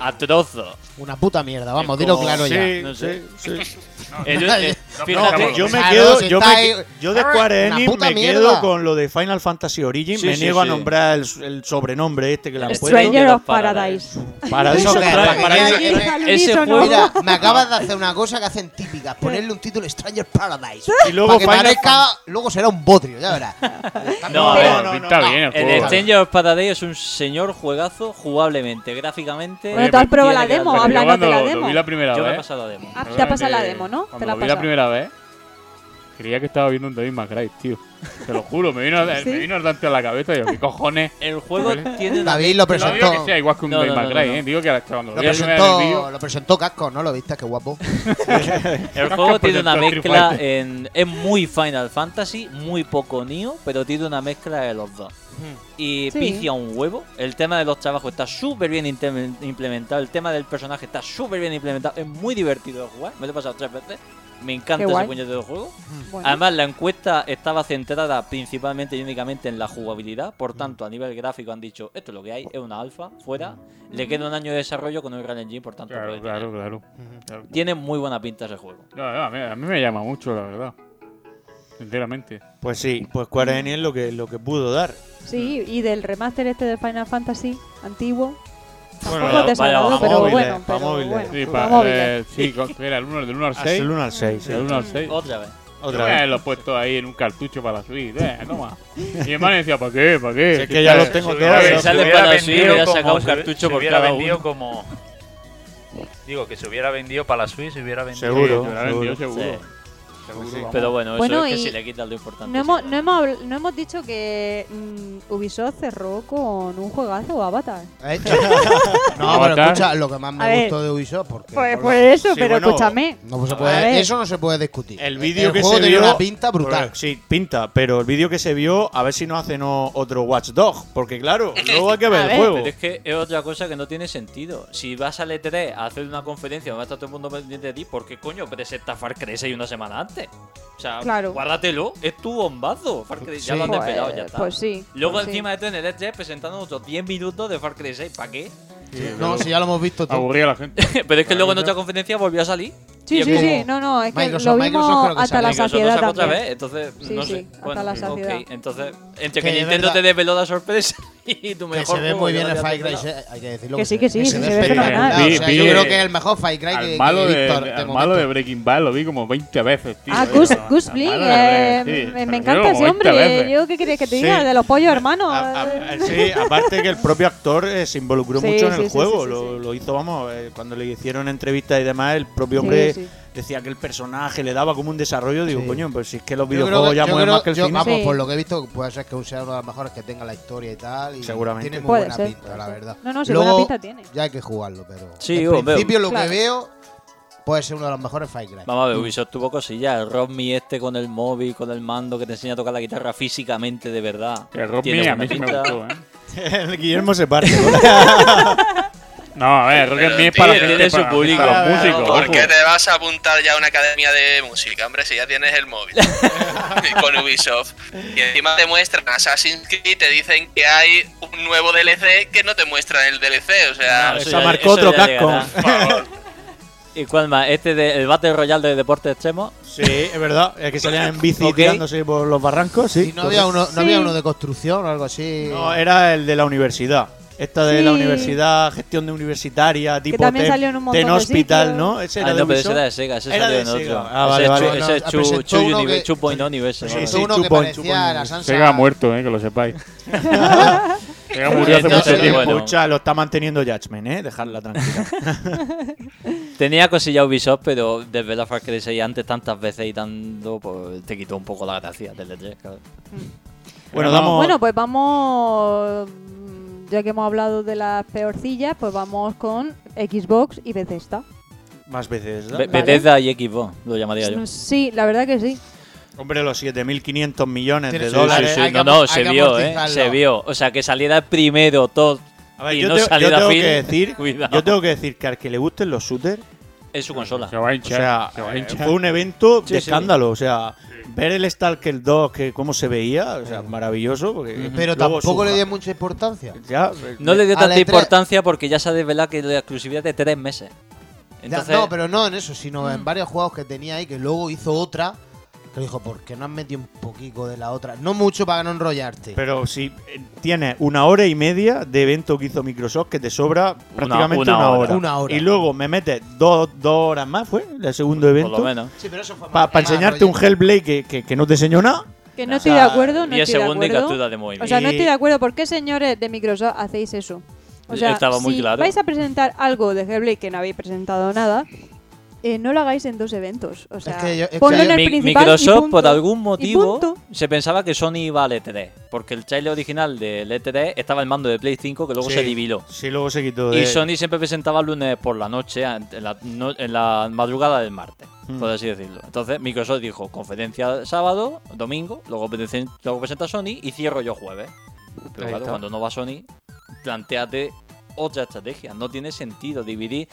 Speaker 5: a trozo.
Speaker 3: Una puta mierda, vamos, dilo
Speaker 5: como-
Speaker 3: claro ya.
Speaker 5: Sí, no sé.
Speaker 8: sí, sí.
Speaker 5: Eh, yo- eh,
Speaker 8: No,
Speaker 5: fíjate-
Speaker 8: yo me
Speaker 3: Claro,
Speaker 8: quedo,
Speaker 3: si
Speaker 8: yo,
Speaker 3: está
Speaker 8: me
Speaker 3: ahí-
Speaker 8: que- yo de Square
Speaker 3: Una
Speaker 8: Enix
Speaker 3: puta
Speaker 8: me
Speaker 3: mierda.
Speaker 8: quedo con lo de Final Fantasy Origin.
Speaker 5: Sí,
Speaker 8: me
Speaker 5: sí,
Speaker 8: niego
Speaker 5: sí.
Speaker 8: a nombrar el, el sobrenombre este que le han puesto.
Speaker 9: Stranger of Paradise.
Speaker 8: Paradiso
Speaker 3: Eso que-
Speaker 8: Trae-
Speaker 3: que-
Speaker 8: Paradiso-
Speaker 3: que-
Speaker 8: Trae-
Speaker 3: que-
Speaker 8: ese juego-
Speaker 3: Mira, me acabas de hacer una cosa que hacen típicas, ponerle un título Stranger Paradise.
Speaker 8: Y luego
Speaker 3: Para que
Speaker 8: Final
Speaker 3: parezca, luego será un bodrio, ya
Speaker 5: <laughs>
Speaker 3: verás.
Speaker 5: No, a
Speaker 3: Pero-
Speaker 5: ver,
Speaker 13: pinta bien el
Speaker 5: el
Speaker 13: juego.
Speaker 5: Stranger of Paradise es un señor juegazamente, jugablemente, gráficamente.
Speaker 9: Bueno, tú has probado la
Speaker 5: tiene que
Speaker 9: demo,
Speaker 5: dar-
Speaker 13: Pero
Speaker 9: habla-
Speaker 13: yo cuando
Speaker 9: de la
Speaker 13: lo-
Speaker 9: demo.
Speaker 13: Lo vi la primera
Speaker 5: Yo
Speaker 13: vez.
Speaker 5: me he pasado la demo.
Speaker 9: Ah, te ha pasado la demo, ¿no? Te
Speaker 13: Cuando
Speaker 9: la
Speaker 13: lo
Speaker 9: ha
Speaker 13: vi la
Speaker 9: pasado.
Speaker 13: primera vez, creía que estaba viendo un David McRae, tío. Te lo juro, me
Speaker 9: <laughs>
Speaker 13: vino,
Speaker 5: ¿Sí?
Speaker 13: me vino el Dante a la cabeza y yo, ¿qué cojones?
Speaker 5: El
Speaker 13: <laughs>
Speaker 5: juego tiene una
Speaker 3: David lo
Speaker 13: No digo que
Speaker 3: presentó.
Speaker 13: sea igual que un
Speaker 5: No,
Speaker 13: David
Speaker 5: no, no,
Speaker 13: McRae,
Speaker 5: no, no.
Speaker 13: eh. Digo que hasta cuando
Speaker 3: Lo
Speaker 13: lo vi la primera vez en el vídeo.
Speaker 3: presentó, lo presentó Casco, ¿no? Lo viste, qué guapo.
Speaker 5: <laughs> <laughs> El juego tiene una mezcla en. Es muy Final Fantasy, muy poco Neo, pero tiene una mezcla de los dos. Y
Speaker 9: Sí.
Speaker 5: picia un huevo. El tema de los trabajos está súper bien intem- implementado. El tema del personaje está súper bien implementado. Es muy divertido de jugar. Me lo he pasado tres veces. Me encanta
Speaker 9: Qué
Speaker 5: ese
Speaker 9: guay.
Speaker 5: puñetero juego.
Speaker 13: Mm.
Speaker 9: Bueno.
Speaker 5: Además, la encuesta estaba centrada principalmente y únicamente en la jugabilidad. Por
Speaker 13: Mm.
Speaker 5: tanto, a nivel gráfico han dicho: esto es lo que hay, es una alfa, fuera. Le queda un año de desarrollo con un gran engine, por tanto.
Speaker 13: Claro,
Speaker 5: puede-
Speaker 13: claro, claro. Claro.
Speaker 5: Tiene muy buena pinta ese juego.
Speaker 13: No, no, a, mí, a mí me llama mucho, la verdad. Sinceramente.
Speaker 8: Pues sí, pues Square Enix es lo que, lo que pudo dar.
Speaker 9: Sí, y del remaster este de Final Fantasy antiguo. tampoco te he salvado,
Speaker 13: vamos
Speaker 9: pero
Speaker 13: móviles,
Speaker 9: bueno,
Speaker 13: para
Speaker 9: pero
Speaker 13: móviles.
Speaker 9: bueno,
Speaker 13: Sí,
Speaker 9: para
Speaker 13: para,
Speaker 9: móviles.
Speaker 13: eh, sí, con- era el 1 del 1 al
Speaker 8: Hasta
Speaker 13: 6.
Speaker 8: el uno al seis,
Speaker 13: Del
Speaker 8: sí.
Speaker 13: 1 al 6.
Speaker 5: Otra vez.
Speaker 8: Otra
Speaker 13: Yo, eh,
Speaker 8: vez.
Speaker 13: Lo he puesto ahí en un cartucho para la suite. Eh, toma. Mi hermano decía, ¿para qué? ¿Para qué?
Speaker 8: Si es que ya los tengo todos.
Speaker 13: Si
Speaker 5: Sale
Speaker 13: hubiera
Speaker 5: para
Speaker 13: vendido
Speaker 5: sí, hubiera
Speaker 13: como-
Speaker 5: sacado un
Speaker 13: si-
Speaker 5: cartucho
Speaker 13: si
Speaker 5: por
Speaker 13: hubiera
Speaker 5: cada
Speaker 13: vendido
Speaker 5: uno.
Speaker 10: como. Digo, que se hubiera vendido para la Switch, se hubiera vendido.
Speaker 13: Seguro, se hubiera vendido
Speaker 5: seguro.
Speaker 13: seguro.
Speaker 10: Seguro,
Speaker 13: Sí.
Speaker 10: vamos.
Speaker 5: Pero bueno, eso
Speaker 9: Bueno,
Speaker 5: es que
Speaker 9: y
Speaker 5: si le quitas lo importante.
Speaker 9: No hemos, no, hemos, habl- no hemos dicho que mm, Ubisoft cerró con un juegazo Avatar.
Speaker 3: ¿Eh? no, pero
Speaker 13: Avatar.
Speaker 3: escucha, lo que más
Speaker 9: A
Speaker 3: me
Speaker 9: ver.
Speaker 3: gustó de Ubisoft, porque.
Speaker 9: Pues, pues eso,
Speaker 3: Sí,
Speaker 9: pero
Speaker 3: bueno,
Speaker 9: escúchame.
Speaker 3: No se
Speaker 9: A ver.
Speaker 3: puede, eso no se puede discutir.
Speaker 8: El vídeo que
Speaker 3: juego
Speaker 8: se
Speaker 3: tenía
Speaker 8: vio.
Speaker 3: una pinta brutal.
Speaker 8: Pero, Sí, pinta, pero el vídeo que se vio, a ver si no hacen o- otro Watchdog. Porque
Speaker 9: <laughs>
Speaker 8: claro, luego hay que ver el juego.
Speaker 5: Pero es que es otra cosa que no tiene sentido. Si vas al E3 a hacer una conferencia donde va a estar todo el mundo pendiente de ti, ¿por qué coño presentas Far Cry 6 una semana antes? O sea,
Speaker 9: Claro.
Speaker 5: guárdatelo. Es tu bombazo. Far Cry ya
Speaker 9: Sí.
Speaker 5: lo han
Speaker 9: Pues-
Speaker 5: desvelado, ya está.
Speaker 9: pues sí,
Speaker 5: Luego
Speaker 9: pues sí.
Speaker 5: encima de esto en el E3 presentando otros 10 minutos de Far Cry 6. ¿Para qué?
Speaker 3: No, si ya lo hemos visto todo.
Speaker 13: Aburría a la gente.
Speaker 5: <laughs> Pero es que luego en otra conferencia volvió a salir. Y
Speaker 9: <laughs> Sí,
Speaker 5: es
Speaker 9: sí,
Speaker 5: como-
Speaker 9: sí, no, no, es que
Speaker 3: Microsoft-
Speaker 9: lo
Speaker 3: Microsoft creo
Speaker 9: vimos
Speaker 3: que
Speaker 9: hasta la
Speaker 5: Microsoft lo
Speaker 9: saciedad
Speaker 5: sacó
Speaker 9: también.
Speaker 5: otra vez, entonces
Speaker 9: Sí,
Speaker 5: no
Speaker 9: sí,
Speaker 5: sé.
Speaker 9: hasta
Speaker 5: Bueno,
Speaker 9: la
Speaker 5: ok,
Speaker 9: saciedad.
Speaker 5: entonces entre
Speaker 3: Que
Speaker 5: que,
Speaker 3: de
Speaker 5: Nintendo
Speaker 3: verdad-
Speaker 5: te desveló la sorpresa <laughs> y tu
Speaker 3: Que
Speaker 5: mejor
Speaker 3: se ve
Speaker 5: juego
Speaker 3: muy
Speaker 5: ya
Speaker 3: bien
Speaker 5: lo
Speaker 3: el
Speaker 5: habías
Speaker 3: Fire Cry.
Speaker 5: desvelado.
Speaker 3: se- Hay que decirlo.
Speaker 9: Que sí, que sí, que se ve
Speaker 3: espectacular.
Speaker 9: fenomenal.
Speaker 3: O
Speaker 13: Vi-
Speaker 3: sea,
Speaker 13: vi
Speaker 3: yo creo
Speaker 13: el-
Speaker 3: que es el mejor Fire Cry que,
Speaker 13: Al
Speaker 3: que
Speaker 13: malo,
Speaker 3: he
Speaker 13: de,
Speaker 3: visto de
Speaker 13: al malo
Speaker 3: momento.
Speaker 13: de Breaking Bad lo vi como 20 veces, tío.
Speaker 9: Ah,
Speaker 13: eh.
Speaker 9: Gus,
Speaker 13: Al
Speaker 9: Gus
Speaker 13: malo
Speaker 9: Blink,
Speaker 13: de- sí,
Speaker 9: me,
Speaker 13: pero
Speaker 9: encanta
Speaker 13: yo
Speaker 9: ese
Speaker 13: como 20
Speaker 9: hombre. eh,
Speaker 13: veces.
Speaker 9: Yo, ¿qué quieres que te
Speaker 8: Sí.
Speaker 9: diga? De los pollos, hermano.
Speaker 8: A-
Speaker 13: Ah,
Speaker 8: a- eh, sí, <laughs> aparte que el propio actor eh, se involucró
Speaker 9: Sí,
Speaker 8: mucho en
Speaker 9: sí,
Speaker 8: el
Speaker 9: sí,
Speaker 8: juego.
Speaker 9: sí, sí,
Speaker 8: lo, lo hizo, vamos, eh, cuando le hicieron entrevistas y demás, el propio
Speaker 9: Sí,
Speaker 8: hombre
Speaker 9: sí.
Speaker 8: decía que el personaje le daba como un desarrollo. Digo,
Speaker 3: Sí.
Speaker 8: coño, pues si es que los
Speaker 3: Yo
Speaker 8: videojuegos
Speaker 3: creo que-
Speaker 8: ya
Speaker 3: yo
Speaker 8: mueven
Speaker 3: creo-
Speaker 8: más que el
Speaker 3: yo-
Speaker 8: cine.
Speaker 3: Vamos,
Speaker 9: Sí.
Speaker 3: por lo que he visto, puede ser que sea una de las mejores que tenga la historia y tal. Y
Speaker 8: Seguramente.
Speaker 3: Tiene muy
Speaker 9: Puede
Speaker 3: buena
Speaker 9: ser,
Speaker 3: pinta,
Speaker 9: puede
Speaker 3: la
Speaker 9: ser.
Speaker 3: verdad.
Speaker 9: No, no, si
Speaker 3: Luego,
Speaker 9: buena pinta tiene.
Speaker 3: Ya hay que jugarlo, pero.
Speaker 5: Sí,
Speaker 3: en
Speaker 5: hombre.
Speaker 3: principio, lo
Speaker 9: Claro.
Speaker 3: que veo puede ser una de las mejores Fire Cry.
Speaker 5: Vamos a ver, Ubisoft tuvo cosillas. El Rodmi este con el móvil, con el mando que te enseña a tocar la guitarra físicamente de verdad.
Speaker 13: Que Rob
Speaker 5: Tiene
Speaker 13: Me, a
Speaker 5: buena
Speaker 13: mí sí me
Speaker 3: <laughs>
Speaker 5: pinta.
Speaker 13: gustó, ¿eh?
Speaker 8: <laughs> Guillermo se parte.
Speaker 9: <laughs>
Speaker 13: <laughs> No, a ver, Rock and Me es para la
Speaker 5: Pero
Speaker 13: gente,
Speaker 5: tiene su
Speaker 13: para,
Speaker 5: público.
Speaker 13: para los
Speaker 5: Claro,
Speaker 13: músicos.
Speaker 5: porque
Speaker 13: ojo.
Speaker 6: ¿Por qué te vas a apuntar ya a una academia de música, hombre, si ya tienes el
Speaker 13: <laughs>
Speaker 6: móvil? con Ubisoft. Y encima te muestran Assassin's Creed y te dicen que hay un nuevo DLC que no te muestran el DLC, o
Speaker 13: Ah,
Speaker 6: sea...
Speaker 5: No, Ah, eso
Speaker 8: Se
Speaker 5: ya-
Speaker 8: marcó
Speaker 5: eso
Speaker 8: otro
Speaker 5: ya
Speaker 8: casco. <laughs>
Speaker 5: llegará.
Speaker 6: por favor.
Speaker 5: ¿Y cuál más? Este del Battle Royale de deportes extremos.
Speaker 8: Sí, es verdad. Es
Speaker 5: <laughs>
Speaker 8: que salían en bici
Speaker 5: Ok.
Speaker 8: tirándose por los barrancos. Sí,
Speaker 3: Y no había, uno, no había
Speaker 9: Sí.
Speaker 3: uno de construcción o algo así.
Speaker 8: No, era el de la universidad. Esta de la
Speaker 9: Sí.
Speaker 8: universidad, gestión de universitaria, tipo
Speaker 9: también
Speaker 8: ten,
Speaker 9: salió en un montón
Speaker 8: Ten
Speaker 9: de
Speaker 8: Hospital,
Speaker 9: sitios.
Speaker 8: ¿no? Ese era
Speaker 5: Ah,
Speaker 8: de
Speaker 5: no, pero ese
Speaker 8: Ubisoft.
Speaker 5: era de Sega, ese
Speaker 8: Era
Speaker 5: salió
Speaker 8: de
Speaker 5: en otro.
Speaker 8: Sega. Ah, vale,
Speaker 5: ese
Speaker 8: vale.
Speaker 5: es Chu-
Speaker 3: No,
Speaker 5: ese es
Speaker 3: no,
Speaker 5: Chu-
Speaker 3: presentó
Speaker 5: Chu
Speaker 3: uno
Speaker 5: Universe,
Speaker 3: que-
Speaker 5: Chu Point Universe,
Speaker 8: Sí,
Speaker 5: ¿no?
Speaker 3: Presentó
Speaker 8: sí,
Speaker 3: uno que
Speaker 8: chupón,
Speaker 3: parecía la Sansa.
Speaker 13: Sega ha muerto, eh, que lo sepáis. Sega murió hace
Speaker 5: Entonces,
Speaker 13: mucho tiempo.
Speaker 5: bueno.
Speaker 8: Escucha, lo está manteniendo Judgment, ¿eh? Dejarla tranquila. <laughs>
Speaker 5: Tenía cosillas Ubisoft, pero desde la Far Cry 6 antes tantas veces y tanto, pues te quitó un poco la gracia del E3. claro.
Speaker 8: Mm. bueno,
Speaker 13: Bueno,
Speaker 8: damos.
Speaker 9: Bueno, pues vamos. mm, Ya que hemos hablado de las peorcillas, pues vamos con Xbox y Bethesda.
Speaker 8: más veces, ¿no?
Speaker 5: Be-
Speaker 9: Vale.
Speaker 5: Bethesda y Xbox, lo llamaría yo.
Speaker 9: Sí, la verdad que sí.
Speaker 8: Hombre, los 7.500 millones de
Speaker 3: Tiene-
Speaker 5: Sí,
Speaker 8: dólares.
Speaker 5: sí, sí,
Speaker 3: hay que
Speaker 5: no, no,
Speaker 3: amor-
Speaker 5: se
Speaker 3: hay que
Speaker 5: vio, eh.
Speaker 3: amortizarlo.
Speaker 5: Se vio. O sea, que saliera primero todo
Speaker 8: A ver,
Speaker 5: y
Speaker 8: yo,
Speaker 5: no
Speaker 8: te- yo
Speaker 5: saliera
Speaker 8: tengo
Speaker 5: Phil,
Speaker 8: que decir,
Speaker 5: <laughs> cuidado.
Speaker 8: yo tengo que decir que al que le gusten los shooters,
Speaker 5: en su consola.
Speaker 13: Se va a
Speaker 8: o
Speaker 13: hinchar.
Speaker 8: sea,
Speaker 13: se va a
Speaker 8: eh,
Speaker 13: hinchar.
Speaker 8: fue un evento
Speaker 5: Sí,
Speaker 8: de
Speaker 5: sí.
Speaker 8: escándalo. O sea, ver el Stalker 2, que cómo se veía, o sea, maravilloso. Porque
Speaker 3: Pero
Speaker 8: luego
Speaker 3: tampoco le
Speaker 8: surja.
Speaker 3: dio mucha importancia.
Speaker 8: Ya,
Speaker 5: No le dio
Speaker 3: A la E
Speaker 5: tanta
Speaker 3: E3.
Speaker 5: importancia porque ya se ha desvelado que la exclusividad es de tres meses.
Speaker 3: Ya,
Speaker 5: Entonces,
Speaker 3: no, pero no en eso, sino en varios juegos que tenía ahí, que luego hizo otra. Que dijo, ¿por qué no has metido un poquito de la otra? No mucho para no enrollarte.
Speaker 8: Pero si eh, tienes una hora y media de evento que hizo Microsoft, que te sobra prácticamente
Speaker 5: una
Speaker 8: una,
Speaker 5: hora.
Speaker 8: hora.
Speaker 3: Una hora.
Speaker 8: Y luego me metes dos, dos horas más, ¿fue? El segundo evento.
Speaker 5: por lo menos.
Speaker 3: sí, pero eso fue
Speaker 8: Para enseñarte un Hellblade que, que, que no te enseñó nada.
Speaker 9: Que no
Speaker 5: O
Speaker 9: estoy de
Speaker 5: sea,
Speaker 9: acuerdo, no
Speaker 5: 10
Speaker 9: estoy de
Speaker 5: segundos y
Speaker 9: acuerdo.
Speaker 5: captura de movimiento.
Speaker 9: O sea, no estoy de acuerdo. ¿Por qué, señores de Microsoft, hacéis eso? O sea,
Speaker 5: Estaba muy
Speaker 9: si
Speaker 5: claro.
Speaker 9: vais a presentar algo de Hellblade que no habéis presentado nada, eh, no lo hagáis en dos eventos. O sea,
Speaker 3: que yo- es que
Speaker 9: ponlo en el
Speaker 5: Mi-
Speaker 9: principal y
Speaker 5: Microsoft,
Speaker 9: punto.
Speaker 5: por algún
Speaker 9: Y punto.
Speaker 5: motivo, se pensaba que Sony iba al E3. Porque el trailer original del E3 estaba el mando de Play 5 que luego
Speaker 8: Sí,
Speaker 5: se diviló.
Speaker 8: Sí, luego se quitó de.
Speaker 5: Y Sony siempre presentaba lunes por la noche, an- en la, no- en la madrugada del martes,
Speaker 8: Mm.
Speaker 5: por así decirlo. Entonces Microsoft dijo, conferencia sábado, domingo, luego, presen- luego presenta Sony y cierro yo jueves. Pero
Speaker 8: Ahí
Speaker 5: claro,
Speaker 8: está.
Speaker 5: cuando no va Sony, planteate otra estrategia. No tiene sentido dividir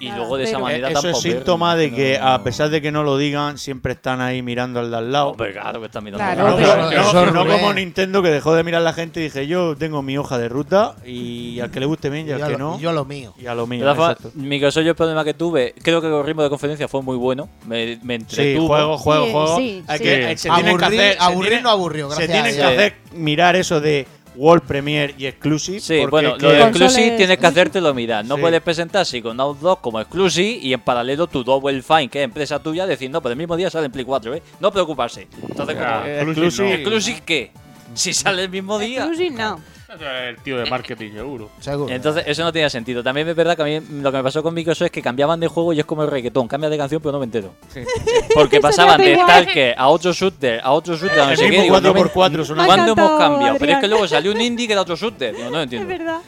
Speaker 5: y
Speaker 9: Nada,
Speaker 5: luego de esa
Speaker 9: cero.
Speaker 5: manera
Speaker 8: Eh, Eso
Speaker 5: tampoco...
Speaker 8: es síntoma de que,
Speaker 5: no, no,
Speaker 8: a pesar de que no lo digan, siempre están ahí mirando al de al lado.
Speaker 5: Hombre, claro que está mirando
Speaker 9: Claro,
Speaker 5: la
Speaker 8: No,
Speaker 5: hora.
Speaker 3: pero-
Speaker 8: no,
Speaker 3: Eso
Speaker 8: no,
Speaker 3: es
Speaker 8: no
Speaker 3: Rubén.
Speaker 8: como Nintendo que dejó de mirar a la gente y dije yo tengo mi hoja de ruta y al que le guste bien y
Speaker 3: yo,
Speaker 8: al
Speaker 3: a
Speaker 8: que
Speaker 3: lo,
Speaker 8: no
Speaker 3: yo a lo mío.
Speaker 8: y a lo mío.
Speaker 5: Rafa,
Speaker 8: exacto.
Speaker 5: Microsoft, yo el problema que tuve, creo que el ritmo de conferencia fue muy bueno. Me, me
Speaker 8: Sí,
Speaker 5: entretuvo.
Speaker 8: juego, juego,
Speaker 9: Sí,
Speaker 8: juego.
Speaker 9: sí,
Speaker 8: Hay
Speaker 9: sí.
Speaker 8: que- se tienen que
Speaker 3: Aburrir,
Speaker 8: hacer- se
Speaker 3: Eh, aburrir
Speaker 8: tienen-
Speaker 3: no aburrió,
Speaker 8: Se
Speaker 3: gracias.
Speaker 8: tienen
Speaker 3: a
Speaker 8: que
Speaker 3: Dios.
Speaker 8: hacer mirar eso de World Premiere y Exclusive.
Speaker 5: Sí,
Speaker 8: porque
Speaker 5: bueno,
Speaker 8: que-
Speaker 5: lo de exclusive tienes
Speaker 8: <laughs>
Speaker 5: que hacértelo mirar. No puedes presentar Psychonauts 2 como exclusive y en paralelo tu Double Fine, que es empresa tuya, decir, no, pero el mismo día sale en Play 4, ¿eh? No preocuparse. Entonces,
Speaker 13: Ya,
Speaker 5: como-
Speaker 13: exclusive no. <laughs>
Speaker 5: ¿Exclusive qué? Si sale el mismo día.
Speaker 9: Exclusive no.
Speaker 13: El tío de marketing, seguro.
Speaker 5: Entonces, eso no tenía sentido. También es verdad que a mí lo que me pasó con Microsoft es que cambiaban de juego y es como el reggaetón, cambias de canción pero no me entero. <laughs>
Speaker 9: <laughs>
Speaker 5: Porque pasaban de
Speaker 13: igual.
Speaker 5: Stalker a otro shooter, a otro shooter, a no
Speaker 8: El
Speaker 5: sé qué.
Speaker 8: mismo
Speaker 5: digo, no me-
Speaker 8: 4x4 sonaba.
Speaker 5: ¿Cuándo
Speaker 9: Me
Speaker 5: hemos
Speaker 9: ha encantado,
Speaker 5: cambiado? Pero es que
Speaker 9: Adrián.
Speaker 5: luego salió un indie que era otro shooter.
Speaker 9: <laughs>
Speaker 5: Digo, no lo entiendo.
Speaker 9: Es verdad.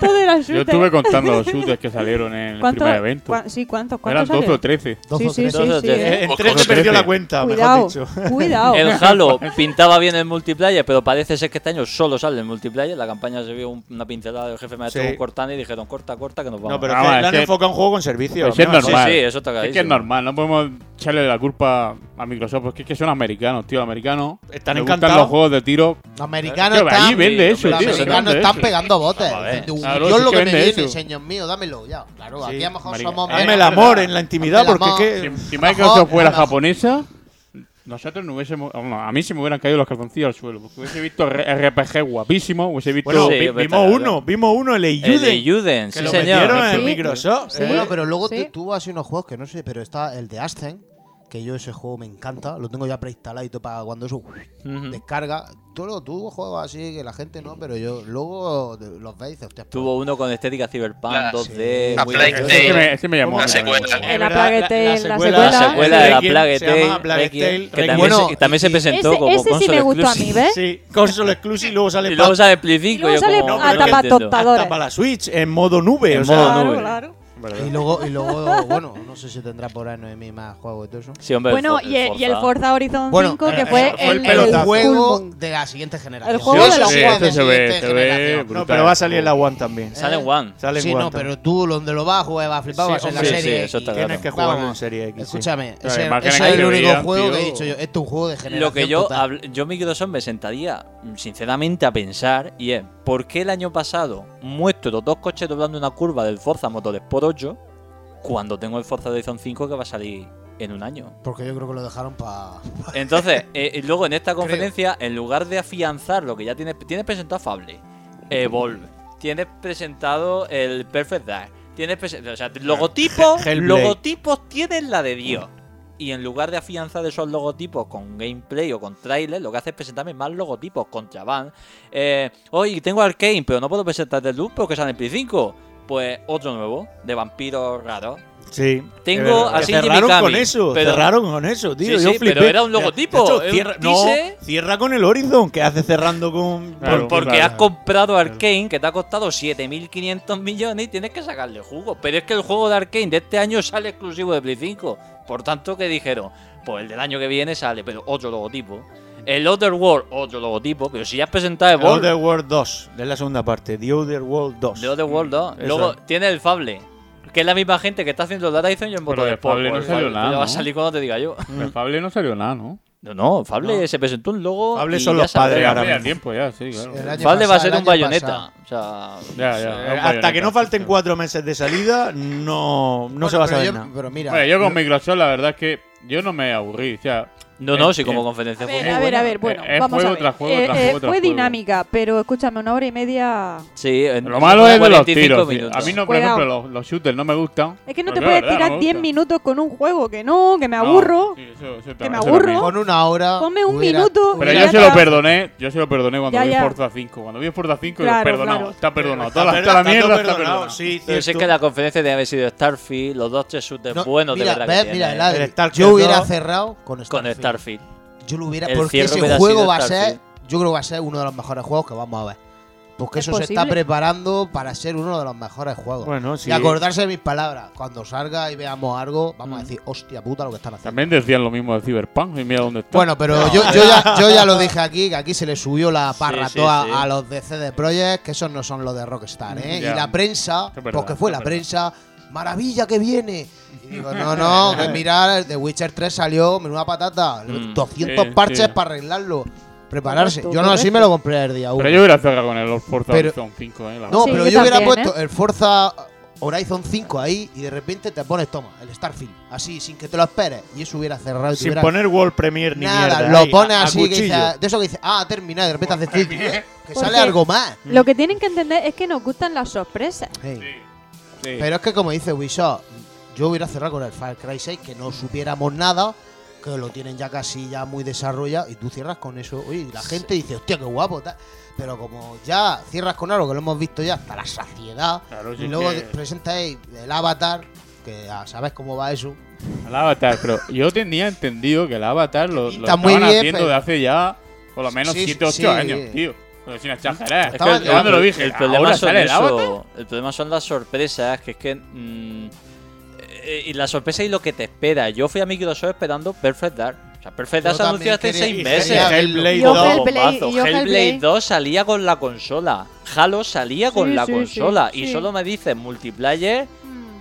Speaker 9: Todo era shooter.
Speaker 13: Yo estuve contando los shooters que salieron en el
Speaker 9: ¿Cuánto-
Speaker 13: primer evento.
Speaker 9: cua- sí, ¿cuántos?
Speaker 13: Eran
Speaker 9: ¿Cuántos
Speaker 13: 12 o
Speaker 9: salieron?
Speaker 13: 13.
Speaker 9: Sí, sí, sí,
Speaker 5: eh.
Speaker 9: sí,
Speaker 8: En Ojo, 13 perdió la cuenta, mejor
Speaker 9: Cuidado,
Speaker 8: dicho. <laughs>
Speaker 9: cuidado.
Speaker 5: El Halo pintaba bien el multiplayer, pero parece ser que este año solo sale el multiplayer. La campaña se vio un- una pincelada del jefe maestro
Speaker 8: Sí.
Speaker 5: con Cortana y dijeron, corta, corta, que nos vamos.
Speaker 8: No,
Speaker 13: Ah,
Speaker 8: pero es que le han enfocado a un juego con servicio.
Speaker 13: pues Es que es
Speaker 8: Mira,
Speaker 13: normal.
Speaker 5: Sí, sí, eso está
Speaker 13: es que es
Speaker 5: clarísimo.
Speaker 13: normal, no podemos echarle la culpa a Microsoft, porque es que son americanos, tío, americanos.
Speaker 8: Están
Speaker 13: les
Speaker 8: encantados.
Speaker 13: gustan los juegos de tiro.
Speaker 3: Los americanos
Speaker 13: Tío, allí
Speaker 3: están,
Speaker 13: vende eso,
Speaker 3: los
Speaker 13: tío, se
Speaker 3: americanos
Speaker 13: vende
Speaker 3: están
Speaker 13: eso.
Speaker 3: pegando botes.
Speaker 13: Vamos a ver.
Speaker 3: Tú,
Speaker 13: Claro,
Speaker 3: yo
Speaker 13: sí
Speaker 3: lo
Speaker 13: que
Speaker 3: que me
Speaker 13: vende
Speaker 3: viene,
Speaker 13: eso.
Speaker 3: señor mío, dámelo ya. Claro,
Speaker 8: Sí,
Speaker 3: aquí a lo mejor
Speaker 13: marica.
Speaker 3: somos.
Speaker 8: Dame
Speaker 3: menos,
Speaker 8: el amor
Speaker 3: pero-
Speaker 8: en la intimidad,
Speaker 3: dame el
Speaker 8: porque es
Speaker 3: amor.
Speaker 8: que-
Speaker 13: eh, Si, si
Speaker 3: Amor,
Speaker 13: Microsoft fuera
Speaker 3: amor.
Speaker 13: japonesa, nosotros no hubiésemos. bueno, a mí se me hubieran caído los calzoncillos al suelo. Porque hubiese visto R- RPG guapísimo, hubiese visto.
Speaker 8: Bueno,
Speaker 13: Sí,
Speaker 8: vi-
Speaker 13: vete
Speaker 8: vimos
Speaker 13: a la-
Speaker 8: uno, vimos uno, el Eiyuden.
Speaker 5: Eiyuden,
Speaker 8: que
Speaker 5: sí,
Speaker 8: lo
Speaker 5: señor.
Speaker 8: metieron en
Speaker 5: Sí.
Speaker 8: Microsoft.
Speaker 3: Sí, bueno, pero luego te- tuvo así unos juegos que no sé, pero está el de Ascen, que yo ese juego me encanta, lo tengo ya preinstalado y todo para cuando eso uff, descarga. Tú lo tuvo juegos así que la gente no, pero yo luego de- los veis y dices, hostia,
Speaker 5: Tuvo uno con estética Cyberpunk,
Speaker 3: La-
Speaker 5: 2D.
Speaker 3: La
Speaker 5: muy
Speaker 3: Plague
Speaker 5: bien.
Speaker 3: Tale. Ese me-
Speaker 13: ese me llamó
Speaker 5: ¿Cómo?
Speaker 13: la secuela.
Speaker 9: En la Plague Tale, la secuela.
Speaker 5: La secuela de la
Speaker 8: Requiem,
Speaker 5: Plague
Speaker 8: se llama
Speaker 5: Tale,
Speaker 8: Plague
Speaker 5: Requiem,
Speaker 8: Tale,
Speaker 5: que también,
Speaker 8: Requiem.
Speaker 5: se, también se presentó
Speaker 9: Ese-
Speaker 5: como
Speaker 9: ese sí me
Speaker 5: console
Speaker 9: gustó a mí,
Speaker 5: exclusive.
Speaker 9: ¿ves?
Speaker 8: Sí, console exclusive y luego sale
Speaker 5: Y luego
Speaker 8: pa-
Speaker 5: sale Play 5 y
Speaker 9: luego
Speaker 5: yo
Speaker 9: sale
Speaker 5: como,
Speaker 9: a
Speaker 5: no lo
Speaker 9: tapa
Speaker 5: entiendo.
Speaker 9: tostadora.
Speaker 8: Hasta para Ah, la Switch, en modo nube.
Speaker 5: En
Speaker 8: o sea,
Speaker 5: modo Claro, nube. claro.
Speaker 3: Y luego, y luego <laughs> bueno, no sé si tendrá por ahí Noemí más juegos y todo eso.
Speaker 5: Sí, hombre,
Speaker 9: Bueno, y el, y el Forza Horizon 5, que fue el,
Speaker 3: eh, el
Speaker 9: el
Speaker 3: juego
Speaker 9: culmen.
Speaker 3: de la siguiente generación.
Speaker 9: El juego de la
Speaker 3: Sí, sí, sí,
Speaker 9: One.
Speaker 3: sí, sí,
Speaker 8: generación. No, pero va a salir en la One también.
Speaker 5: Sale en One.
Speaker 8: Sale en
Speaker 3: sí,
Speaker 8: One
Speaker 3: no,
Speaker 8: también.
Speaker 3: pero tú donde lo vas a jugar, vas a flipar,
Speaker 8: Sí,
Speaker 3: vas a ser la
Speaker 8: hombre,
Speaker 3: serie.
Speaker 8: sí, eso está
Speaker 3: X.
Speaker 8: claro. Tienes que jugarlo
Speaker 3: Vamos,
Speaker 8: en serie X, sí.
Speaker 3: Escúchame,
Speaker 8: Las
Speaker 3: ese,
Speaker 8: imágenes
Speaker 3: ese es
Speaker 8: que
Speaker 3: el único
Speaker 8: veían,
Speaker 3: juego
Speaker 8: tío.
Speaker 3: que he dicho yo. Este es un juego de generación.
Speaker 5: Lo que yo,
Speaker 3: total.
Speaker 5: habl- yo Microsoft me sentaría mm, sinceramente a pensar y es, ¿por qué el año pasado muestro dos coches doblando una curva del Forza Motorsport 8 cuando tengo el Forza Horizon 5 que va a salir en un año?
Speaker 3: Porque yo creo que lo dejaron para.
Speaker 5: Entonces, eh, y luego en esta conferencia, en lugar de afianzar lo que ya tienes, tienes presentado a Fable, Evolve, tienes presentado el Perfect Dark, tienes presentado, o sea, logotipos,
Speaker 8: Hellblade.
Speaker 5: logotipos tienes la de Dios. Y en lugar de afianzar esos logotipos con gameplay o con trailers, lo que hace es presentarme más logotipos contra Van. Eh, hoy tengo Arcane, pero no puedo presentarte el Loop porque sale en Play 5. Pues otro nuevo, de vampiros raros.
Speaker 8: Sí.
Speaker 5: Tengo
Speaker 8: es verdad.
Speaker 5: a Shinji
Speaker 8: Cerraron con
Speaker 5: Mikami,
Speaker 8: eso,
Speaker 5: pero-
Speaker 8: cerraron con eso, tío.
Speaker 5: Sí,
Speaker 8: yo
Speaker 5: sí, pero
Speaker 8: flipé.
Speaker 5: era un logotipo,
Speaker 8: De hecho,
Speaker 5: era un
Speaker 8: cierra, no,
Speaker 5: teaser.
Speaker 8: cierra con el Horizon, que hace cerrando con.
Speaker 13: pues
Speaker 5: Por- porque has comprado Arkane, que te ha costado 7.500 millones y tienes que sacarle jugo. Pero es que el juego de Arkane de este año sale exclusivo de Play 5. Por tanto, que dijeron? Pues el del año que viene sale, pero otro logotipo. El Other World, otro logotipo. Pero si ya has presentado
Speaker 8: The
Speaker 5: Evolve,
Speaker 8: Other World 2, es la segunda parte. The Other World Mm, 2.
Speaker 5: The Other World 2.
Speaker 8: Eso
Speaker 5: Luego
Speaker 8: es.
Speaker 5: tiene el Fable, que es la misma gente que está haciendo el Horizon y en
Speaker 13: Pero de
Speaker 5: Motorsport.
Speaker 13: Fable no
Speaker 5: Pues
Speaker 13: salió
Speaker 5: Fable
Speaker 13: nada,
Speaker 5: Va a
Speaker 13: ¿no?
Speaker 5: salir cuando te diga yo.
Speaker 13: Pero Fable no salió nada, ¿no?
Speaker 5: Mm. No, no, Fable se presentó un logo.
Speaker 13: Fable
Speaker 5: y
Speaker 13: son
Speaker 5: ya
Speaker 13: los
Speaker 5: saldrá.
Speaker 13: padres ahora mismo. tiempo ya, sí, claro.
Speaker 3: El año
Speaker 5: Fable va a
Speaker 3: pasado,
Speaker 5: ser
Speaker 3: el
Speaker 5: un
Speaker 3: año
Speaker 5: bayoneta. O sea,
Speaker 13: Ya, ya,
Speaker 5: no sé.
Speaker 13: es un
Speaker 8: Eh, Hasta que
Speaker 13: bayoneta.
Speaker 8: no falten cuatro meses de salida, no, no se va a saber nada.
Speaker 13: Bueno, yo con Microsoft, la verdad es que yo no me aburrí. O sea,
Speaker 5: No, no, sí, como conferencia
Speaker 9: A ver, a ver, a ver, bueno,
Speaker 13: Es
Speaker 9: vamos
Speaker 13: juego
Speaker 9: a ver.
Speaker 13: tras juego,
Speaker 9: Eh,
Speaker 13: tras
Speaker 9: eh,
Speaker 13: juego, tras
Speaker 9: fue
Speaker 13: juego.
Speaker 9: dinámica, pero escúchame, una hora y media.
Speaker 5: Sí, en-
Speaker 13: Lo malo es de los
Speaker 5: 45
Speaker 13: tiros. tío.
Speaker 5: minutos.
Speaker 13: A mí, no, por
Speaker 9: Cuidado.
Speaker 13: ejemplo, los, los shooters no me gustan.
Speaker 9: Es que no
Speaker 13: Pues
Speaker 9: te
Speaker 13: la
Speaker 9: puedes
Speaker 13: verdad, no
Speaker 9: tirar
Speaker 13: me
Speaker 9: 10
Speaker 13: gustan.
Speaker 9: minutos con un juego, que no, que me
Speaker 13: No,
Speaker 9: aburro.
Speaker 13: sí, eso- eso
Speaker 9: que me
Speaker 13: también, eso también.
Speaker 9: aburro.
Speaker 3: Con una hora.
Speaker 9: Ponme un
Speaker 3: hubiera-
Speaker 9: minuto.
Speaker 13: Pero
Speaker 9: y
Speaker 13: yo
Speaker 9: ya
Speaker 13: se lo
Speaker 9: está.
Speaker 13: perdoné, yo se lo perdoné cuando
Speaker 9: Ya,
Speaker 13: vi
Speaker 9: ya.
Speaker 13: Forza 5. Cuando vi Forza 5,
Speaker 9: Claro,
Speaker 13: digo, perdonado,
Speaker 9: claro.
Speaker 13: está perdonado.
Speaker 8: Está
Speaker 13: Toda la, toda la
Speaker 8: perdonado,
Speaker 13: mierda
Speaker 8: está
Speaker 13: está
Speaker 8: perdonado,
Speaker 13: perdonada.
Speaker 8: sí,
Speaker 5: Pero si es que la conferencia debe haber sido Starfield, los dos tres shooters
Speaker 3: No,
Speaker 5: buenos
Speaker 3: mira,
Speaker 5: de verdad.
Speaker 3: ve,
Speaker 5: que
Speaker 3: mira,
Speaker 5: tiene. ¿eh?
Speaker 3: el Adri, yo hubiera cerrado con Starfield.
Speaker 5: Con Starfield.
Speaker 3: Yo lo hubiera.
Speaker 5: El
Speaker 3: Porque
Speaker 5: cierre
Speaker 3: ese
Speaker 5: hubiera
Speaker 3: juego
Speaker 5: sido
Speaker 3: va a ser.
Speaker 5: Starfield.
Speaker 3: Yo creo que va a ser uno de los mejores juegos que vamos a ver. Porque
Speaker 9: ¿Es
Speaker 3: eso se está
Speaker 9: posible?
Speaker 3: preparando para ser uno de los mejores juegos.
Speaker 8: Bueno, sí.
Speaker 3: Y acordarse de mis palabras. Cuando salga y veamos algo, vamos a
Speaker 9: Mm.
Speaker 3: decir, hostia puta, lo que están haciendo.
Speaker 13: También decían lo mismo de Cyberpunk y mira dónde está.
Speaker 3: Bueno, pero yo, yo,
Speaker 13: <laughs>
Speaker 3: ya, yo ya lo dije aquí, que aquí se le subió la parra
Speaker 13: sí,
Speaker 3: toda
Speaker 13: sí. Mm,
Speaker 3: a los de CD Projekt, que esos no son los de Rockstar, ¿eh?
Speaker 13: Ya.
Speaker 3: Y la prensa,
Speaker 13: Es verdad,
Speaker 3: porque fue
Speaker 13: es
Speaker 3: la
Speaker 13: verdad.
Speaker 3: prensa, maravilla que viene. Y digo, no, no, que mirar, The Witcher 3 salió, menuda patata,
Speaker 13: Mm,
Speaker 3: 200
Speaker 13: sí,
Speaker 3: parches
Speaker 13: sí.
Speaker 3: para arreglarlo, prepararse.
Speaker 9: Correcto,
Speaker 3: Yo no, así
Speaker 9: correcto.
Speaker 3: me lo compré el día 1.
Speaker 13: Pero yo hubiera cerrado con el Forza
Speaker 3: Pero-
Speaker 13: Horizon 5, eh. la
Speaker 3: No,
Speaker 13: verdad.
Speaker 3: pero
Speaker 9: Sí,
Speaker 3: yo
Speaker 9: yo
Speaker 3: hubiera
Speaker 9: también,
Speaker 3: puesto el Forza Horizon 5 ahí y de repente te pones, toma, el Starfield, así, sin que te lo esperes. Y eso hubiera cerrado. y
Speaker 8: Sin
Speaker 3: tuviera-
Speaker 8: poner World Premier ni
Speaker 3: Nada,
Speaker 8: mierda.
Speaker 3: lo
Speaker 8: ahí,
Speaker 3: pones
Speaker 8: a- a
Speaker 3: así, que dice,
Speaker 8: cuchillo.
Speaker 3: de eso que dice, ah, termina, de repente hace clic, eh, que
Speaker 9: Porque
Speaker 3: sale algo más.
Speaker 9: Lo que tienen que entender es que nos gustan las sorpresas.
Speaker 3: Sí. Pero es que como dice Ubisoft, yo hubiera cerrado con el Far Cry 6, que no supiéramos nada, que lo tienen ya casi ya muy desarrollado, y tú cierras con eso. Oye, y la gente dice, hostia, qué guapo. tal. Pero como
Speaker 8: Pues
Speaker 3: ya cierras con algo que lo hemos visto ya hasta la saciedad,
Speaker 13: Claro, si
Speaker 3: y
Speaker 13: es
Speaker 3: luego
Speaker 13: que-
Speaker 3: presentáis el avatar, que ya sabes cómo va eso.
Speaker 5: ¿eh?
Speaker 13: El avatar, pero yo tenía entendido que el avatar lo, lo
Speaker 3: Está muy
Speaker 13: estaban
Speaker 3: bien,
Speaker 13: haciendo
Speaker 3: pero-
Speaker 13: de hace ya por lo menos
Speaker 3: Sí,
Speaker 13: 7 8
Speaker 3: sí.
Speaker 13: años, tío. pues Pero sin exagerar.
Speaker 5: Es que
Speaker 13: Estaba-
Speaker 5: el-
Speaker 13: cuando lo dije,
Speaker 5: el problema
Speaker 13: ahora
Speaker 5: son
Speaker 13: sale el
Speaker 5: eso,
Speaker 13: avatar.
Speaker 5: el problema son las sorpresas, que es que mm, eh, y la sorpresa y lo que te espera. Yo fui a Microsoft esperando Perfect Dark. O sea, Perfect
Speaker 10: Yo
Speaker 5: Dark se anunció
Speaker 10: también quería-
Speaker 5: hace
Speaker 10: y
Speaker 5: seis meses.
Speaker 10: quería Hellblade verlo. 2,
Speaker 5: Bombazo.
Speaker 10: Hellblade- y yo
Speaker 5: Hellblade
Speaker 10: Hellblade.
Speaker 5: 2 salía con la consola. Halo salía con
Speaker 10: Sí,
Speaker 5: la
Speaker 10: sí, sí,
Speaker 5: consola. y
Speaker 10: sí. Mm.
Speaker 5: solo me dices multiplayer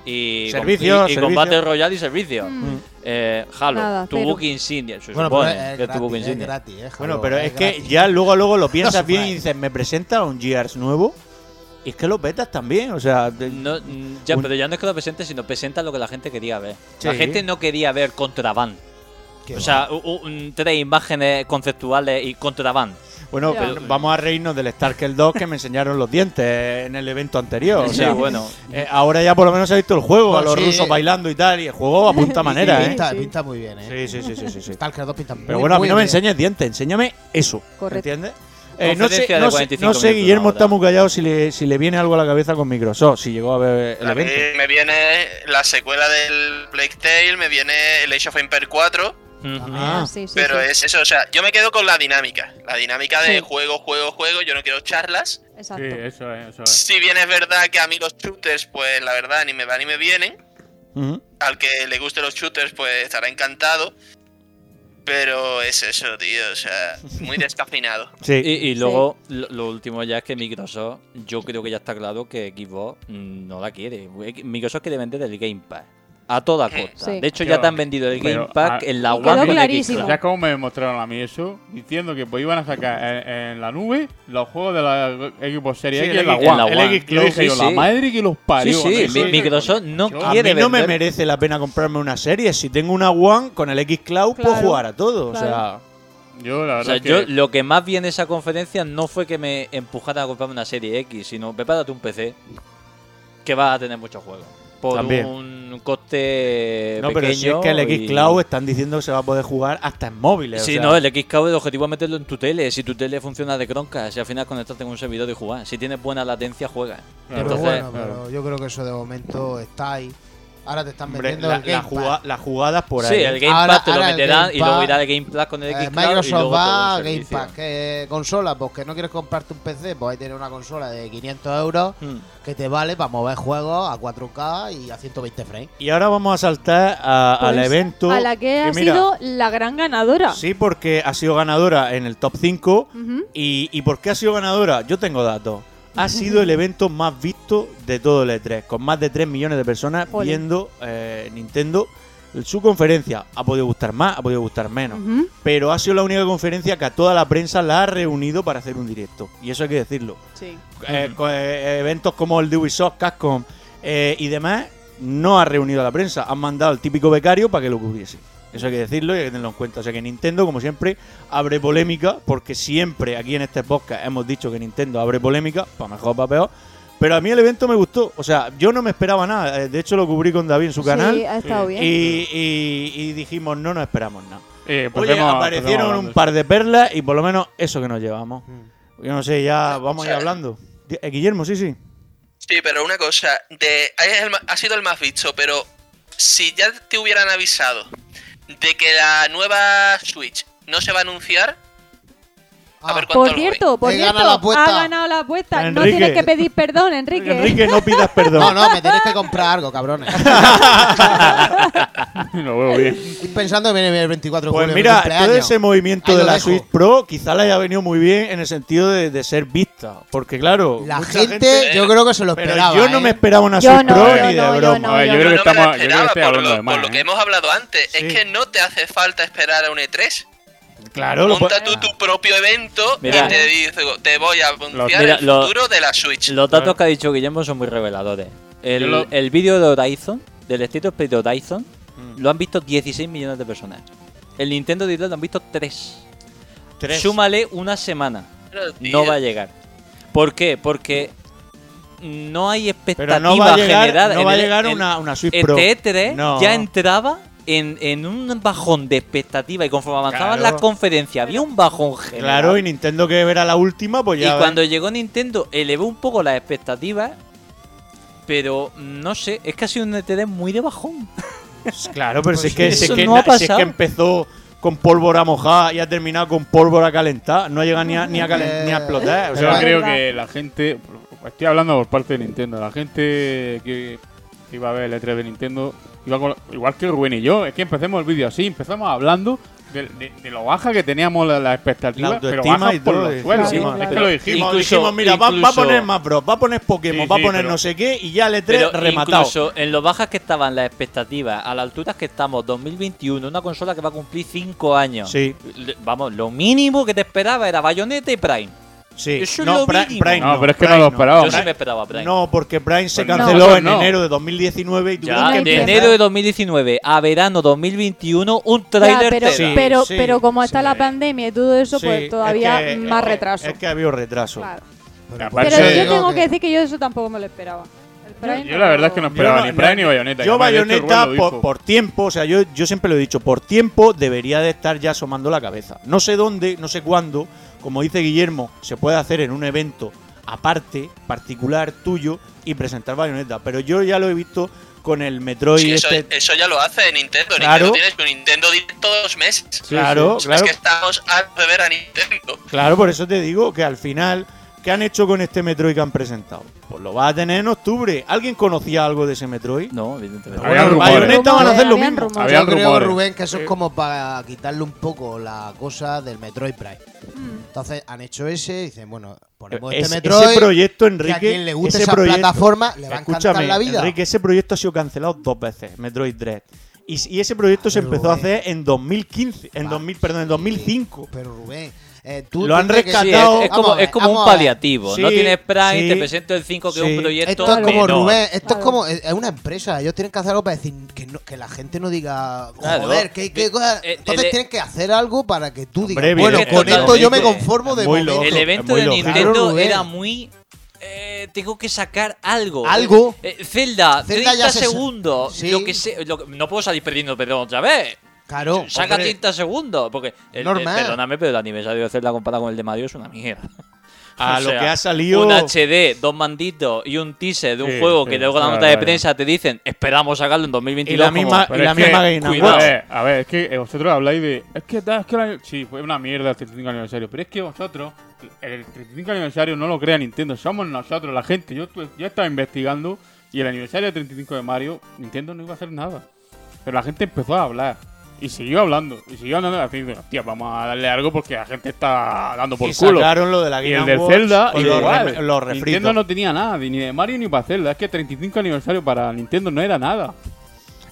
Speaker 5: y, com-
Speaker 8: Servicios,
Speaker 5: y, y
Speaker 8: servicios.
Speaker 5: combate royal y servicio.
Speaker 8: Mm.
Speaker 5: Eh, Halo,
Speaker 8: Nada,
Speaker 5: tu
Speaker 8: cero.
Speaker 5: book insignia. Se
Speaker 8: Bueno,
Speaker 5: supone
Speaker 8: pero es
Speaker 5: que es tu book
Speaker 8: gratis, es
Speaker 5: insignia.
Speaker 3: gratis, eh,
Speaker 8: Bueno, pero es que ya luego luego lo piensas bien y dices, me presenta un Gears nuevo. Y es que lo petas también, o sea, de-
Speaker 5: No, mm, ya, pero ya no es que lo presente, sino presenta lo que la gente quería ver. La
Speaker 8: Sí.
Speaker 5: gente no quería ver Contraband. O sea, u- u- mm, tres imágenes conceptuales y Contraband.
Speaker 8: Bueno,
Speaker 5: Ya.
Speaker 8: pero vamos a reírnos del Starker 2 que me enseñaron los dientes en el evento anterior. O
Speaker 5: Sí,
Speaker 8: sea,
Speaker 5: bueno.
Speaker 8: eh, ahora ya por lo menos se ha visto el juego, a
Speaker 3: Bueno,
Speaker 8: los
Speaker 3: sí.
Speaker 8: rusos bailando y tal, y el
Speaker 3: <laughs>
Speaker 8: juego apunta manera,
Speaker 3: Y
Speaker 8: ¿eh?
Speaker 3: pinta, pinta muy bien, ¿eh?
Speaker 8: Sí, sí, sí, sí, sí.
Speaker 3: Stalker 2 pinta muy
Speaker 8: Pero bueno, a mí
Speaker 3: muy
Speaker 8: no me
Speaker 3: bien.
Speaker 8: enseñes dientes, enséñame eso.
Speaker 3: Correcto.
Speaker 8: ¿Entiendes? Eh, no sé,
Speaker 5: Conferencia de
Speaker 8: no sé-
Speaker 5: 45
Speaker 8: no sé,
Speaker 5: minutos,
Speaker 8: Guillermo
Speaker 5: una hora.
Speaker 8: está muy callado si le, si le viene algo a la cabeza con Microsoft, si llegó a ver el
Speaker 6: A mí
Speaker 8: evento.
Speaker 6: me viene la secuela del Plague Tale, me viene el Age of Empire 4.
Speaker 8: Ah.
Speaker 6: pero es eso, o sea, yo me quedo con la dinámica. La dinámica de
Speaker 13: Sí.
Speaker 6: juego, juego, juego. Yo no quiero charlas.
Speaker 13: Sí, eso es, eso es.
Speaker 6: Si bien es verdad que a mí los shooters, pues la verdad, ni me van ni me vienen.
Speaker 8: Ujú.
Speaker 6: Al que le gusten los shooters, pues estará encantado. Pero es eso, tío, o sea, muy descafeinado.
Speaker 5: Y, y luego, lo, lo último ya es que Microsoft, yo creo que ya está claro que Xbox mm, no la quiere. Microsoft quiere vender el Game Pass. A toda costa.
Speaker 10: Sí.
Speaker 5: De hecho,
Speaker 10: Yo-
Speaker 5: ya te han vendido el Game
Speaker 13: Pero,
Speaker 5: Pass
Speaker 13: ah,
Speaker 5: en la One con Xbox.
Speaker 13: ¿Sabes cómo me mostraron a mí eso? Diciendo que pues, iban a sacar en, en la nube los juegos de la Xbox Series
Speaker 8: Sí,
Speaker 13: X
Speaker 8: el
Speaker 13: en la
Speaker 8: X- en la
Speaker 13: One.
Speaker 8: One.
Speaker 13: El X Cloud,
Speaker 8: Sí,
Speaker 13: dije yo,
Speaker 8: sí,
Speaker 13: la
Speaker 8: sí.
Speaker 13: madre que los
Speaker 5: Sí,
Speaker 13: parió.
Speaker 5: sí,
Speaker 13: cuando
Speaker 5: Mi-
Speaker 13: eso-
Speaker 5: Microsoft no
Speaker 8: a mí
Speaker 5: quiere
Speaker 8: no me
Speaker 5: vender-
Speaker 8: merece la pena comprarme una serie. Si tengo una One con el X Cloud, puedo
Speaker 5: Claro,
Speaker 8: jugar a todo.
Speaker 5: claro.
Speaker 13: O sea, yo la
Speaker 5: O
Speaker 13: verdad
Speaker 5: sea,
Speaker 13: es que
Speaker 5: yo lo que más vi en esa conferencia no fue que me empujara a comprarme una serie X, sino prepárate un PC que va a tener muchos juegos. Por
Speaker 8: También.
Speaker 5: un coste
Speaker 8: No, pero si es
Speaker 5: Eh, pequeño
Speaker 8: que el
Speaker 5: y-
Speaker 8: X Cloud están diciendo que se va a poder jugar hasta en móviles. o
Speaker 5: Sí,
Speaker 8: sea.
Speaker 5: no, el Xcloud el objetivo es meterlo en tu tele. Si tu tele funciona de croncas, si al final conectarte con un servidor y jugar. Si tienes buena latencia, juega.
Speaker 3: Pero bueno, pero yo creo que eso de momento está ahí. Ahora te están
Speaker 8: Hombre,
Speaker 3: metiendo
Speaker 8: la-
Speaker 3: el Game
Speaker 8: la juga-
Speaker 3: Pass.
Speaker 8: las jugadas por
Speaker 5: Sí,
Speaker 8: ahí. ¿eh?
Speaker 5: el Game
Speaker 3: Ahora-
Speaker 5: Pass te lo
Speaker 3: ahora el
Speaker 5: meterán
Speaker 3: Game
Speaker 5: y luego
Speaker 3: Pass,
Speaker 5: irá el Game Pass con el
Speaker 3: eh,
Speaker 5: Xcloud. y
Speaker 3: Microsoft
Speaker 5: luego
Speaker 3: va
Speaker 5: todo
Speaker 3: a
Speaker 5: el
Speaker 3: Game
Speaker 5: servicio.
Speaker 3: Pass. ¿Qué consola? Pues que no quieres comprarte un PC, pues ahí tienes una consola de 500 euros
Speaker 5: Hmm.
Speaker 3: que te vale para mover juegos a 4K y a 120 frames.
Speaker 8: Y ahora vamos a saltar a- al
Speaker 9: Pues,
Speaker 8: evento.
Speaker 9: A la que ha
Speaker 8: mira,
Speaker 9: sido la gran ganadora.
Speaker 8: Sí, porque ha sido ganadora en el top 5.
Speaker 9: Ujú.
Speaker 8: ¿Y, ¿Y por qué ha sido ganadora? Yo tengo datos. Ha sido el evento más visto de todo el E3, con más de 3 millones de personas
Speaker 10: Jolín.
Speaker 8: viendo eh, Nintendo su conferencia. Ha podido gustar más, ha podido gustar menos.
Speaker 10: Ujú.
Speaker 8: Pero ha sido la única conferencia que a toda la prensa la ha reunido para hacer un directo. Y eso hay que decirlo.
Speaker 10: Sí.
Speaker 8: Eh, co- eh, eventos como el de Ubisoft, Cascom eh, y demás, no ha reunido a la prensa. Han mandado al típico becario para que lo cubriese. Eso hay que decirlo y hay que tenerlo en cuenta. O sea que Nintendo, como siempre, abre polémica, porque siempre aquí en este podcast hemos dicho que Nintendo abre polémica, para mejor, para peor. Pero a mí el evento me gustó. O sea, yo no me esperaba nada. Eh, De hecho, lo cubrí con David en su
Speaker 9: Sí,
Speaker 8: canal.
Speaker 9: ha estado
Speaker 8: y,
Speaker 9: bien.
Speaker 8: y- y dijimos, no nos esperamos nada. Oye,
Speaker 13: empecemos- empecemos
Speaker 8: aparecieron
Speaker 13: hablando.
Speaker 8: un par de perlas y por lo menos eso que nos llevamos. Yo no sé, ya vamos a ir hablando. Di- eh, Guillermo, sí, sí.
Speaker 6: Sí, pero una cosa, de, es el ma- ha sido el más visto, pero si ya te hubieran avisado de que la nueva Switch no se va a anunciar, a ver cuánto
Speaker 9: Por
Speaker 6: lo
Speaker 9: cierto, por
Speaker 3: He
Speaker 9: cierto,
Speaker 3: ganado la apuesta.
Speaker 9: ha ganado la apuesta. No
Speaker 3: Enrique.
Speaker 9: tienes que pedir
Speaker 13: <laughs>
Speaker 9: perdón, Enrique.
Speaker 8: Enrique, <laughs> no pidas
Speaker 3: <laughs>
Speaker 8: perdón.
Speaker 3: No, no, me tenéis que comprar algo, cabrones.
Speaker 13: Lo veo bien.
Speaker 3: Estoy pensando que viene el 24 de
Speaker 8: Pues
Speaker 3: julio. mi
Speaker 8: mira,
Speaker 3: cumpleaños.
Speaker 8: todo ese movimiento
Speaker 3: Ahí
Speaker 8: de
Speaker 3: lo
Speaker 8: la
Speaker 3: dejo.
Speaker 8: Switch Pro quizá le haya venido muy bien en el sentido de, de ser vista. Porque claro,
Speaker 3: La
Speaker 8: mucha Eh,
Speaker 3: gente, yo creo que se lo
Speaker 8: pero
Speaker 3: esperaba.
Speaker 8: yo no
Speaker 3: ¿eh?
Speaker 8: me esperaba una
Speaker 3: Yo
Speaker 8: Switch
Speaker 3: no,
Speaker 8: Pro
Speaker 3: yo
Speaker 8: ni de
Speaker 3: no, yo
Speaker 8: broma.
Speaker 3: no, A ver, yo yo creo no. que
Speaker 13: estamos- yo creo que
Speaker 6: esperaba,
Speaker 13: estoy
Speaker 6: por
Speaker 13: hablando
Speaker 6: lo,
Speaker 13: de más,
Speaker 6: por lo
Speaker 13: ¿eh?
Speaker 6: que hemos hablado antes, es que no te hace falta esperar a un E3.
Speaker 8: Claro, lo
Speaker 6: Monta tú tu propio evento
Speaker 5: Mira.
Speaker 6: y te digo, te voy a anunciar
Speaker 5: Mira,
Speaker 6: el
Speaker 5: lo-
Speaker 6: futuro de la Switch.
Speaker 5: Los datos que ha dicho Guillermo son muy reveladores. El,
Speaker 10: Yo lo-
Speaker 5: el vídeo de Horizon, del State of Play de Horizon,
Speaker 8: Mm.
Speaker 5: lo han visto 16 millones de personas. El Nintendo Direct lo han visto 3.
Speaker 10: Tres.
Speaker 5: Súmale una semana.
Speaker 10: Pero, tío.
Speaker 5: No va a llegar. ¿Por qué? Porque no hay expectativa
Speaker 8: Pero no va a llegar-
Speaker 5: generada.
Speaker 8: no va a
Speaker 5: En el-
Speaker 8: llegar
Speaker 5: en-
Speaker 8: una- una Switch
Speaker 5: el
Speaker 8: Pro.
Speaker 5: E3
Speaker 8: No.
Speaker 5: ya entraba en, en un bajón de expectativa y conforme avanzaban
Speaker 8: Claro.
Speaker 5: las conferencias había un bajón general.
Speaker 8: Claro, y Nintendo que verá la última, pues
Speaker 5: Y
Speaker 8: <laughs> ya.
Speaker 5: cuando llegó Nintendo elevó un poco las expectativas, pero no sé, es que ha sido un E3 muy de bajón.
Speaker 8: Pues Claro, pero si es que, si
Speaker 5: Pues
Speaker 8: es
Speaker 5: eso
Speaker 8: que
Speaker 5: no ha
Speaker 8: na- si es que
Speaker 5: pasado.
Speaker 8: empezó con pólvora mojada y ha terminado con pólvora calentada, no ha llegado ni a, ni a, calen- ni a explotar. o
Speaker 13: Yo
Speaker 8: sea,
Speaker 13: creo que Eh, la gente. Estoy hablando por parte de Nintendo. La gente que que iba a ver el E3 de Nintendo. iba con- igual que Rubén y yo. Es que empecemos el vídeo así. Empezamos hablando de, de- de lo baja que teníamos la, la expectativa.
Speaker 8: La
Speaker 13: pero
Speaker 8: autoestima
Speaker 13: baja
Speaker 8: y
Speaker 13: por
Speaker 8: todo,
Speaker 13: los
Speaker 8: sí.
Speaker 13: suelos.
Speaker 8: Sí,
Speaker 13: Es que
Speaker 8: claro.
Speaker 13: lo dijimos.
Speaker 8: Incluso- dijimos, Pues mira, va- va a poner más Bros, va a poner Pokémon, va a poner no sé qué y ya el E3 rematado.
Speaker 5: Incluso en lo bajas que estaban las expectativas, a las alturas que estamos, 2021, una consola que va a cumplir 5 años.
Speaker 8: Sí.
Speaker 5: Le- Vamos, lo mínimo que te esperaba era Bayonetta y Prime.
Speaker 8: Sí,
Speaker 5: Eso es
Speaker 8: no,
Speaker 5: lo
Speaker 8: Pri-
Speaker 5: mínimo.
Speaker 8: Prime No, no, pero es que Prime no lo no. esperaba.
Speaker 5: Yo sí
Speaker 8: Prime-
Speaker 5: me esperaba Prime.
Speaker 8: No, porque Prime se
Speaker 5: Pues no.
Speaker 8: canceló
Speaker 5: Pues
Speaker 8: en
Speaker 5: no.
Speaker 8: enero de 2019 y tuvieron
Speaker 5: Ya,
Speaker 8: que
Speaker 5: de
Speaker 8: empezar.
Speaker 5: enero de 2019 a verano 2021, un
Speaker 9: Ya,
Speaker 5: tráiler
Speaker 9: pero,
Speaker 5: te da.
Speaker 9: pero, pero como está la pandemia y todo eso,
Speaker 8: Sí,
Speaker 9: pues
Speaker 8: es
Speaker 9: todavía
Speaker 8: que-
Speaker 3: eh,
Speaker 9: más
Speaker 8: es que-
Speaker 9: retraso.
Speaker 8: Es que ha habido retraso.
Speaker 9: Claro.
Speaker 8: Pero,
Speaker 3: pues
Speaker 9: Pero yo tengo que decir que yo eso tampoco me lo esperaba. El Prime
Speaker 13: Yo la verdad es que no esperaba
Speaker 8: Yo no-
Speaker 13: ni Prime
Speaker 8: no-
Speaker 13: ni Bayonetta.
Speaker 8: Yo,
Speaker 13: que además, de hecho,
Speaker 8: Bayonetta,
Speaker 13: Rubén lo
Speaker 8: por,
Speaker 13: dijo.
Speaker 8: por tiempo, o sea, yo, yo siempre lo he dicho, por tiempo debería de estar ya asomando la cabeza. No sé dónde, no sé cuándo, como dice Guillermo, se puede hacer en un evento aparte, particular, tuyo, y presentar Bayonetta. Pero yo ya lo he visto con el Metroid
Speaker 6: Sí, eso,
Speaker 8: este.
Speaker 6: eso ya lo hace Nintendo.
Speaker 8: Claro.
Speaker 6: Nintendo tienes un Nintendo Direct todos los meses.
Speaker 8: Claro,
Speaker 6: Es
Speaker 8: claro.
Speaker 6: que estamos a beber a Nintendo.
Speaker 8: Claro, por eso te digo que al final, ¿qué han hecho con este Metroid que han presentado? Pues lo vas a tener en octubre. ¿Alguien conocía algo de ese Metroid?
Speaker 5: No, evidentemente.
Speaker 8: Bueno, Bayonetta van a hacer lo mismo.
Speaker 3: Yo creo, Rubén, que eso
Speaker 5: Eh.
Speaker 3: es como para quitarle un poco la cosa del Metroid Prime.
Speaker 5: Mm.
Speaker 3: Entonces han hecho ese, dicen, bueno, ponemos
Speaker 8: Ese-
Speaker 3: este Metroid.
Speaker 8: Eh, ese proyecto,
Speaker 3: que
Speaker 8: Enrique.
Speaker 3: a quien le guste
Speaker 8: ese
Speaker 3: esa
Speaker 8: proyecto-
Speaker 3: plataforma, le va a encantar
Speaker 8: Escúchame,
Speaker 3: la vida.
Speaker 8: Enrique, ese proyecto ha sido cancelado dos veces, Metroid Dread. Y, y ese proyecto se empezó a hacer en 2015, en 2000, perdón, en 2005.
Speaker 3: Pero Rubén, eh, tú
Speaker 8: lo han
Speaker 3: dices que sí, eh,
Speaker 8: rescatado.
Speaker 5: es, es como, es como un paliativo. no tienes Prime, te presento el 5, que es
Speaker 8: sí.
Speaker 5: un proyecto.
Speaker 3: Esto es como
Speaker 5: menor.
Speaker 3: Rubén, esto es como es es una empresa, ellos tienen que hacer algo para decir que, no- que la gente no diga
Speaker 5: Claro.
Speaker 3: joder, que, que-
Speaker 5: eh,
Speaker 3: entonces
Speaker 5: el-
Speaker 3: tienen que hacer algo para que tú digas,
Speaker 8: Hombre,
Speaker 3: bueno,
Speaker 8: evidente,
Speaker 3: con esto yo me
Speaker 8: totalmente.
Speaker 3: conformo de
Speaker 8: Es muy loco,
Speaker 3: momento.
Speaker 5: El evento
Speaker 8: muy
Speaker 5: de
Speaker 8: loco.
Speaker 5: Nintendo
Speaker 3: Claro, ¿eh? Rubén.
Speaker 5: era muy. eh, tengo que sacar algo.
Speaker 3: Algo.
Speaker 5: Eh, Zelda,
Speaker 3: Zelda
Speaker 5: 30
Speaker 3: ya se-
Speaker 5: segundos.
Speaker 3: Sí.
Speaker 5: Lo que sé, lo que- no puedo salir perdiendo, perdón, otra vez.
Speaker 3: Claro,
Speaker 5: Saca
Speaker 3: hombre.
Speaker 5: 30 segundos. Porque. el-
Speaker 3: Normal.
Speaker 5: el- eh, perdóname, pero el aniversario de Zelda comparado con el de Mario es una mierda.
Speaker 8: <laughs> A
Speaker 5: O
Speaker 8: lo
Speaker 5: sea,
Speaker 8: que ha salido-
Speaker 5: Un HD, dos manditos y un teaser de un
Speaker 8: Sí,
Speaker 5: juego
Speaker 8: sí, Ah,
Speaker 5: que luego en
Speaker 8: claro,
Speaker 5: la nota de
Speaker 8: claro.
Speaker 5: prensa te dicen esperamos sacarlo en 2022. como-
Speaker 13: Pero es que-
Speaker 5: Cuidado.
Speaker 13: A ver, a ver, es que eh, vosotros habláis de. Es que, tal, es que la- sí, fue una mierda el 35 aniversario. Pero es que vosotros, el 35 aniversario no lo crea Nintendo, somos nosotros, la gente. Yo, estuve- yo estaba investigando y el aniversario del 35 de Mario, Nintendo no iba a hacer nada. Pero la gente empezó a hablar. Y siguió hablando, y siguió hablando, así, hostia, vamos a darle algo porque la gente está dando por
Speaker 8: Y
Speaker 13: culo.
Speaker 8: sacaron lo de la
Speaker 13: Y el
Speaker 8: Game
Speaker 13: del
Speaker 8: Watch
Speaker 13: Zelda,
Speaker 8: y
Speaker 13: y
Speaker 8: los
Speaker 13: igual.
Speaker 8: rem- los refritos.
Speaker 13: Nintendo no tenía nada, ni de Mario ni para Zelda. Es que 35 aniversario para Nintendo no era nada.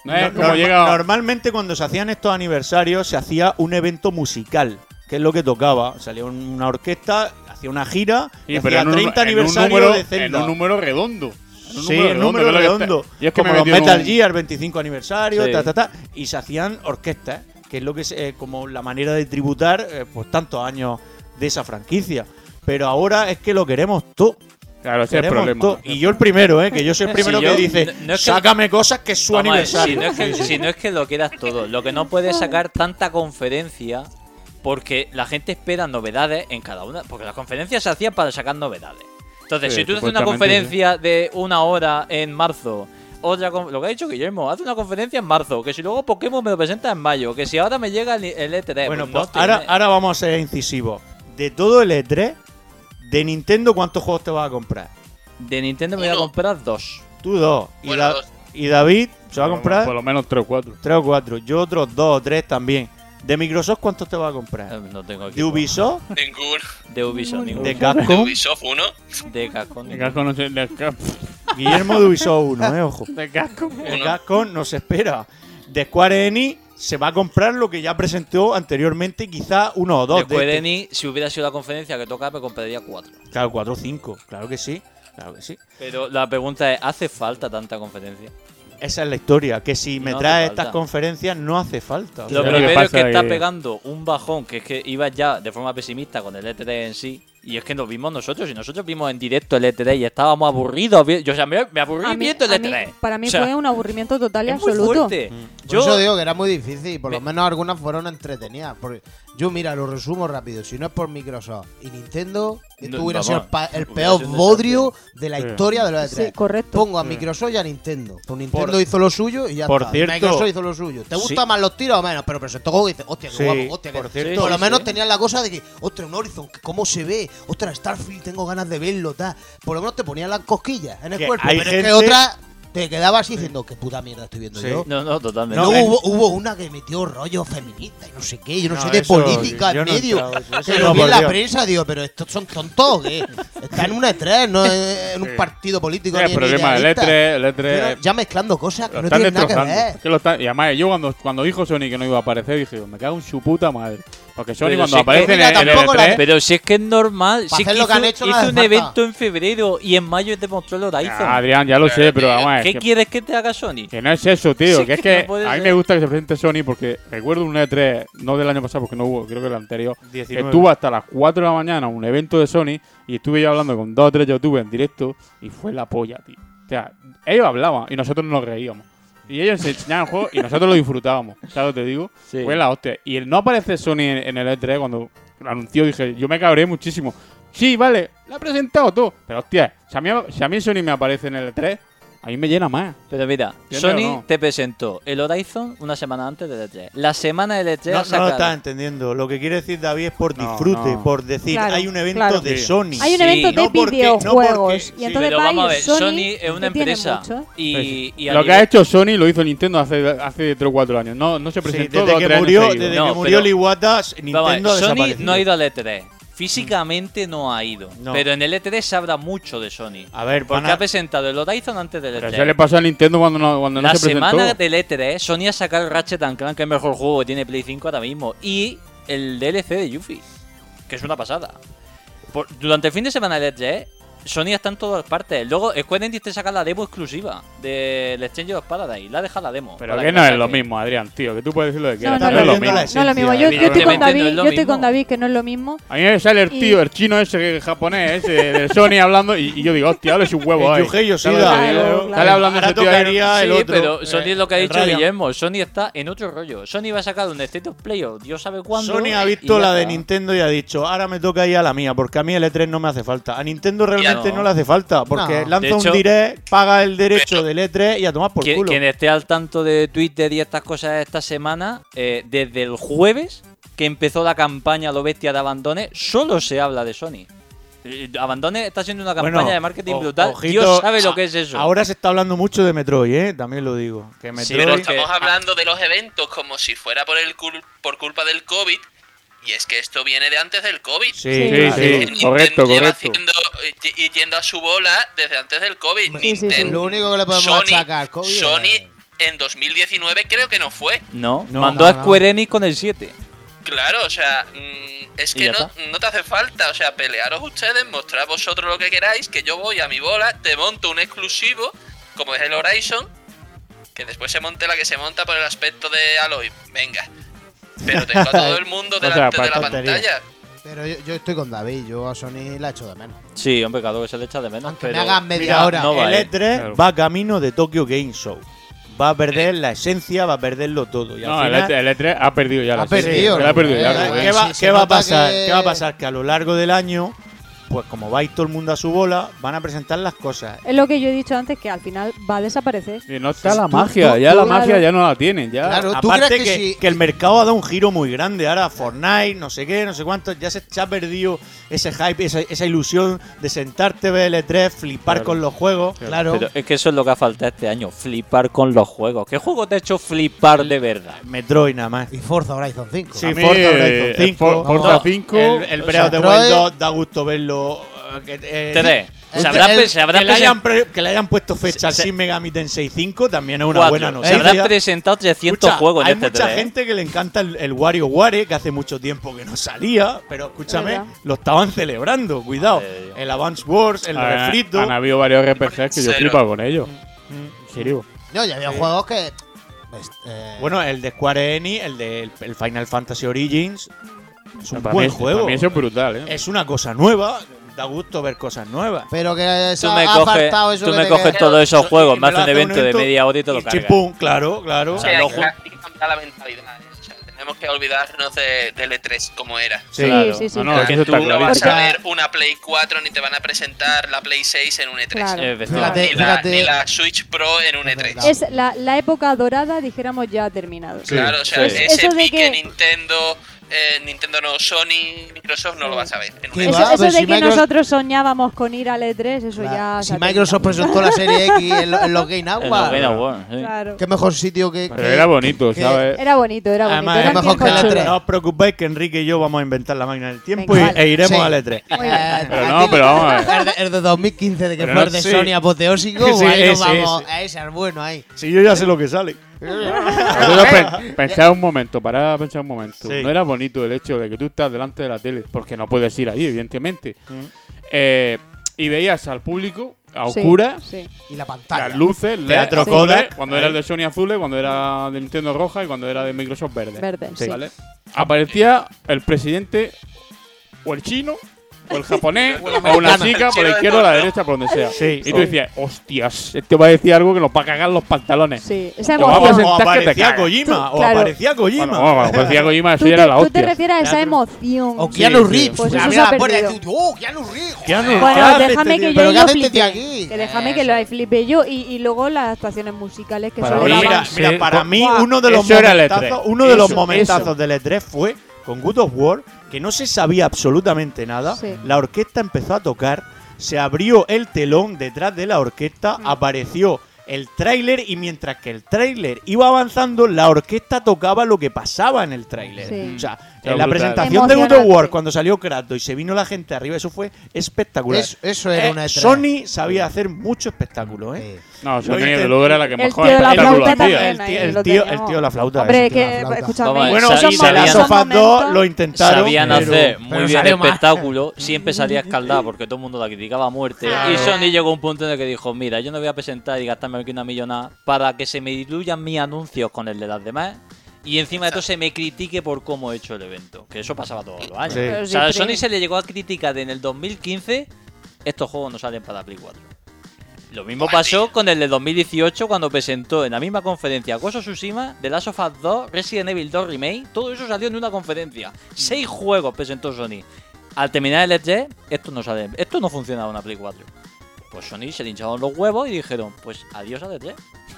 Speaker 13: No es
Speaker 8: No-
Speaker 13: Eh, como
Speaker 8: norma-
Speaker 13: llega.
Speaker 8: Normalmente cuando se hacían estos aniversarios se hacía un evento musical, que es lo que tocaba. Salía una orquesta, hacía una gira
Speaker 13: Sí,
Speaker 8: y
Speaker 13: pero
Speaker 8: hacía
Speaker 13: en un-
Speaker 8: 30
Speaker 13: en un
Speaker 8: aniversario
Speaker 13: número-
Speaker 8: de Zelda.
Speaker 13: en un número redondo. En un número
Speaker 8: sí, en
Speaker 13: redondo,
Speaker 8: número
Speaker 13: que es lo que
Speaker 8: redondo.
Speaker 13: está- y es que
Speaker 8: como
Speaker 13: me
Speaker 8: los
Speaker 13: metí en
Speaker 8: Metal
Speaker 13: un-
Speaker 8: Gear, 25 aniversario,
Speaker 13: Sí.
Speaker 8: ta, ta, ta, y se hacían orquestas, que es lo que es eh, como la manera de tributar eh, pues tantos años de esa franquicia. Pero ahora es que lo queremos todo.
Speaker 13: Claro, ese es el problema.
Speaker 8: Y yo el primero, ¿eh? que yo soy
Speaker 13: <laughs>
Speaker 5: Si
Speaker 8: el primero
Speaker 5: yo-
Speaker 8: que dice,
Speaker 5: no- no es que-
Speaker 8: sácame cosas que es su
Speaker 5: Vamos a ver,
Speaker 8: aniversario.
Speaker 5: Si no, es que, si no es que lo quieras todo, lo que no
Speaker 6: <laughs>
Speaker 5: puedes sacar tanta conferencia porque la gente espera novedades en cada una. Porque las conferencias se hacían para sacar novedades. Entonces,
Speaker 10: Sí,
Speaker 5: si tú haces una
Speaker 10: supuestamente,
Speaker 5: conferencia de una hora en marzo, otra con- lo que ha dicho Guillermo, haz una conferencia en marzo, que si luego Pokémon me lo presenta en mayo, que si ahora me llega el, el E3,
Speaker 8: Bueno,
Speaker 5: pues no
Speaker 8: pues ahora,
Speaker 5: tiene-
Speaker 8: ahora vamos a ser incisivos. De todo el E3, de Nintendo, ¿cuántos juegos te vas a comprar?
Speaker 5: de Nintendo me voy a comprar dos.
Speaker 8: Tú dos. Y, Da- y David se va
Speaker 13: Por
Speaker 8: a
Speaker 13: lo-
Speaker 8: comprar.
Speaker 13: por lo menos tres o cuatro.
Speaker 8: Tres o cuatro. Yo otros dos o tres también. ¿De Microsoft cuántos te vas a comprar?
Speaker 5: Eh, No tengo
Speaker 8: ¿De Ubisoft?
Speaker 6: Ninguno.
Speaker 5: De Ubisoft, ninguno.
Speaker 8: ¿De Capcom?
Speaker 6: Ubisoft uno.
Speaker 5: De Capcom.
Speaker 13: De Gasco no sé, de Gasco-
Speaker 8: Guillermo de Ubisoft 1, eh, ojo.
Speaker 13: De Gasco.
Speaker 8: El Gascon nos espera. De Square Enix se va a comprar lo que ya presentó anteriormente, quizá uno o dos.
Speaker 5: Después
Speaker 8: este.
Speaker 5: de Ni, si hubiera sido la conferencia que toca, me compraría cuatro.
Speaker 8: Claro, 4 o 5, claro que sí. Claro que sí.
Speaker 5: Pero la pregunta es, ¿hace falta tanta conferencia?
Speaker 8: Esa es la historia, que si me
Speaker 5: No hace
Speaker 8: trae
Speaker 5: falta.
Speaker 8: estas conferencias no hace falta. O
Speaker 5: Lo
Speaker 8: sea,
Speaker 5: primero es que está
Speaker 8: pegando
Speaker 5: pegando un bajón, que es que iba ya de forma pesimista con el E3 en sí. Y es que nos vimos nosotros, y nosotros vimos en directo el E3 y estábamos aburridos. vi- Yo, o sea, me, me aburrí
Speaker 9: A mí-
Speaker 5: viendo el E
Speaker 9: a mí-
Speaker 5: E3.
Speaker 9: para mí
Speaker 5: O sea,
Speaker 9: fue un aburrimiento total y
Speaker 5: es muy
Speaker 9: absoluto.
Speaker 5: fuerte.
Speaker 13: Mm.
Speaker 3: Por
Speaker 5: Yo-
Speaker 3: eso Pues digo que era muy difícil, por lo menos algunas fueron entretenidas. Porque yo, mira, lo resumo rápido. Si no es por Microsoft y Nintendo, esto
Speaker 5: No,
Speaker 3: hubiera
Speaker 5: vamos,
Speaker 3: sido el, pa- el
Speaker 5: hubiera
Speaker 3: peor
Speaker 5: sido un
Speaker 3: bodrio de la
Speaker 8: Sí.
Speaker 3: historia de los E3.
Speaker 9: Sí, correcto.
Speaker 3: Pongo a
Speaker 8: Sí.
Speaker 3: Microsoft y a Nintendo. Pues Nintendo
Speaker 8: Por-
Speaker 3: hizo lo suyo y ya
Speaker 8: por
Speaker 3: está.
Speaker 8: cierto-
Speaker 3: Microsoft hizo lo suyo. ¿Te gustan
Speaker 8: Sí.
Speaker 3: más los tiros o menos? Pero presentó juego y dices, hostia, qué
Speaker 8: Sí,
Speaker 3: guapo, hostia.
Speaker 8: por
Speaker 3: que-
Speaker 8: cierto.
Speaker 3: por lo
Speaker 8: Sí,
Speaker 3: menos
Speaker 8: sí.
Speaker 3: tenían la cosa de que, ostras, un Horizon, que ¿cómo se ve? Ostras, Starfield, tengo ganas de verlo, tal. Por lo menos te ponían las cosquillas en el
Speaker 8: Que
Speaker 3: cuerpo.
Speaker 8: hay
Speaker 3: Pero es que
Speaker 8: gente-
Speaker 3: otra te quedaba así diciendo, qué puta mierda estoy viendo yo.
Speaker 5: No, no, totalmente.
Speaker 3: No,
Speaker 5: Ven.
Speaker 3: hubo, hubo una que metió rollo feminista y no sé qué, yo no,
Speaker 8: No,
Speaker 3: sé de
Speaker 8: eso-
Speaker 3: política
Speaker 8: yo
Speaker 3: en
Speaker 8: no he
Speaker 3: medio.
Speaker 8: entrado, eso- eso
Speaker 3: Pero
Speaker 8: no,
Speaker 3: vi en
Speaker 8: por
Speaker 3: la
Speaker 8: Dios.
Speaker 3: prensa, digo, pero estos son tontos, ¿qué? Están en una E3, no en un partido político.
Speaker 13: Sí,
Speaker 3: ni
Speaker 13: el problema del
Speaker 3: idealista.
Speaker 13: E3, el E3,
Speaker 3: Pero ya mezclando cosas
Speaker 13: Lo
Speaker 3: que no
Speaker 13: están
Speaker 3: tienen nada que
Speaker 13: destrozando.
Speaker 3: ver.
Speaker 13: Es que lo están- y además, yo cuando, cuando dijo Sony que no iba a aparecer, dije, me cago en su puta madre. Porque Sony
Speaker 5: Pero si
Speaker 13: cuando
Speaker 5: es que-
Speaker 13: aparece en,
Speaker 5: Mira,
Speaker 13: el- en el E
Speaker 5: tampoco la-
Speaker 13: E3,
Speaker 5: Pero si es que es normal.
Speaker 3: Pa'
Speaker 5: Si es
Speaker 3: hacer
Speaker 5: que
Speaker 3: lo que han
Speaker 5: hizo,
Speaker 3: hecho no
Speaker 5: hizo
Speaker 3: hace
Speaker 5: un
Speaker 3: falta.
Speaker 5: evento en febrero y en mayo te mostró el Horizon.
Speaker 13: Ah, Adrián, ya lo sé, pero vamos a ver,
Speaker 5: ¿Qué
Speaker 13: que-
Speaker 5: quieres que te haga Sony?
Speaker 13: Que no es eso, tío.
Speaker 5: Sí,
Speaker 13: que
Speaker 5: que
Speaker 13: es que
Speaker 5: no puede
Speaker 13: a mí
Speaker 5: ser.
Speaker 13: me gusta que se presente Sony porque recuerdo un E3, no del año pasado porque no hubo, creo que el anterior.
Speaker 8: 19.
Speaker 13: Que estuvo hasta las 4 de la mañana un evento de Sony y estuve yo hablando con dos o tres youtubers en directo y fue la polla, tío. O sea, ellos hablaban y nosotros nos reíamos. Y ellos se enseñaban el juego y nosotros lo disfrutábamos. ¿Sabes lo que te digo?
Speaker 5: Sí.
Speaker 13: Fue la hostia. Y el no aparece Sony en, en el E3 cuando lo anunció, dije, yo me cabré muchísimo. Sí, vale, la ha presentado todo. Pero hostia, si a mí, si a mí Sony me aparece en el E3, a mí me llena más.
Speaker 5: Pero mira,
Speaker 13: ¿Entiendes
Speaker 5: Sony
Speaker 13: o no?
Speaker 5: te presentó el Horizon una semana antes del E3. La semana del E E3
Speaker 8: No, no lo
Speaker 5: sacaron-
Speaker 8: estás entendiendo. Lo que quiere decir David es por
Speaker 13: No,
Speaker 8: disfrute,
Speaker 13: no.
Speaker 8: por decir
Speaker 9: Claro,
Speaker 8: hay un evento
Speaker 9: claro.
Speaker 8: de
Speaker 13: Sí.
Speaker 8: Sony.
Speaker 9: Hay un evento de
Speaker 8: no porque- No porque,
Speaker 9: videojuegos. y entonces
Speaker 5: Pero
Speaker 9: va
Speaker 5: vamos a
Speaker 9: ir
Speaker 5: ver,
Speaker 9: Sony,
Speaker 5: Sony, es una
Speaker 9: que tiene
Speaker 5: empresa.
Speaker 9: mucho.
Speaker 8: Pues,
Speaker 5: Y, y a
Speaker 13: Lo que ha
Speaker 5: nivel-
Speaker 13: hecho Sony lo hizo Nintendo hace, hace 3 o 4 años. No, no se
Speaker 8: Sí,
Speaker 13: presentó
Speaker 8: desde
Speaker 13: dos o
Speaker 8: que
Speaker 13: tres
Speaker 8: murió,
Speaker 13: años
Speaker 8: desde
Speaker 13: seguidos.
Speaker 5: No,
Speaker 8: que
Speaker 5: pero-
Speaker 8: murió el Iwata,
Speaker 5: Vamos a ver,
Speaker 8: Nintendo ha
Speaker 5: Sony
Speaker 8: desaparecido.
Speaker 5: no ha ido al E3. Físicamente no ha ido.
Speaker 8: No.
Speaker 5: Pero en el E3 se habla mucho de Sony.
Speaker 8: A ver,
Speaker 5: Porque
Speaker 8: van a-
Speaker 5: ha presentado el Horizon antes del
Speaker 13: Pero
Speaker 5: E3.
Speaker 13: eso le pasó a Nintendo cuando no, cuando no
Speaker 5: la
Speaker 13: se presentó.
Speaker 5: semana del E3, Sony ha sacado el Ratchet and Clank, que es el mejor juego que tiene Play 5 ahora mismo, y el DLC de Yuffie, que es una pasada. Por- durante el fin de semana del E3, Sony está en todas partes. Luego, Square Enix te saca la demo exclusiva del Exchange of Paradise, la deja la demo.
Speaker 13: Pero
Speaker 5: para
Speaker 13: que no
Speaker 5: la
Speaker 13: es lo
Speaker 5: saque.
Speaker 13: mismo, Adrián, tío. Que tú puedes decir lo que
Speaker 9: No,
Speaker 13: quieras.
Speaker 9: no,
Speaker 8: Está
Speaker 9: no,
Speaker 13: es
Speaker 9: no,
Speaker 13: lo
Speaker 8: perdiendo
Speaker 13: mismo.
Speaker 8: la
Speaker 9: no, no, lo mismo. Yo, yo estoy
Speaker 5: Evidentemente
Speaker 9: con
Speaker 5: no
Speaker 9: David,
Speaker 5: es lo
Speaker 9: yo estoy con
Speaker 5: mismo.
Speaker 9: David, que no es lo mismo.
Speaker 13: A mí me sale el
Speaker 9: Y-
Speaker 13: tío, el chino ese, que- el japonés ese, del Sony hablando. Y, y yo digo, hostia, dale un huevo
Speaker 8: El
Speaker 13: ahí.
Speaker 8: Yuhei Yoshida.
Speaker 13: Sale-
Speaker 9: Claro, claro.
Speaker 13: Sale hablando ese
Speaker 8: Ahora
Speaker 13: tío ahí.
Speaker 8: tocaría el
Speaker 5: Sí,
Speaker 8: otro. eh,
Speaker 5: pero Sony es lo que ha
Speaker 8: el
Speaker 5: dicho
Speaker 8: Radiant.
Speaker 5: Guillermo. Sony está en otro rollo. Sony va a sacar un State of Play, o Dios sabe cuándo. eh,
Speaker 8: Sony ha
Speaker 5: y
Speaker 8: visto
Speaker 5: ya
Speaker 8: la de
Speaker 5: está.
Speaker 8: Nintendo y ha dicho, ahora me toca ir a la mía, porque a mí el E3 no me hace falta. A Nintendo realmente
Speaker 5: no.
Speaker 8: no, le hace falta, porque
Speaker 3: No.
Speaker 8: lanza
Speaker 5: De hecho-
Speaker 8: un direct, paga el derecho del E3 y a tomar por
Speaker 5: Quien-
Speaker 8: culo.
Speaker 5: Quien esté al tanto de Twitter y estas cosas esta semana, eh, desde el jueves que empezó la campaña Lo Bestia de Abandone, solo se habla de Sony. Eh, Abandone está siendo una campaña
Speaker 8: Bueno,
Speaker 5: de marketing
Speaker 8: o-
Speaker 5: brutal.
Speaker 8: ojito,
Speaker 5: Dios sabe lo que es eso.
Speaker 8: Ah, Ahora se está hablando mucho de Metroid, ¿eh? También lo digo. Que
Speaker 5: Sí,
Speaker 8: Metroid-
Speaker 6: Pero
Speaker 5: Creo que-
Speaker 6: estamos hablando de los eventos como si fuera por, el cul- por culpa del COVID. Y es que esto viene de antes del COVID.
Speaker 8: Sí,
Speaker 9: Sí,
Speaker 8: claro.
Speaker 13: sí.
Speaker 6: Nintendo
Speaker 13: correcto,
Speaker 6: lleva
Speaker 13: correcto.
Speaker 6: haciendo- y- y yendo a su bola desde antes del COVID.
Speaker 9: Sí, sí, sí.
Speaker 6: Nintendo-
Speaker 3: Lo único que le podemos
Speaker 6: Sony,
Speaker 3: achacar al COVID es-
Speaker 6: Sony en 2019 creo que no fue.
Speaker 5: no,
Speaker 8: No,
Speaker 5: mandó
Speaker 3: no,
Speaker 5: a
Speaker 3: no.
Speaker 5: Square Enix con el 7.
Speaker 6: Claro, o sea, mm, es
Speaker 5: Y
Speaker 6: que
Speaker 5: ya
Speaker 6: no, no te hace falta, o sea, pelearos ustedes, mostrad vosotros lo que queráis, que yo voy a mi bola, te monto un exclusivo, como es el Horizon, que después se monte la que se monta por el aspecto de Aloy, venga. Pero tengo a
Speaker 3: <laughs>
Speaker 6: todo el mundo
Speaker 13: O sea,
Speaker 6: delante de la
Speaker 13: para tontería.
Speaker 6: pantalla.
Speaker 3: Pero yo, yo estoy con David, yo a Sony la echo de menos.
Speaker 5: Sí, hombre, claro que se le echa de menos.
Speaker 3: Aunque
Speaker 5: Pero
Speaker 3: me hagan media
Speaker 8: Mira,
Speaker 3: hora.
Speaker 5: no eh.
Speaker 8: el
Speaker 5: vale.
Speaker 8: E3
Speaker 13: Claro. Eh.
Speaker 8: va camino de Tokyo Game Show. Va a perder la esencia, va a perderlo todo. Y al
Speaker 13: No, el
Speaker 8: final-
Speaker 13: E3, el E3 ha perdido ya.
Speaker 3: Ha
Speaker 13: la serie.
Speaker 3: perdido,
Speaker 13: Ya la ha
Speaker 3: ¿no?
Speaker 13: perdido ya,
Speaker 3: Eh,
Speaker 13: Rubén.
Speaker 8: ¿Qué, va,
Speaker 3: Sí, se
Speaker 8: qué va a
Speaker 3: nota
Speaker 8: pasar?
Speaker 3: que-
Speaker 8: ¿Qué va a pasar? Que a lo largo del año, pues como vais todo el mundo a su bola, van a presentar las cosas.
Speaker 9: Es lo que yo he dicho antes, que al final va a desaparecer.
Speaker 13: Y no está la
Speaker 9: Tú-
Speaker 13: magia,
Speaker 9: tú-
Speaker 13: ya
Speaker 9: tú-
Speaker 13: la
Speaker 9: claro.
Speaker 13: magia ya no la tienen. Ya.
Speaker 3: Claro. ¿tú
Speaker 8: Aparte
Speaker 3: crees
Speaker 8: que,
Speaker 3: que si-
Speaker 8: que el mercado ha dado un giro muy grande. Ahora Fortnite, no sé qué, no sé cuánto, ya se, se ha perdido ese hype, esa, esa ilusión de sentarte, ver el E3, flipar
Speaker 13: Claro.
Speaker 8: con los juegos.
Speaker 3: Claro.
Speaker 5: Pero es que eso es lo que ha faltado este año, flipar con los juegos. ¿Qué juego te ha hecho flipar de verdad?
Speaker 8: Metroid nada más.
Speaker 3: Y Forza Horizon 5.
Speaker 8: Sí,
Speaker 13: A mí,
Speaker 8: Forza
Speaker 13: eh,
Speaker 8: Horizon 5.
Speaker 13: For- Forza
Speaker 8: No,
Speaker 13: 5,
Speaker 8: El, el Breath of the
Speaker 3: Metroid-
Speaker 8: Wild 2 da gusto verlo que, eh,
Speaker 5: Tres.
Speaker 8: el-
Speaker 5: Se habrán
Speaker 8: el-
Speaker 5: pe- se habrán
Speaker 8: que, le
Speaker 5: presen-
Speaker 8: hayan pre- que le hayan puesto fecha al
Speaker 5: se-
Speaker 8: Shin Megami Tensei 5 también es una
Speaker 5: Cuatro.
Speaker 8: buena
Speaker 5: Se
Speaker 8: noticia.
Speaker 5: habrán presentado 300
Speaker 8: Escucha,
Speaker 5: juegos en
Speaker 8: Hay
Speaker 5: este
Speaker 8: mucha
Speaker 5: tres, ¿eh?
Speaker 8: gente que le encanta el, el WarioWare, que hace mucho tiempo que no salía, pero escúchame,
Speaker 13: Verdad.
Speaker 8: lo estaban celebrando, cuidado. El Advance Wars, el
Speaker 13: Han-
Speaker 8: refrito.
Speaker 13: Han habido varios RPGs que yo
Speaker 8: Cero.
Speaker 13: flipa con ellos.
Speaker 8: Mm.
Speaker 13: Serio.
Speaker 3: No, ya había
Speaker 8: Sí.
Speaker 3: juegos que. pues, eh,
Speaker 8: Bueno, el de Square Enix, el de el Final Fantasy Origins. Es un
Speaker 13: Para
Speaker 8: buen
Speaker 13: mí-
Speaker 8: juego.
Speaker 13: para mí eso es brutal, ¿eh?
Speaker 8: Es una cosa nueva. Da gusto ver cosas nuevas.
Speaker 3: Pero que
Speaker 5: Tú me coges, tú me coges todos esos juegos, me haces un evento de media hora y todo carga.
Speaker 8: Chimpum, claro, claro.
Speaker 5: O sea, lo ju-
Speaker 6: Hay que cambiar la mentalidad. ¿eh? O sea, tenemos que olvidarnos de, del E3 como era.
Speaker 8: Sí, Claro. sí, sí, No, no, claro.
Speaker 6: Porque
Speaker 8: eso
Speaker 6: tú
Speaker 8: está
Speaker 6: no vas
Speaker 8: clarísimo.
Speaker 6: a ver una Play 4 ni te van a presentar la Play 6 en un E3.
Speaker 9: Claro.
Speaker 5: Eh,
Speaker 3: Fíjate,
Speaker 6: ni, la,
Speaker 3: fíjate.
Speaker 6: ni la Switch Pro en un E E3.
Speaker 9: Es la, la época dorada, dijéramos, ya ha terminado.
Speaker 6: Claro, o sea,
Speaker 9: Sí.
Speaker 6: ese
Speaker 9: Eso de
Speaker 6: pique
Speaker 9: que-
Speaker 6: Nintendo, eh, Nintendo no, Sony, Microsoft no lo vas a ver. en un
Speaker 3: ¿Qué
Speaker 6: E3.
Speaker 3: va? Pero
Speaker 9: Eso de
Speaker 3: Ah, pues si
Speaker 9: que
Speaker 3: Microsoft-
Speaker 9: nosotros soñábamos con ir al E3, eso ya. se
Speaker 3: si
Speaker 9: ha
Speaker 3: Microsoft presentó la
Speaker 5: <laughs>
Speaker 3: serie X en, lo- en los Game Awards.
Speaker 5: En los Game Awards, sí.
Speaker 9: Claro.
Speaker 3: Qué mejor sitio que.
Speaker 13: Pero
Speaker 3: que-
Speaker 13: era bonito,
Speaker 3: que-
Speaker 13: ¿sabes?
Speaker 9: Era bonito, era bonito.
Speaker 8: Además,
Speaker 9: eran
Speaker 8: es mejor
Speaker 3: E
Speaker 8: que
Speaker 9: tiempos
Speaker 8: la
Speaker 9: chulos.
Speaker 8: E3. No os preocupéis que Enrique y yo vamos a inventar la máquina del tiempo
Speaker 3: Venga,
Speaker 8: y-
Speaker 3: vale.
Speaker 8: e iremos
Speaker 3: Sí.
Speaker 8: al E3.
Speaker 3: Muy bien.
Speaker 13: Pero no, pero vamos a ver.
Speaker 3: Eh, El de, el de 2015, de que
Speaker 8: Pero
Speaker 3: fue
Speaker 8: no-
Speaker 3: el de
Speaker 8: sí.
Speaker 3: Sony apoteósico.
Speaker 8: <laughs> Sí,
Speaker 3: ahí nos
Speaker 8: ese,
Speaker 3: vamos.
Speaker 8: ese.
Speaker 3: A ese es bueno ahí.
Speaker 8: Si yo ya sé lo
Speaker 3: <laughs>
Speaker 8: que sale.
Speaker 13: Vosotros pen- pensad un momento, parad a pensar un momento.
Speaker 8: Sí.
Speaker 13: No era bonito el hecho de que tú estás delante de la tele, porque no puedes ir ahí, evidentemente.
Speaker 8: Mm.
Speaker 13: Eh, y veías al público a
Speaker 9: Sí,
Speaker 13: oscuras,
Speaker 9: sí.
Speaker 3: Y la pantalla.
Speaker 13: las luces, LED,
Speaker 8: Teatro
Speaker 13: azules,
Speaker 8: Kodak.
Speaker 13: cuando era el de Sony azul, cuando era de Nintendo roja y cuando era de Microsoft verde.
Speaker 9: Verde, sí.
Speaker 13: ¿Vale? Aparecía el presidente o el chino. O
Speaker 8: <laughs>
Speaker 13: el japonés,
Speaker 8: O el
Speaker 13: o una
Speaker 8: americano.
Speaker 13: chica, por
Speaker 8: Chino
Speaker 13: la
Speaker 8: de
Speaker 13: izquierda o la
Speaker 8: turno.
Speaker 13: derecha, por donde sea.
Speaker 8: Sí,
Speaker 13: y
Speaker 8: sí.
Speaker 13: tú decías, hostias, este va a decir algo que nos va a cagar los pantalones.
Speaker 9: Sí, esa
Speaker 13: Te vamos a
Speaker 9: emoción.
Speaker 13: sentar que te
Speaker 8: aparecía
Speaker 13: cagas.
Speaker 8: Kojima,
Speaker 9: Tú- o claro. aparecía
Speaker 8: Kojima.
Speaker 13: Bueno, bueno, cuando
Speaker 8: <laughs>
Speaker 13: aparecía Kojima, eso
Speaker 9: ¿Tú,
Speaker 13: ya era
Speaker 9: te,
Speaker 13: la
Speaker 9: tú te
Speaker 13: hostia.
Speaker 9: refieres a esa emoción.
Speaker 3: O Keanu
Speaker 13: sí.
Speaker 3: Reeves.
Speaker 9: Pues eso
Speaker 3: Abría
Speaker 9: se ha
Speaker 3: la puerta y
Speaker 9: perdido.
Speaker 3: decía, ¡Oh, Keanu Reeves!
Speaker 9: Bueno, déjame que yo
Speaker 3: ¿Pero
Speaker 9: ahí
Speaker 3: qué
Speaker 9: lo
Speaker 3: hace este tío
Speaker 9: flipe.
Speaker 3: aquí?
Speaker 9: Que déjame que lo flipe yo. Y, y luego las actuaciones musicales que
Speaker 13: Para
Speaker 9: son
Speaker 13: mí,
Speaker 9: la
Speaker 8: Mira,
Speaker 9: banda.
Speaker 8: mira, para mí
Speaker 9: Guau.
Speaker 8: uno de los
Speaker 13: Eso era el E3.
Speaker 8: momentazos, uno de los
Speaker 13: Eso,
Speaker 8: momentazos
Speaker 13: eso.
Speaker 8: del E3 fue con Good of War, que no se sabía absolutamente nada.
Speaker 9: Sí.
Speaker 8: La orquesta empezó a tocar, se abrió el telón detrás de la orquesta,
Speaker 9: Mm.
Speaker 8: apareció el tráiler y mientras que el tráiler iba avanzando, la orquesta tocaba lo que pasaba en el tráiler.
Speaker 9: Sí.
Speaker 8: O sea,
Speaker 13: Qué
Speaker 8: en la
Speaker 13: Mm. brutal.
Speaker 8: presentación de Good of
Speaker 9: Emocionante.
Speaker 8: War, cuando salió Kratos y se vino la gente arriba, eso fue espectacular.
Speaker 3: Eso- eso era
Speaker 8: Eh,
Speaker 13: E
Speaker 3: una E3.
Speaker 8: Sony sabía hacer mucho espectáculo, ¿eh?
Speaker 13: No,
Speaker 8: Lo
Speaker 13: Sony desde
Speaker 8: intent-
Speaker 13: luego era la que
Speaker 9: El
Speaker 13: mejor
Speaker 9: tío de la
Speaker 13: espectáculo
Speaker 9: flauta
Speaker 13: hacía.
Speaker 9: también.
Speaker 8: el tío,
Speaker 9: ahí
Speaker 8: el
Speaker 9: lo
Speaker 8: tío,
Speaker 9: teníamos.
Speaker 8: el tío de la flauta.
Speaker 9: Hombre,
Speaker 8: ese tío de la
Speaker 9: que
Speaker 8: flauta.
Speaker 9: escúchame.
Speaker 5: Vamos a ver,
Speaker 8: Bueno,
Speaker 5: Sal-
Speaker 8: sí,
Speaker 9: son
Speaker 8: se la
Speaker 5: sabían-
Speaker 9: momentos-
Speaker 8: sofá
Speaker 9: son
Speaker 8: 2 lo
Speaker 9: momentos-
Speaker 8: intentaron.
Speaker 5: sabían
Speaker 8: pero-
Speaker 5: hacer
Speaker 8: pero
Speaker 5: muy bien
Speaker 8: salió
Speaker 5: el
Speaker 8: mal.
Speaker 5: espectáculo, siempre
Speaker 8: <laughs>
Speaker 5: salía escaldada porque todo el mundo la criticaba a muerte. Y Sony llegó a un punto en el que dijo, mira, yo no voy a presentar y gastarme aquí una millonada para que se me diluyan mis anuncios con el de las demás. Y encima de todo se me critique por cómo he hecho el evento. Que eso pasaba todos los años.
Speaker 8: Sí. Pero
Speaker 5: O sea, a
Speaker 9: sí, pero-
Speaker 5: Sony se le llegó a criticar de en el 2015, estos juegos no salen para Play 4. Lo mismo pasó con el de 2018 cuando presentó en la misma conferencia Gozo Tsushima, The Last of Us 2, Resident Evil 2 Remake, todo eso salió en una conferencia. Seis juegos presentó Sony. Al terminar el E3, esto no sale, esto no funciona en una Play 4. Pues Sony se le hincharon los huevos y dijeron, pues adiós al E3.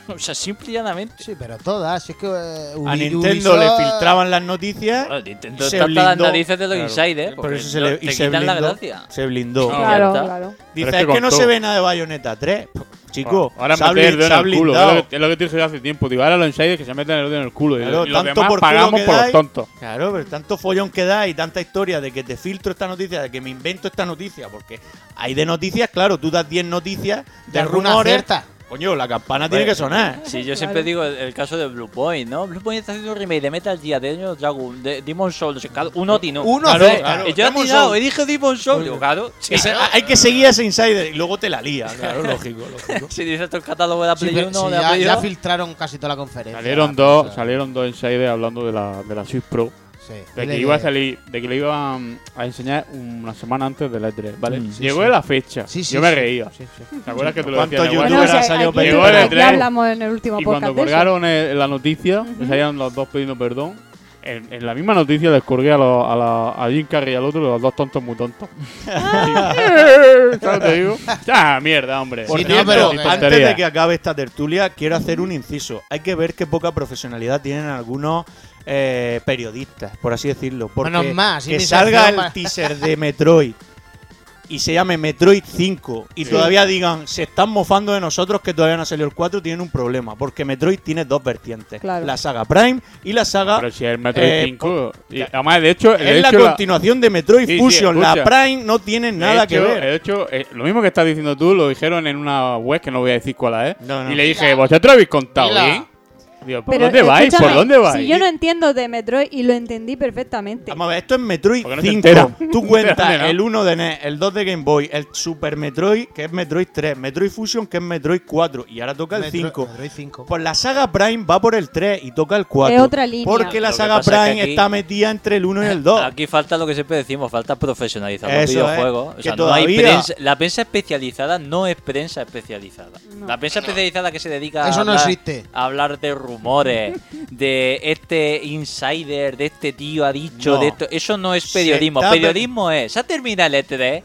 Speaker 5: O sea, simple y llanamente.
Speaker 3: Sí, pero todas. Si es que. eh,
Speaker 8: A
Speaker 3: Ubi-
Speaker 8: Nintendo
Speaker 3: Ubisoft-
Speaker 8: le filtraban las noticias.
Speaker 5: Bueno, Nintendo
Speaker 8: se
Speaker 5: está hasta las
Speaker 8: blindó.
Speaker 5: narices de los
Speaker 13: Claro.
Speaker 5: insiders,
Speaker 8: Por
Speaker 5: porque
Speaker 8: eso se
Speaker 5: no-
Speaker 8: le, y
Speaker 5: te
Speaker 8: se
Speaker 5: quitan la
Speaker 8: blindó.
Speaker 5: gracia.
Speaker 8: Se blindó.
Speaker 5: No.
Speaker 9: Claro,
Speaker 5: Ya está.
Speaker 9: claro.
Speaker 8: Dice,
Speaker 13: Pero
Speaker 8: es
Speaker 13: es
Speaker 8: que,
Speaker 13: que
Speaker 8: no
Speaker 13: contó.
Speaker 8: se ve nada de Bayonetta 3. Chico,
Speaker 13: Ahora
Speaker 8: se ha
Speaker 13: meter el
Speaker 8: blin- se
Speaker 13: dedo
Speaker 8: ha
Speaker 13: en el culo. Es
Speaker 8: blindado.
Speaker 13: lo, que, es lo que te dije hace tiempo. Digo, ahora los insiders que se meten el dedo en el culo. Y
Speaker 8: Claro,
Speaker 13: lo- y los
Speaker 8: tanto
Speaker 13: demás
Speaker 8: por culo
Speaker 13: pagamos
Speaker 8: que
Speaker 13: por los
Speaker 8: dais.
Speaker 13: tontos.
Speaker 8: Claro, pero tanto follón que da y tanta historia de que te filtro esta noticia, de que me invento esta noticia, porque hay de noticias, claro, tú das 10 noticias de,
Speaker 3: De alguna
Speaker 8: rumores.
Speaker 3: cierta.
Speaker 8: Coño, la campana tiene que sonar.
Speaker 5: Sí, yo siempre digo el, el caso de Blue Point, ¿no? Blue Point está haciendo un remake de Metal Gear, de Dungeon Dragon, de Demon Souls, claro, un Oti no.
Speaker 3: Un
Speaker 8: Claro,
Speaker 5: Claro,
Speaker 8: claro,
Speaker 5: Y yo he
Speaker 8: Demon
Speaker 5: tirado,
Speaker 8: Souls.
Speaker 5: he dije Demon Souls, digo, claro. Sí,
Speaker 8: Ese-
Speaker 5: ¿no?
Speaker 8: hay que seguir a ese insider y luego te la lía, claro, lógico,
Speaker 5: <laughs>
Speaker 8: lógico.
Speaker 5: Si dices todo el catálogo de la
Speaker 3: Sí,
Speaker 5: Play
Speaker 3: pero
Speaker 5: 1,
Speaker 3: sí,
Speaker 5: de la
Speaker 3: ya,
Speaker 5: Play
Speaker 3: ya
Speaker 5: 2.
Speaker 3: filtraron casi toda la conferencia.
Speaker 13: Salieron
Speaker 3: O
Speaker 8: pues,
Speaker 13: dos,
Speaker 3: sea,
Speaker 13: salieron dos insiders hablando de la, de la Switch Pro.
Speaker 3: sí.
Speaker 13: De
Speaker 3: Dile
Speaker 13: que iba a salir, de que le iban a enseñar una semana antes del E3, ¿vale?
Speaker 8: Mm, sí,
Speaker 13: Llegó
Speaker 8: sí.
Speaker 13: la fecha.
Speaker 3: Sí, sí,
Speaker 13: yo me
Speaker 3: sí.
Speaker 13: reía.
Speaker 3: Sí, sí.
Speaker 13: ¿Te acuerdas que te lo
Speaker 8: ¿Cuántos
Speaker 13: decía?
Speaker 8: youtubers Bueno,
Speaker 9: Bueno, o sea,
Speaker 8: ha salido E
Speaker 9: aquí
Speaker 8: pero
Speaker 13: llegó el
Speaker 8: bueno,
Speaker 9: ya,
Speaker 13: E3.
Speaker 9: ya hablamos en el último
Speaker 13: Y
Speaker 9: podcast
Speaker 13: cuando
Speaker 9: de eso.
Speaker 13: colgaron el- la noticia, que salían los dos pidiendo perdón.
Speaker 10: Eh,
Speaker 13: En, en la misma noticia les colgué a, los- a, la- a Jim Carrey y al otro, los dos tontos muy
Speaker 8: <laughs>
Speaker 13: tontos. <laughs> Y- ¿Sabes lo que te digo? ¡Ah, mierda, hombre!
Speaker 8: Por
Speaker 3: Sí, no,
Speaker 8: cierto,
Speaker 3: pero-
Speaker 13: ni
Speaker 8: antes
Speaker 13: tontería.
Speaker 8: de que acabe esta tertulia, quiero hacer un inciso. Hay que ver qué poca profesionalidad tienen algunos eh, periodistas, por así decirlo. Porque
Speaker 3: Menos más, sí,
Speaker 8: que
Speaker 3: mi
Speaker 8: salga
Speaker 3: sanción
Speaker 8: el
Speaker 3: para-
Speaker 8: teaser de Metroid y se llame Metroid 5 y
Speaker 14: Sí.
Speaker 8: todavía digan, se están mofando de nosotros que todavía no ha salido el 4, tienen un problema, porque Metroid tiene dos vertientes,
Speaker 13: Claro.
Speaker 8: la saga Prime y la saga...
Speaker 13: Pero si el Metroid
Speaker 8: eh,
Speaker 13: 5. y además, de hecho.
Speaker 8: Es la continuación de Metroid Fusion, la Prime no tiene nada que ver.
Speaker 13: De hecho, eh, lo mismo que estás diciendo tú, lo dijeron en una web que no voy a decir cuál es.
Speaker 8: no.
Speaker 13: Y le dije, vosotros habéis contado
Speaker 8: Dila.
Speaker 13: bien. Digo, ¿por
Speaker 9: Pero,
Speaker 13: dónde vais? ¿Por
Speaker 9: escúchame,
Speaker 13: dónde vais?
Speaker 9: Si yo no entiendo de Metroid y lo entendí perfectamente.
Speaker 8: Vamos a ver, esto es Metroid
Speaker 13: Porque no te
Speaker 8: 5.
Speaker 13: enteras.
Speaker 5: <laughs>
Speaker 8: Tú
Speaker 13: No te enteras,
Speaker 8: cuentas
Speaker 13: ¿no?
Speaker 8: el 1 de NES, el 2 de Game Boy, el Super Metroid, que es Metroid 3, Metroid Fusion, que es Metroid 4, y ahora toca el
Speaker 3: Metro-
Speaker 8: 5.
Speaker 3: Metroid 5.
Speaker 8: Pues la saga Prime va por el 3 y toca el 4.
Speaker 9: Es otra línea.
Speaker 8: Porque la
Speaker 5: Lo que
Speaker 8: saga
Speaker 5: pasa es que
Speaker 8: Prime
Speaker 5: aquí-
Speaker 8: está metida entre el 1 y el 2.
Speaker 5: Aquí falta lo que siempre decimos, falta profesionalizar
Speaker 8: Eso
Speaker 5: los videojuegos.
Speaker 8: es,
Speaker 5: O
Speaker 8: que
Speaker 5: sea, no hay
Speaker 8: todavía-
Speaker 5: prensa- la prensa especializada no es prensa especializada. La prensa especializada que se dedica a
Speaker 3: Eso no
Speaker 5: hablar-
Speaker 3: existe.
Speaker 5: a hablar
Speaker 3: <laughs>
Speaker 5: de rumores, de este insider, de este tío ha dicho,
Speaker 3: No.
Speaker 5: de esto. Eso no es
Speaker 3: Se
Speaker 5: periodismo.
Speaker 3: está per-
Speaker 5: Periodismo es. Se ha terminado el E3.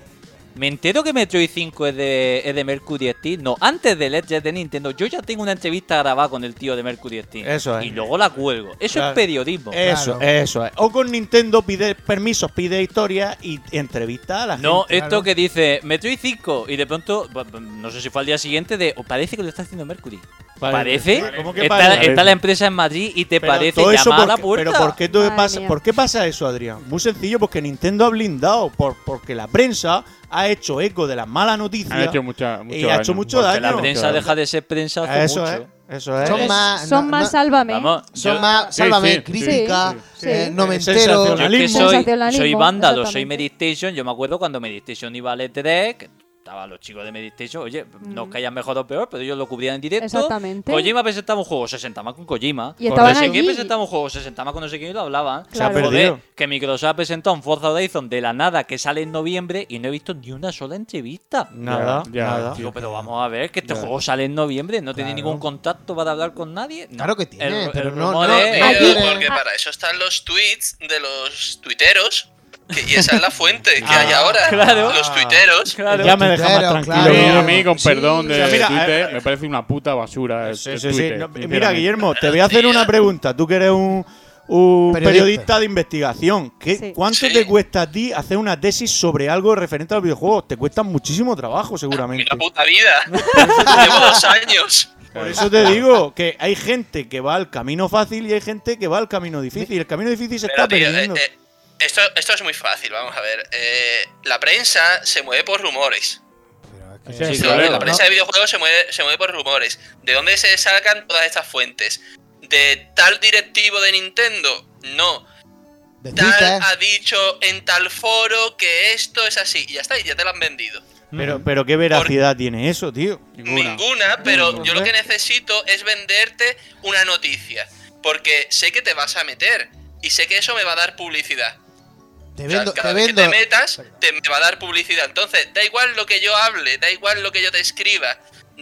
Speaker 5: Me entero que Metroid 5 es de, es de Mercury Steam. No, antes del E E3 de Nintendo, yo ya tengo una entrevista grabada con el tío de Mercury Steam.
Speaker 8: Eso es.
Speaker 5: Y luego la cuelgo. Eso
Speaker 8: Claro.
Speaker 5: es periodismo.
Speaker 8: Eso, eso es. O con Nintendo pide permisos, pide historias y entrevista a la
Speaker 5: No,
Speaker 8: gente.
Speaker 5: esto que dice Metroid 5 y de pronto, b- b- no sé si fue al día siguiente, de "Oh, parece que lo está haciendo Mercury. Parece.
Speaker 8: ¿Cómo que
Speaker 5: Está,
Speaker 8: parece?
Speaker 5: está la empresa en Madrid y te
Speaker 8: Pero
Speaker 5: parece
Speaker 8: todo eso
Speaker 5: llamar a la
Speaker 8: porque-
Speaker 5: puerta.
Speaker 8: Pero ¿por qué, todo pasa, ¿por qué pasa eso, Adrián? Muy sencillo, porque Nintendo ha blindado, por, porque la prensa ha hecho eco de las malas noticias.
Speaker 13: Han hecho mucha- mucho
Speaker 8: y ha hecho
Speaker 13: daño.
Speaker 8: mucho
Speaker 13: Porque
Speaker 8: daño.
Speaker 5: La prensa deja de ser prensa hace
Speaker 8: Eso
Speaker 5: mucho.
Speaker 8: es, eso es.
Speaker 3: Son más,
Speaker 9: Son
Speaker 3: no-
Speaker 9: más
Speaker 3: no-
Speaker 9: sálvame.
Speaker 5: Vamos,
Speaker 3: Son
Speaker 5: yo-
Speaker 3: más,
Speaker 5: Sí,
Speaker 3: sálvame,
Speaker 5: sí,
Speaker 3: crítica,
Speaker 9: sí, sí.
Speaker 3: eh,
Speaker 9: Sí.
Speaker 3: no me entero.
Speaker 5: Yo es que soy,
Speaker 9: Sensacionalismo,
Speaker 5: soy vándalo, soy
Speaker 9: exactamente.
Speaker 5: Medistation. Yo me acuerdo cuando Medistation iba al E E3, que estaban los chicos de Medistation. Oye, no que hayan mejor o peor, pero ellos lo cubrían en directo.
Speaker 9: Mm. Exactamente.
Speaker 5: Kojima presentaba un juego, se sentaba con Kojima.
Speaker 9: Y estaban
Speaker 5: no sé quién
Speaker 9: allí.
Speaker 5: presentaba un juego, se sentaba con no sé quién y lo hablaban.
Speaker 9: Se ha
Speaker 5: Joder,
Speaker 9: perdido.
Speaker 5: que Microsoft ha presentado un Forza Horizon de la nada que sale en noviembre y no he visto ni una sola entrevista.
Speaker 8: Nada,
Speaker 13: Ya, ya,
Speaker 8: nada.
Speaker 5: Digo, pero vamos a ver, que este juego sale en noviembre, no tiene ningún contacto para hablar con nadie. No.
Speaker 3: Claro que tiene,
Speaker 5: El-
Speaker 3: pero
Speaker 5: el
Speaker 3: no-
Speaker 5: rumor
Speaker 3: no-
Speaker 5: es-
Speaker 3: no quiere-
Speaker 6: Porque para eso están los tweets de los tuiteros. que- y esa es la fuente que hay
Speaker 13: Ah,
Speaker 6: ahora.
Speaker 5: Ah, claro. Ah,
Speaker 6: Los tuiteros.
Speaker 8: Ya me deja más
Speaker 3: Claro,
Speaker 8: tranquilo.
Speaker 13: Pero
Speaker 8: Guillermo.
Speaker 13: a mí, con perdón de
Speaker 8: O sea, mira,
Speaker 13: Twitter,
Speaker 8: eh,
Speaker 13: me parece una puta basura. el-
Speaker 8: Sí,
Speaker 13: el
Speaker 8: sí, sí.
Speaker 13: Twitter,
Speaker 8: No, mira,
Speaker 13: sinceramente.
Speaker 8: Guillermo, te voy a hacer una pregunta. Tú que eres un, un
Speaker 3: Periodista.
Speaker 8: periodista. de investigación. ¿Qué, ¿Cuánto te cuesta a ti hacer una tesis sobre algo referente a los videojuegos? Te cuesta muchísimo trabajo, seguramente.
Speaker 6: La puta vida. Llevo dos años.
Speaker 8: Por eso te digo que hay gente que va al camino fácil y hay gente que va al camino difícil. El camino difícil se está
Speaker 6: Pero, tío,
Speaker 8: perdiendo.
Speaker 6: eh, eh, esto, esto es muy fácil, vamos a ver. Eh, la prensa se mueve por rumores.
Speaker 13: Ese es
Speaker 5: Sí,
Speaker 13: el
Speaker 5: claro,
Speaker 13: problema.
Speaker 6: La prensa de videojuegos se mueve, se mueve por rumores. ¿De dónde se sacan todas estas fuentes? ¿De tal directivo de Nintendo? No.
Speaker 3: De Twitter.
Speaker 6: Tal ha dicho en tal foro que esto es así. Y ya está, y ya te lo han vendido.
Speaker 8: Pero, pero qué veracidad tiene eso, tío.
Speaker 6: Ninguna, pero yo lo que necesito es venderte una noticia. Porque sé que te vas a meter. Y sé que eso me va a dar publicidad.
Speaker 3: Te
Speaker 6: O sea,
Speaker 3: vendo,
Speaker 6: cada
Speaker 3: te
Speaker 6: vez
Speaker 3: vendo.
Speaker 6: que te metas, te me va a dar publicidad. Entonces, da igual lo que yo hable, da igual lo que yo te escriba,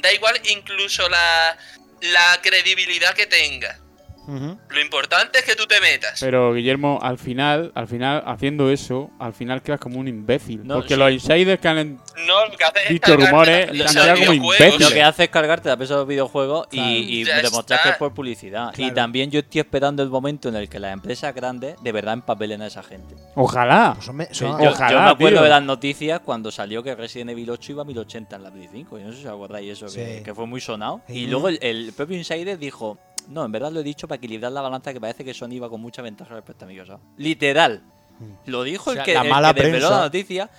Speaker 6: da igual incluso la, la credibilidad que tenga. Lo importante es que tú te metas.
Speaker 13: Pero Guillermo, al final, al final, haciendo eso, al final quedas como un imbécil.
Speaker 5: No,
Speaker 13: porque
Speaker 5: sí.
Speaker 13: los insiders que han
Speaker 6: No, lo que haces es
Speaker 13: dicho
Speaker 6: cargarte
Speaker 13: rumores
Speaker 6: la
Speaker 13: te han
Speaker 6: prensa de
Speaker 13: quedado como
Speaker 6: videojuegos.
Speaker 13: imbécil.
Speaker 5: Lo que hace es cargarte la prensa de los videojuegos y-
Speaker 6: Claro.
Speaker 5: y,
Speaker 6: Ya
Speaker 5: demostrar que
Speaker 6: está.
Speaker 5: es por publicidad. Y
Speaker 6: Claro.
Speaker 5: también yo estoy esperando el momento en el que las empresas grandes de verdad empapelen a esa gente.
Speaker 13: Ojalá.
Speaker 3: Pues hombre,
Speaker 5: Yo-
Speaker 3: son-
Speaker 5: yo,
Speaker 13: Ojalá,
Speaker 5: me acuerdo
Speaker 13: tío.
Speaker 5: de las noticias cuando salió que Resident Evil 8 iba a 1080 en la Play 5. Yo no sé si os acordáis eso, que,
Speaker 3: Sí.
Speaker 5: que fue muy sonado. Y
Speaker 3: Sí.
Speaker 5: luego el, el propio Insider dijo: No, en verdad lo he dicho para equilibrar la balanza que parece que Sony iba con mucha ventaja respecto a Microsoft. Literal. Lo dijo
Speaker 8: O sea,
Speaker 5: el que,
Speaker 8: la
Speaker 5: el
Speaker 8: mala
Speaker 5: que desveló
Speaker 8: prensa.
Speaker 5: la noticia.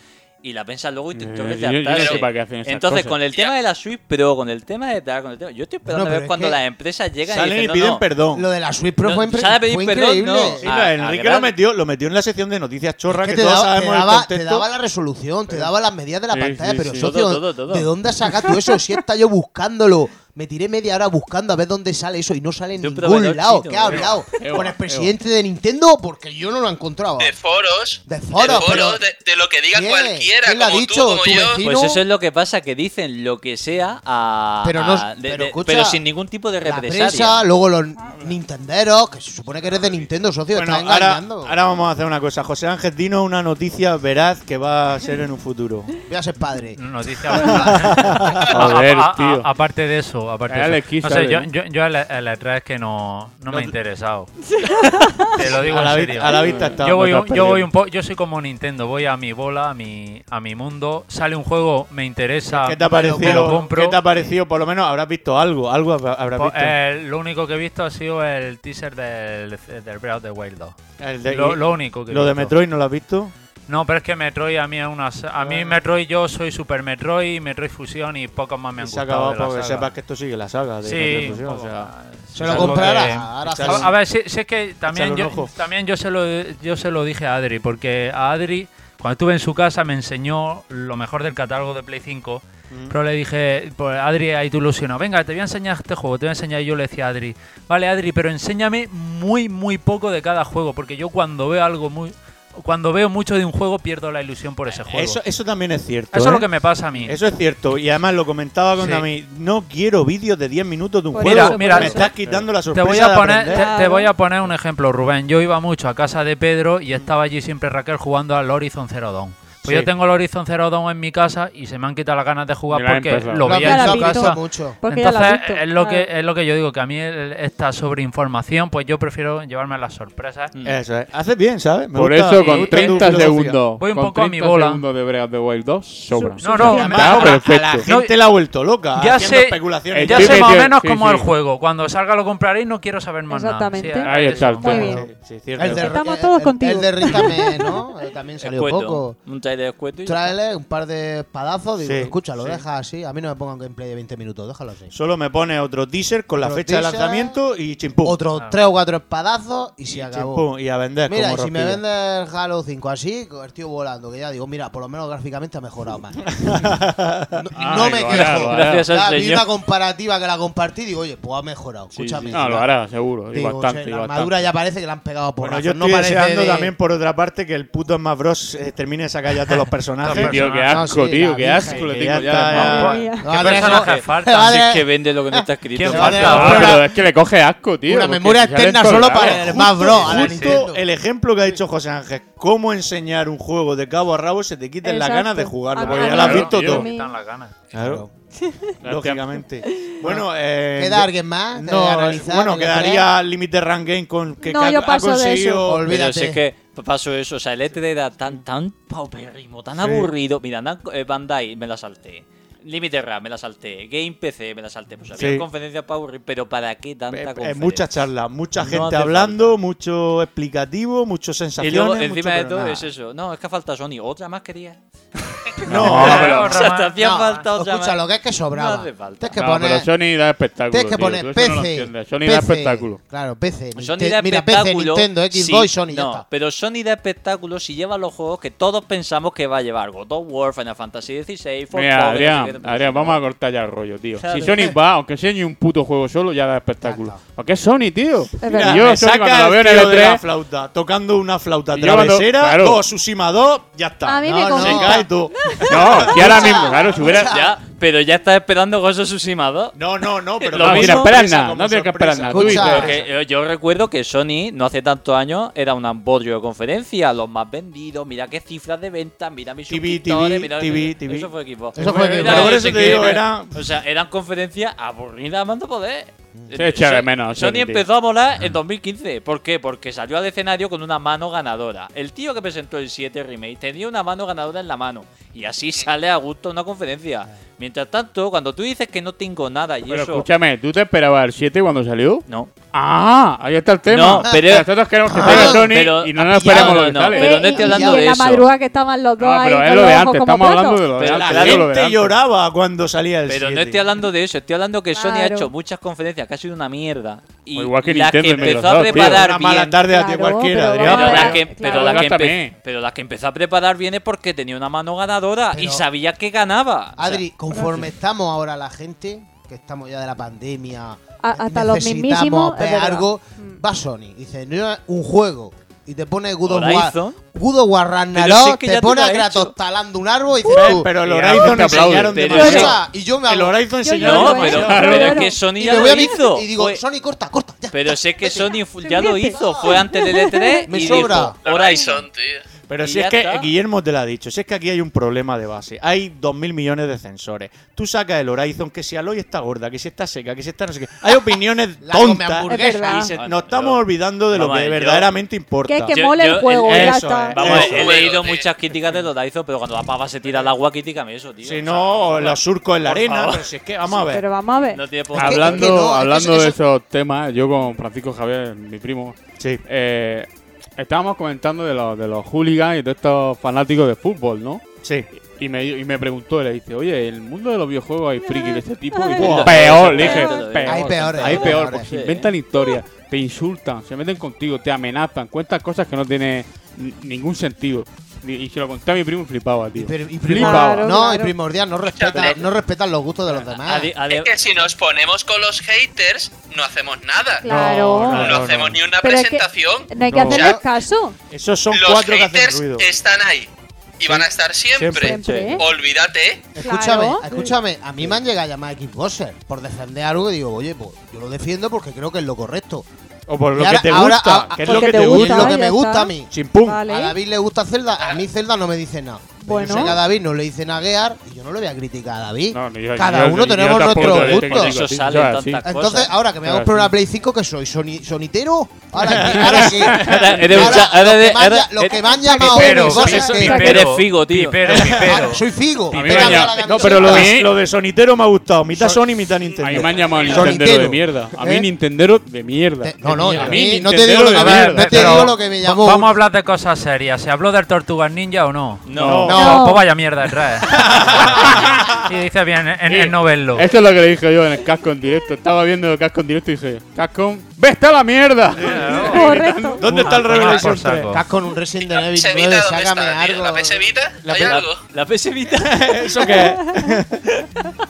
Speaker 5: Y la prensa luego intentó
Speaker 13: Eh, yo- yo no sé
Speaker 5: retractarse.
Speaker 13: para qué hacen esas
Speaker 5: Entonces,
Speaker 13: cosas.
Speaker 5: con el tema de la Switch Pro, con el tema de tal, con el tema. Yo estoy esperando
Speaker 3: Bueno,
Speaker 5: a
Speaker 3: pero
Speaker 5: ver
Speaker 3: es
Speaker 5: cuando
Speaker 3: que
Speaker 5: las empresas llegan
Speaker 8: Salen
Speaker 5: y, dicen,
Speaker 8: y
Speaker 5: "No,
Speaker 8: piden
Speaker 5: no,
Speaker 8: perdón.
Speaker 3: Lo de la Swiss Pro
Speaker 5: No,
Speaker 3: fue, impre-
Speaker 5: sale a pedir
Speaker 3: fue
Speaker 5: perdón,
Speaker 3: increíble.
Speaker 5: no.
Speaker 8: Sí,
Speaker 5: A-
Speaker 8: la-
Speaker 5: a
Speaker 8: Enrique
Speaker 5: gran-
Speaker 8: lo metió, lo metió en la sección de noticias chorras
Speaker 3: Que
Speaker 8: que,
Speaker 3: te,
Speaker 8: todos
Speaker 3: daba, te
Speaker 8: sabemos
Speaker 3: daba-
Speaker 8: el
Speaker 3: te
Speaker 8: contexto.
Speaker 3: daba la resolución, te daba las medidas de la
Speaker 13: Sí,
Speaker 3: pantalla,
Speaker 13: sí,
Speaker 3: pero
Speaker 13: sí.
Speaker 3: socio,
Speaker 5: Todo, todo, todo.
Speaker 3: ¿de dónde has sacado tú eso? Si está yo buscándolo, me tiré media hora buscando a ver dónde sale eso y no sale en
Speaker 5: De un proveedor
Speaker 3: ningún lado.
Speaker 5: chino,
Speaker 3: ¿Qué ha
Speaker 5: Evo,
Speaker 3: hablado?
Speaker 13: Evo,
Speaker 3: ¿Con el presidente de Nintendo? Porque yo no lo encontraba.
Speaker 6: De foros,
Speaker 3: De foros,
Speaker 6: de,
Speaker 3: pero-
Speaker 6: de, de lo que diga
Speaker 3: ¿Quién?
Speaker 6: cualquiera,
Speaker 3: ¿Quién lo ha
Speaker 6: como
Speaker 3: dicho?
Speaker 6: tú, como
Speaker 3: ¿Tu
Speaker 6: yo.
Speaker 3: vecino?
Speaker 5: Pues eso es lo que pasa, que dicen lo que sea a.
Speaker 3: Pero no-
Speaker 5: a- de- de-
Speaker 3: pero
Speaker 5: pero,
Speaker 3: escucha,
Speaker 5: sin ningún tipo de
Speaker 3: La
Speaker 5: represalia.
Speaker 3: prensa, luego los nintenderos, que se supone que eres de Nintendo, socio,
Speaker 8: Bueno,
Speaker 3: estás
Speaker 8: ahora,
Speaker 3: engañando.
Speaker 8: ahora vamos a hacer una cosa. José Ángel, dinos una noticia veraz que va a ser en un futuro.
Speaker 3: <laughs>
Speaker 13: <laughs>
Speaker 3: Voy a ser padre.
Speaker 10: Noticia. a- a-
Speaker 13: Joder,
Speaker 10: a-
Speaker 13: tío.
Speaker 10: Aparte de eso, pero aparte.
Speaker 13: Era
Speaker 10: de
Speaker 13: el
Speaker 10: eso-
Speaker 13: X,
Speaker 10: no sé, yo,
Speaker 13: ¿sabes?
Speaker 10: yo, yo a la, a la verdad es que no, no, me he
Speaker 8: <laughs>
Speaker 10: interesado. Te lo digo
Speaker 8: A
Speaker 10: en
Speaker 8: la vi-
Speaker 10: serio.
Speaker 8: a la vista está-
Speaker 10: yo voy,
Speaker 8: no te
Speaker 10: un-
Speaker 8: has
Speaker 10: yo
Speaker 8: perdido.
Speaker 10: voy un poco, yo soy como Nintendo, voy a mi bola, a mi, a mi mundo. Sale un juego, me interesa,
Speaker 8: ¿Qué te ha
Speaker 10: me lo
Speaker 8: parecido?
Speaker 10: compro.
Speaker 8: ¿Qué te ha parecido? Por lo menos habrás visto algo, algo habrá- habrás
Speaker 10: Pues,
Speaker 8: visto.
Speaker 10: eh, lo único que he visto ha sido el teaser del, del Breath of the Wild 2.
Speaker 8: El de-
Speaker 10: lo, lo único que he
Speaker 8: Lo de
Speaker 10: visto.
Speaker 8: Metroid no lo has visto.
Speaker 10: No, pero es que Metroid a mí es una... sa- A mí Metroid yo soy Super Metroid, Metroid Fusión y pocos más me han
Speaker 8: Se ha
Speaker 10: gustado
Speaker 8: acabado
Speaker 10: de la
Speaker 8: porque
Speaker 10: saga.
Speaker 8: sepas que esto sigue la saga de
Speaker 10: Sí,
Speaker 8: Metroid Fusion,
Speaker 10: un poco,
Speaker 8: o sea,
Speaker 10: ah,
Speaker 8: Se
Speaker 10: es
Speaker 8: lo
Speaker 10: algo
Speaker 8: comprarás,
Speaker 10: que-
Speaker 8: ahora
Speaker 10: a,
Speaker 8: sí.
Speaker 10: a ver, si, si es que también
Speaker 8: Echarle
Speaker 10: yo,
Speaker 8: un ojo.
Speaker 10: también yo se lo yo se lo dije a Adri, porque a Adri cuando estuve en su casa me enseñó lo mejor del catálogo de Play 5,
Speaker 3: Mm.
Speaker 10: pero le dije, pues Adri, ahí tú ilusionó, venga, te voy a enseñar este juego, te voy a enseñar, y yo le decía a Adri, vale Adri, pero enséñame muy, muy poco de cada juego, porque yo cuando veo algo muy... Cuando veo mucho de un juego pierdo la ilusión por ese juego.
Speaker 8: Eso, eso también es cierto.
Speaker 10: Eso es
Speaker 8: ¿eh?
Speaker 10: lo que me pasa a mí.
Speaker 8: Eso es cierto. Y además lo comentaba con
Speaker 10: Sí.
Speaker 8: Dami. No quiero vídeos de 10 minutos de un
Speaker 10: Por
Speaker 8: juego.
Speaker 10: eso, mira,
Speaker 8: me
Speaker 10: eso.
Speaker 8: estás quitando la
Speaker 10: Te
Speaker 8: sorpresa.
Speaker 10: voy, a
Speaker 8: de
Speaker 10: poner,
Speaker 8: aprender.
Speaker 10: te- te voy a poner un ejemplo, Rubén. Yo iba mucho a casa de Pedro y estaba allí siempre Raquel jugando al Horizon Zero Dawn. Pues
Speaker 8: Sí.
Speaker 10: yo tengo el Horizon Zero Dawn en mi casa y se me han quitado las ganas de jugar
Speaker 8: Ya la he
Speaker 10: porque
Speaker 8: empezado.
Speaker 10: lo
Speaker 8: Porque
Speaker 10: veía
Speaker 8: ya
Speaker 10: en
Speaker 8: la
Speaker 10: su
Speaker 8: has visto
Speaker 10: casa.
Speaker 8: mucho.
Speaker 9: Porque ya la has
Speaker 10: Entonces
Speaker 9: visto.
Speaker 10: es lo que
Speaker 9: Claro.
Speaker 10: es lo que yo digo que a mí el- esta sobreinformación, pues yo prefiero llevarme las sorpresas.
Speaker 8: Eso es. Haces bien, ¿sabes? Me
Speaker 13: Por
Speaker 8: gusta-
Speaker 13: eso,
Speaker 8: me
Speaker 13: con
Speaker 8: gusta tu
Speaker 13: 30
Speaker 8: filosofía.
Speaker 13: segundos.
Speaker 10: Voy un
Speaker 13: con
Speaker 10: poco a mi
Speaker 13: 30
Speaker 10: bola.
Speaker 13: segundos de Breath of the Wild 2 sobra.
Speaker 10: No, no, además,
Speaker 13: Está
Speaker 10: ahora,
Speaker 13: perfecto.
Speaker 10: a la
Speaker 8: gente la ha vuelto loca
Speaker 10: Ya
Speaker 8: haciendo
Speaker 10: sé,
Speaker 8: especulaciones.
Speaker 10: ya
Speaker 13: Estoy
Speaker 10: sé más o
Speaker 13: metido-
Speaker 10: menos
Speaker 13: sí,
Speaker 10: cómo
Speaker 13: sí.
Speaker 10: el juego. Cuando salga lo compraré y no quiero saber más
Speaker 9: Exactamente.
Speaker 10: nada.
Speaker 13: Ahí está el
Speaker 10: eso.
Speaker 13: tema.
Speaker 8: Sí, cierto.
Speaker 3: El de,
Speaker 9: Estamos todos contigo.
Speaker 3: El de
Speaker 5: <laughs>
Speaker 3: Rítame, ¿no? Eh, También salió
Speaker 5: Escueto.
Speaker 3: poco.
Speaker 5: Un trailer de escueto y.
Speaker 3: Tráele un par de espadazos. Digo,
Speaker 8: Sí,
Speaker 3: escúchalo,
Speaker 8: sí.
Speaker 3: deja así. A mí no me pongan gameplay de 20 minutos, déjalo así.
Speaker 8: Solo me pone otro teaser con la
Speaker 3: Otro
Speaker 8: fecha de
Speaker 3: teaser,
Speaker 8: lanzamiento y chimpum.
Speaker 3: Otros
Speaker 13: Ah.
Speaker 3: tres o cuatro espadazos y se acabó.
Speaker 8: chimpum, y a vender
Speaker 3: Mira, y
Speaker 8: como
Speaker 3: si me
Speaker 8: Raspilla.
Speaker 3: vendes Halo 5 así, tío volando, que ya digo, mira, por lo menos gráficamente ha mejorado
Speaker 8: <laughs>
Speaker 3: más. No, no me
Speaker 13: Ah, lo
Speaker 3: quejo.
Speaker 13: hará, lo hará. Gracias al
Speaker 3: Ya vi
Speaker 13: señor.
Speaker 3: una comparativa que la compartí digo, oye, pues ha mejorado. Escúchame.
Speaker 13: Ah, lo hará, seguro. y
Speaker 3: Digo,
Speaker 13: bastante,
Speaker 3: che,
Speaker 13: y
Speaker 3: la
Speaker 13: bastante.
Speaker 3: armadura ya parece que la han pegado por
Speaker 8: Bueno, yo estoy
Speaker 3: no parece
Speaker 8: deseando
Speaker 3: de-
Speaker 8: también, por otra parte, que el puto Smash Bros. eh, termine de sacar ya
Speaker 13: <laughs>
Speaker 8: todos los personajes.
Speaker 13: Sí, tío, qué asco,
Speaker 3: No, sí,
Speaker 13: tío,
Speaker 3: la
Speaker 13: qué
Speaker 3: Virgen,
Speaker 13: asco. Le
Speaker 8: que
Speaker 13: tengo ya.
Speaker 8: ya está,
Speaker 13: la-
Speaker 8: ya-
Speaker 13: Madre mía.
Speaker 3: No, Andrés, no,
Speaker 10: faltan?
Speaker 3: vale.
Speaker 5: Si es que vende lo que no está escrito.
Speaker 10: ¿Quién
Speaker 3: Se
Speaker 10: falta?
Speaker 3: vale,
Speaker 13: Ah, pero es que le coge asco, tío.
Speaker 3: Una
Speaker 13: porque
Speaker 3: memoria
Speaker 13: sale
Speaker 3: externa
Speaker 13: en todos
Speaker 3: solo
Speaker 13: lados.
Speaker 3: para el Smash Bros. a la Nintendo.
Speaker 8: Justo el ejemplo que ha dicho José Ángel, cómo enseñar un juego de cabo a rabo se te quiten las
Speaker 9: Exacto. Ah,
Speaker 8: ganas de
Speaker 9: A
Speaker 8: jugarlo,
Speaker 9: mí-
Speaker 8: porque
Speaker 9: a
Speaker 8: ya
Speaker 9: mí
Speaker 8: lo has
Speaker 9: me
Speaker 8: visto
Speaker 9: tío.
Speaker 8: todo.
Speaker 9: Me-
Speaker 10: Quitan las ganas.
Speaker 8: Claro. <laughs> Lógicamente. Bueno, eh,
Speaker 3: ¿Queda alguien más? ¿Queréis
Speaker 8: No,
Speaker 3: analizar,
Speaker 8: bueno,
Speaker 3: queréis
Speaker 8: quedaría Límite Run Game con que
Speaker 9: No,
Speaker 8: ca-
Speaker 9: yo
Speaker 8: ha
Speaker 9: paso de eso.
Speaker 8: conseguido.
Speaker 5: Pero
Speaker 3: Olvídate.
Speaker 5: si es que pasó eso, o sea, el E3 era tan, tan paupérrimo, tan
Speaker 8: Sí.
Speaker 5: aburrido. Mira, Dan- eh, Bandai me la salté. Limited Run me la salté. Game PC me la salté. Pues había
Speaker 8: Sí.
Speaker 5: conferencias para aburrir, pero ¿para qué tanta
Speaker 8: Eh, eh,
Speaker 5: conferencia?
Speaker 8: muchas charlas, mucha
Speaker 5: No
Speaker 8: gente
Speaker 5: hace
Speaker 8: hablando, mucho explicativo, mucho
Speaker 5: Y
Speaker 8: sensaciones.
Speaker 5: luego,
Speaker 8: mucho-
Speaker 5: encima de
Speaker 8: pero
Speaker 5: todo,
Speaker 8: nada.
Speaker 5: es eso. No, es que falta Sony. ¿Otra
Speaker 3: <laughs>
Speaker 5: más quería?
Speaker 8: No, pero-
Speaker 5: o sea, te hacía
Speaker 3: No,
Speaker 5: falta otra
Speaker 3: escucha,
Speaker 5: más.
Speaker 3: lo que es que sobraba.
Speaker 5: No hace falta.
Speaker 3: Tienes que
Speaker 13: No,
Speaker 3: poner,
Speaker 13: pero Sony da espectáculo.
Speaker 3: tienes que
Speaker 13: tío,
Speaker 3: poner
Speaker 13: tú eso
Speaker 3: PC.
Speaker 13: no lo entiendes. Sony da
Speaker 3: PC,
Speaker 13: espectáculo.
Speaker 3: Claro, PC.
Speaker 5: Sony
Speaker 3: Ninte-
Speaker 5: da
Speaker 3: mira, PC,
Speaker 5: espectáculo.
Speaker 3: Nintendo,
Speaker 5: sí,
Speaker 3: Xbox, Sony, ya
Speaker 5: no,
Speaker 3: está.
Speaker 5: Pero Sony da espectáculo si lleva los juegos que todos pensamos que va a llevar. God of War, Final Fantasy XVI, Forza,
Speaker 13: Mira,
Speaker 5: que no sé qué,
Speaker 13: Adrián,
Speaker 5: pero-
Speaker 13: Adrián, vamos a cortar ya el rollo, tío.
Speaker 5: Claro.
Speaker 13: Si Sony va, aunque enseñe un puto juego solo, ya da espectáculo. Porque es Sony, tío.
Speaker 9: verdad.
Speaker 13: Y yo,
Speaker 8: me
Speaker 13: Sony,
Speaker 8: saca
Speaker 13: cuando lo veo en
Speaker 8: el
Speaker 13: el E
Speaker 8: tío de la
Speaker 13: E3,
Speaker 8: flauta, tocando una flauta
Speaker 13: Y yo cuando-
Speaker 8: travesera,
Speaker 13: claro.
Speaker 8: dos Tsushima 2, ya está.
Speaker 9: A mí
Speaker 3: No,
Speaker 9: me
Speaker 3: no.
Speaker 9: consta.
Speaker 8: Se cae todo.
Speaker 13: <laughs> no, que ahora mismo, claro, si
Speaker 8: <laughs>
Speaker 13: hubiera.
Speaker 5: Ya, pero ya estás esperando Gozo Tsushima 2.
Speaker 8: No, no, no, pero
Speaker 5: Lo
Speaker 8: como
Speaker 13: No tienes que esperar
Speaker 8: sorpresa,
Speaker 13: nada,
Speaker 8: como
Speaker 13: no tienes que
Speaker 8: sorpresa.
Speaker 13: esperar nada. Tú dices,
Speaker 3: Escucha.
Speaker 5: Pero que, eh, yo recuerdo que Sony no hace tantos años era un embolio de conferencia, los más vendidos, mira qué cifras de ventas, mira mis
Speaker 8: TV,
Speaker 5: suscriptores,
Speaker 8: TV,
Speaker 5: mira
Speaker 8: TV,
Speaker 5: mira-
Speaker 8: TV.
Speaker 5: Eso fue equipo.
Speaker 3: Eso fue Xbox.
Speaker 8: Pero por eso te digo, era-
Speaker 5: O sea, eran conferencias aburridas a mando poder.
Speaker 13: Se echa de menos,
Speaker 5: Sony
Speaker 13: Sony, tío.
Speaker 5: empezó a volar <laughs> en 2015. ¿Por qué? Porque salió al escenario con una mano ganadora. El tío que presentó el 7 Remake tenía una mano ganadora en la mano. Y así <laughs> sale a gusto una conferencia. Mientras tanto, cuando tú dices que no tengo nada y
Speaker 13: Pero
Speaker 5: eso.
Speaker 13: escúchame, ¿tú te esperabas el 7 cuando salió?
Speaker 5: No.
Speaker 13: Ah, ahí está el tema.
Speaker 5: No, pero-
Speaker 13: nosotros queremos que salga
Speaker 5: Pero-
Speaker 13: Sony
Speaker 5: pero-
Speaker 13: y no nos esperemos lo que
Speaker 5: no,
Speaker 13: sale.
Speaker 5: pero no estoy
Speaker 9: Eh, y-
Speaker 5: hablando
Speaker 9: y
Speaker 5: de
Speaker 9: en
Speaker 5: eso.
Speaker 9: la madrugada que estaban los dos
Speaker 13: No,
Speaker 9: ahí
Speaker 13: Ah, pero
Speaker 9: con
Speaker 13: es lo de
Speaker 9: los ojos
Speaker 13: antes,
Speaker 9: como
Speaker 13: estamos hablando
Speaker 9: platos.
Speaker 13: de lo de
Speaker 5: Pero
Speaker 13: antes.
Speaker 5: la
Speaker 13: de lo de
Speaker 8: gente
Speaker 13: antes.
Speaker 8: lloraba cuando salía el
Speaker 5: Pero no
Speaker 8: 7.
Speaker 5: estoy hablando de eso, estoy hablando que Sony ha
Speaker 9: Claro.
Speaker 5: hecho muchas conferencias que ha sido una mierda. Y
Speaker 13: O igual que
Speaker 5: la
Speaker 13: Nintendo y
Speaker 5: que empezó a
Speaker 13: Microsoft, tío.
Speaker 5: preparar
Speaker 8: Una
Speaker 5: bien.
Speaker 8: mala tarde a ti
Speaker 9: Claro,
Speaker 8: cualquiera,
Speaker 9: pero
Speaker 8: Adrián.
Speaker 5: Pero
Speaker 9: Claro,
Speaker 5: la, que,
Speaker 9: claro.
Speaker 5: pero, la que
Speaker 13: Claro.
Speaker 5: empe- pero la que empezó a preparar bien es porque tenía una mano ganadora y
Speaker 3: Pero-
Speaker 5: sabía que ganaba. O sea,
Speaker 3: Adri, conforme estamos ahora la gente, que estamos ya de la pandemia, eh,
Speaker 9: A- hasta los
Speaker 3: necesitamos
Speaker 9: mismísimos, es
Speaker 3: ver
Speaker 9: verdad.
Speaker 3: algo,
Speaker 9: Mm.
Speaker 3: va Sony, dice, no, un juego, y te pone Good of War,
Speaker 5: Horizon.
Speaker 3: Good of War
Speaker 5: Pero si es
Speaker 3: Ragnarok,
Speaker 5: que ya
Speaker 3: te
Speaker 5: tú
Speaker 3: pone a
Speaker 5: lo has
Speaker 3: Kratos
Speaker 5: hecho.
Speaker 3: talando un árbol y
Speaker 9: Uh.
Speaker 3: dices
Speaker 8: Eh,
Speaker 3: tú,
Speaker 8: Pero el
Speaker 13: Mira,
Speaker 8: Horizon
Speaker 13: te
Speaker 8: enseñaron
Speaker 13: aplaude,
Speaker 5: pero-
Speaker 8: demasiado.
Speaker 3: "Cosa", y yo me
Speaker 8: El
Speaker 3: hago,
Speaker 8: Horizon
Speaker 9: Yo
Speaker 8: enseñaron
Speaker 5: no,
Speaker 9: lloro,
Speaker 5: pero,
Speaker 9: ¿eh?
Speaker 5: pero
Speaker 9: Yo
Speaker 5: es
Speaker 9: lloro.
Speaker 5: que Sony
Speaker 3: y
Speaker 5: ya
Speaker 3: me
Speaker 5: lo
Speaker 3: voy a mi-
Speaker 5: hizo.
Speaker 3: y digo,
Speaker 5: Fue-
Speaker 3: Sony, corta, corta, ya.
Speaker 5: pero sé que Sony fu- ya lo
Speaker 9: Sirviente.
Speaker 5: hizo, fue antes del E3
Speaker 3: Me
Speaker 5: y
Speaker 3: sobra.
Speaker 5: dijo, Horizon.
Speaker 6: Horizon, tío.
Speaker 8: Pero
Speaker 5: Y
Speaker 8: si
Speaker 5: ya
Speaker 8: es que
Speaker 5: está.
Speaker 8: Guillermo te lo ha dicho, si es que aquí hay un problema de base. Hay 2.000 millones de censores. Tú sacas el Horizon, que si Aloy está gorda, que si está seca, que si está no sé qué. Hay opiniones
Speaker 3: La come
Speaker 8: tontas.
Speaker 3: hamburguesa. Es verdad.
Speaker 8: Y se- nos estamos olvidando de lo
Speaker 5: Vamos a
Speaker 8: que
Speaker 5: ver, yo-
Speaker 8: verdaderamente importa.
Speaker 5: Yo- yo- el-
Speaker 8: Eso eh. es,
Speaker 5: Vamos,
Speaker 8: eso
Speaker 5: he
Speaker 8: es.
Speaker 5: leído muchas críticas de los Daizo, pero cuando la pava se tira al agua, critícame eso, tío.
Speaker 8: Si no, o los surcos en la arena. Pero si es que, vamos a ver.
Speaker 9: Pero vamos a ver.
Speaker 5: No tiene por qué.
Speaker 13: pues, Hablando,
Speaker 5: es que no, es que
Speaker 13: hablando
Speaker 5: eso-
Speaker 13: de esos temas, yo con Francisco Javier, mi primo, eh, estábamos comentando de los, de los hooligans y de estos fanáticos de fútbol, ¿no?
Speaker 8: Sí.
Speaker 13: Y me, y me preguntó, le dice, oye, en el mundo de los videojuegos hay friki de este tipo. Y
Speaker 8: Ay.
Speaker 13: dice,
Speaker 8: Buah.
Speaker 13: peor, le dije,
Speaker 8: Hay
Speaker 13: peor.
Speaker 8: peores,
Speaker 13: Hay
Speaker 8: hay
Speaker 13: peor,
Speaker 8: peores.
Speaker 13: porque se
Speaker 8: Sí.
Speaker 13: inventan historias, te insultan, se meten contigo, te amenazan, cuentan cosas que no tienen ni- ningún sentido. Y, y se lo conté a mi primo y flipaba, tío.
Speaker 3: Y primor-
Speaker 13: flipaba.
Speaker 3: no, y primordial, no respetan, no respetan los gustos de los demás.
Speaker 6: Es que si nos ponemos con los haters, no hacemos nada.
Speaker 9: Claro.
Speaker 6: No,
Speaker 9: No, no, no.
Speaker 6: hacemos ni una
Speaker 9: Pero es que
Speaker 6: presentación.
Speaker 9: No hay que
Speaker 6: Ya
Speaker 9: hacerles caso.
Speaker 8: Esos son
Speaker 6: los
Speaker 8: cuatro que hacen
Speaker 6: haters
Speaker 8: ruido. ¿eh?
Speaker 6: están ahí. Y van a estar siempre.
Speaker 3: siempre. Siempre.
Speaker 6: Olvídate.
Speaker 3: Escúchame, escúchame, a mí me han llegado a llamar Xboxer por defender algo y digo, oye, pues yo lo defiendo porque creo que es lo correcto.
Speaker 8: O por
Speaker 3: Y
Speaker 8: lo que
Speaker 3: ahora-
Speaker 8: te
Speaker 3: ahora-
Speaker 8: gusta.
Speaker 3: a-
Speaker 8: que es
Speaker 3: porque
Speaker 8: lo que
Speaker 3: te
Speaker 8: te
Speaker 3: gusta,
Speaker 8: gusta.
Speaker 3: es lo que me ya gusta está. a mí.
Speaker 8: Sin pum.
Speaker 3: A David le gusta Zelda, a mí Zelda no me dice nada. Bueno. Yo sé que a David no le dicen a Gear y yo no le voy a criticar a David.
Speaker 13: yo-
Speaker 3: Cada
Speaker 13: yo-
Speaker 3: uno
Speaker 13: yo
Speaker 3: tenemos
Speaker 13: tampoco
Speaker 3: nuestros
Speaker 13: le tengo
Speaker 3: gustos.
Speaker 13: ningún Eso tipo, salen ya, sí. tantas
Speaker 3: Entonces,
Speaker 13: cosas.
Speaker 3: ahora que me voy a
Speaker 13: Ya,
Speaker 3: comprar una
Speaker 13: sí.
Speaker 3: Play 5, que soy Sony, sonitero. Ahora que. Ahora
Speaker 13: <laughs>
Speaker 3: que.
Speaker 5: Eres un cha-
Speaker 3: los
Speaker 5: eres-
Speaker 3: que me han-
Speaker 5: eres-
Speaker 3: los que me han
Speaker 5: eres-
Speaker 3: llamado.
Speaker 5: pipero,
Speaker 3: cosas
Speaker 5: eres-
Speaker 3: que-
Speaker 5: eres figo, tío.
Speaker 3: <laughs> Ah, Soy figo.
Speaker 8: A mí
Speaker 3: Venga,
Speaker 8: me ha-
Speaker 3: ahora que-
Speaker 8: no, pero lo de,
Speaker 13: Sí.
Speaker 8: lo de Sonitero me ha gustado. Mitad Sony, mitad Nintendo.
Speaker 13: A mí me han llamado
Speaker 8: Sonitero.
Speaker 13: Nintendero de mierda. A mí
Speaker 8: ¿Eh?
Speaker 13: Nintendero de mierda.
Speaker 3: No, no,
Speaker 13: a
Speaker 3: a
Speaker 13: mí
Speaker 3: mí no te
Speaker 13: Nintendero
Speaker 3: digo lo
Speaker 13: de
Speaker 3: que- a ver,
Speaker 13: mierda.
Speaker 3: no te
Speaker 10: Pero
Speaker 3: digo lo que me
Speaker 10: va-
Speaker 3: llamó.
Speaker 10: Vamos a hablar de cosas serias. ¿Se habló del Tortugas Ninja o no?
Speaker 13: No. No.
Speaker 10: Pues- Pues vaya mierda
Speaker 3: <laughs>
Speaker 10: el rey. y dice bien en, en- en no verlo.
Speaker 13: Esto es lo que le dije yo en el casco en directo. Estaba viendo el casco en directo y dije, Cascom, ¡vete a la mierda!
Speaker 9: <laughs>
Speaker 3: <laughs>
Speaker 9: Correcto.
Speaker 8: ¿Dónde está el Revelation 3?
Speaker 3: Estás con un Resident Evil 9, sácame algo. ¿La PS
Speaker 6: Vita?
Speaker 5: ¿Hay algo? La PS Vita.
Speaker 8: <laughs> ¿Eso qué?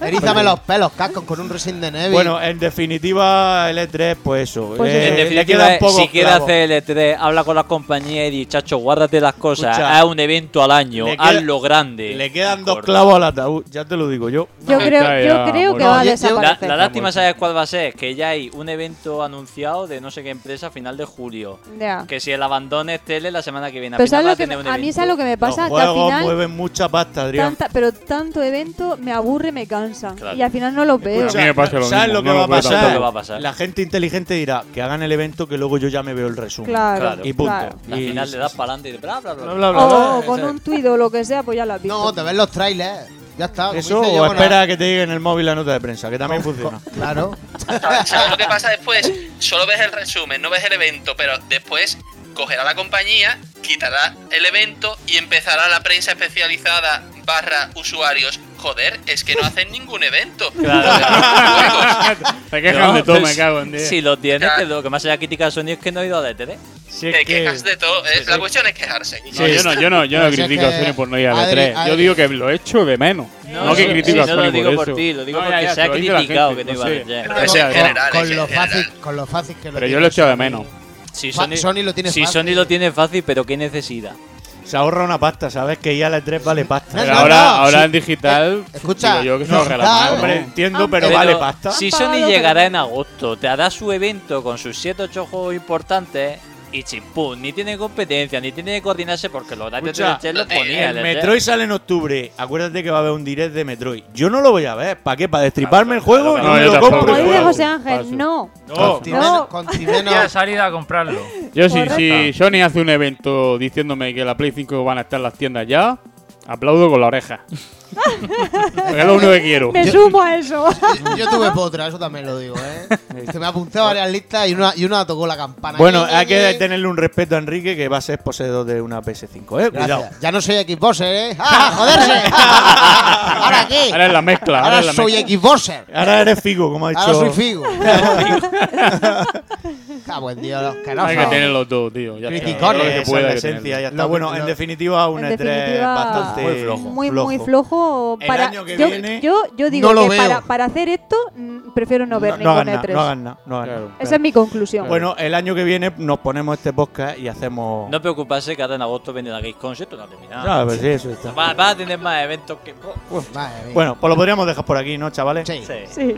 Speaker 3: <laughs> Erízame los pelos, casco, con un Resident Evil.
Speaker 8: Bueno, en definitiva, el E3, pues eso.
Speaker 3: Pues
Speaker 8: eh,
Speaker 3: eso.
Speaker 5: En
Speaker 8: le
Speaker 5: definitiva,
Speaker 8: quedan pocos
Speaker 5: si quieres
Speaker 8: clavos.
Speaker 5: hacer el E3, habla con las compañías y di, chacho, guárdate las cosas.
Speaker 8: Escucha,
Speaker 5: haz un evento al año,
Speaker 8: le queda-
Speaker 5: hazlo grande.
Speaker 8: Le quedan dos clavos al ataúd, ya te lo digo yo.
Speaker 9: Yo creo- yo creo que va a
Speaker 5: La,
Speaker 9: desaparecer.
Speaker 5: la lástima, ¿sabes cuál va a ser? Que ya hay un evento anunciado de no sé qué empresa a final de julio.
Speaker 9: Ya.
Speaker 5: Que si el abandono es tele, la semana que viene. al
Speaker 9: Pero
Speaker 5: final
Speaker 9: ¿sabes
Speaker 5: va
Speaker 9: lo que
Speaker 5: tener
Speaker 9: me-
Speaker 5: un
Speaker 9: a mí
Speaker 5: evento.
Speaker 9: sabes lo que me pasa que al
Speaker 8: Juegos pues,
Speaker 9: final
Speaker 8: mueven mucha pasta, Adrián.
Speaker 9: tanta- pero tanto evento me aburre, me cansa
Speaker 8: Claro.
Speaker 9: y al final no lo veo.
Speaker 8: Escucha, ¿Sabes lo que,
Speaker 13: no
Speaker 8: va
Speaker 13: lo veo
Speaker 8: a pasar?
Speaker 13: tampoco. Lo que va a
Speaker 5: pasar.
Speaker 8: La gente inteligente dirá que hagan el evento que luego yo ya me veo el resumen.
Speaker 9: Claro, Claro.
Speaker 8: y punto.
Speaker 9: claro.
Speaker 5: Al
Speaker 8: Y-
Speaker 5: final le das para adelante y bla, bla, bla.
Speaker 8: bla, bla,
Speaker 9: O
Speaker 8: bla.
Speaker 9: Oh, con un tuit o lo que sea, pues ya lo has visto.
Speaker 3: No, te ves los trailers. Ya está. como
Speaker 8: Eso
Speaker 3: hice
Speaker 8: o
Speaker 3: yo con la-
Speaker 8: espera a que te llegue en el móvil la nota de prensa,
Speaker 3: <laughs>
Speaker 8: que también funciona.
Speaker 3: Claro.
Speaker 6: <laughs> ¿Sabes lo que pasa después? Solo ves el resumen, no ves el evento, pero después cogerá la compañía, quitará el evento y empezará la prensa especializada barra usuarios. Joder, es que no hacen ningún evento.
Speaker 5: <laughs>
Speaker 8: <laughs>
Speaker 13: Se quejan de todo,
Speaker 5: pues,
Speaker 13: me cago en diez.
Speaker 5: Si lo tienes, que lo que más allá crítica a Sony es que no ha ido a la E3.
Speaker 6: Te quejas de todo. eh, La cuestión es quejarse.
Speaker 13: No, yo no, yo no, yo no
Speaker 3: Pues
Speaker 13: critico a Sony por no ir a
Speaker 6: Adri-
Speaker 13: E3. Yo
Speaker 6: Adri-
Speaker 13: digo que lo he hecho de menos. No, que
Speaker 5: sí,
Speaker 13: critico a
Speaker 5: sí,
Speaker 13: Sony
Speaker 5: no lo digo por
Speaker 13: eso.
Speaker 5: ti, lo digo
Speaker 13: No, ya,
Speaker 5: porque
Speaker 13: ya,
Speaker 5: se ha
Speaker 13: lo dice la
Speaker 5: criticado
Speaker 13: gente,
Speaker 5: que no iba
Speaker 13: sé.
Speaker 5: a ver, ya.
Speaker 13: Pero sea,
Speaker 3: con,
Speaker 13: general,
Speaker 3: con
Speaker 13: en
Speaker 3: lo
Speaker 13: general.
Speaker 3: fácil, con lo fácil que lo
Speaker 13: Pero yo
Speaker 3: tiene
Speaker 13: lo he hecho de
Speaker 3: Sony.
Speaker 13: menos.
Speaker 5: Si
Speaker 3: Fa-
Speaker 5: Sony,
Speaker 3: Sony lo tiene
Speaker 5: si
Speaker 3: fácil.
Speaker 5: Sony lo tiene fácil, pero qué necesidad.
Speaker 8: Se ahorra una pasta, ¿sabes? Que ya la 3 vale pasta.
Speaker 13: Pero ahora, ahora en digital.
Speaker 3: escucha,
Speaker 13: digo yo que se
Speaker 8: no,
Speaker 13: ahorra la mano.
Speaker 8: hombre, entiendo, pero vale pasta.
Speaker 5: Si
Speaker 8: Han
Speaker 5: Sony
Speaker 8: pagado,
Speaker 5: llegará
Speaker 8: pero-
Speaker 5: en agosto, te hará su evento con sus 7 8 juegos importantes y chimpún, ni tiene competencia, ni tiene que coordinarse porque los horarios
Speaker 8: Escucha, eh,
Speaker 5: de Chen los ponía.
Speaker 8: el
Speaker 5: el
Speaker 8: Metroid sale en octubre. Acuérdate que va a haber un direct de Metroid. Yo no lo voy a ver. ¿Para qué? ¿Para destriparme el juego?
Speaker 13: claro,
Speaker 8: No,
Speaker 13: claro.
Speaker 8: me
Speaker 13: No,
Speaker 8: lo
Speaker 13: yo
Speaker 8: compro.
Speaker 9: Como
Speaker 8: el
Speaker 9: dice
Speaker 8: juego.
Speaker 9: José Ángel, no.
Speaker 8: No.
Speaker 9: No.
Speaker 10: <laughs>
Speaker 8: <laughs>
Speaker 10: Ya salida a comprarlo.
Speaker 13: Yo sí,
Speaker 10: Correcto.
Speaker 13: si Sony hace un evento diciéndome que la Play 5 van a estar en las tiendas ya, aplaudo con la oreja. Porque es lo único que quiero.
Speaker 9: Me sumo a eso.
Speaker 3: Yo tuve potra, eso también lo digo, ¿eh? Se me apunté a varias listas y una, y una tocó la campana.
Speaker 8: Bueno,
Speaker 3: Ñe, Ñe,
Speaker 8: hay
Speaker 3: Ñe.
Speaker 8: que tenerle un respeto a Enrique que va a ser poseedor de una PS5, ¿eh?
Speaker 3: Gracias.
Speaker 8: Cuidado.
Speaker 3: Ya no soy Xboxer, ¿eh? ¡Ah, joderse!
Speaker 13: <laughs>
Speaker 3: ¿Ahora qué?
Speaker 8: Ahora es la mezcla, ahora
Speaker 3: Ahora,
Speaker 8: es la
Speaker 3: soy
Speaker 8: mezcla.
Speaker 3: Xboxer.
Speaker 8: Ahora eres Figo, como ha dicho.
Speaker 3: Ahora soy
Speaker 13: <laughs>
Speaker 3: Figo. <laughs>
Speaker 8: <laughs>
Speaker 3: ah, buen día, los que no
Speaker 13: Hay que
Speaker 3: son.
Speaker 13: tener los dos, tío. Ya está.
Speaker 3: Criticones,
Speaker 13: Todo lo que
Speaker 8: esa es
Speaker 13: pueda
Speaker 8: la
Speaker 13: hay que
Speaker 8: esencia,
Speaker 13: tenerlo.
Speaker 8: ya está. Bueno, en definitiva, un
Speaker 9: En
Speaker 8: E3
Speaker 9: definitiva,
Speaker 8: bastante
Speaker 9: muy
Speaker 8: flojo.
Speaker 9: Muy, muy flojo.
Speaker 8: El
Speaker 9: Para,
Speaker 8: año que
Speaker 9: yo,
Speaker 8: viene
Speaker 9: yo, yo digo
Speaker 8: no lo
Speaker 9: que
Speaker 8: veo.
Speaker 9: para, para hacer esto, mm, prefiero no ver
Speaker 8: no
Speaker 9: ningún
Speaker 8: hagan nada,
Speaker 9: E3.
Speaker 8: no hagan nada. no hagan nada.
Speaker 9: Esa es mi conclusión.
Speaker 8: Bueno, el año que viene nos ponemos este podcast y hacemos.
Speaker 5: No preocuparse que ahora en agosto viene la Games Concept, no ha terminado.
Speaker 8: Ah, pues sí, eso está. Oh,
Speaker 5: Va, va a tener más eventos que.
Speaker 8: Bueno, pues lo podríamos dejar por aquí, ¿no, chavales?
Speaker 3: Sí.
Speaker 9: Sí.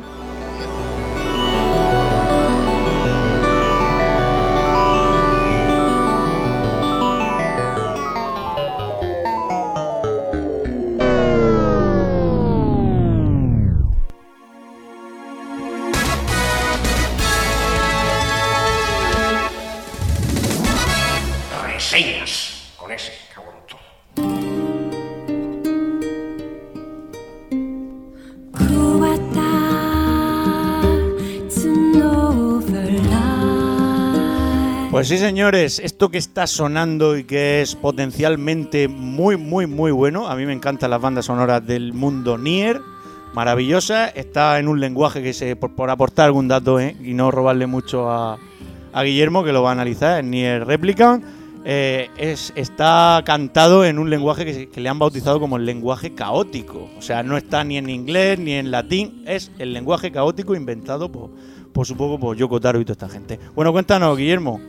Speaker 8: Pues sí, señores, esto que está sonando y que es potencialmente muy, muy, muy bueno. A mí me encantan las bandas sonoras del mundo Nier. Maravillosa. Está en un lenguaje que se. por, por aportar algún dato ¿eh? y no robarle mucho a, a Guillermo, que lo va a analizar, en Nier Replicant. eh, es, está cantado en un lenguaje que, se- que le han bautizado como el lenguaje caótico. O sea, no está ni en inglés ni en latín. Es el lenguaje caótico inventado por, por supongo por Yoko Taro y toda esta gente. Bueno, cuéntanos, Guillermo.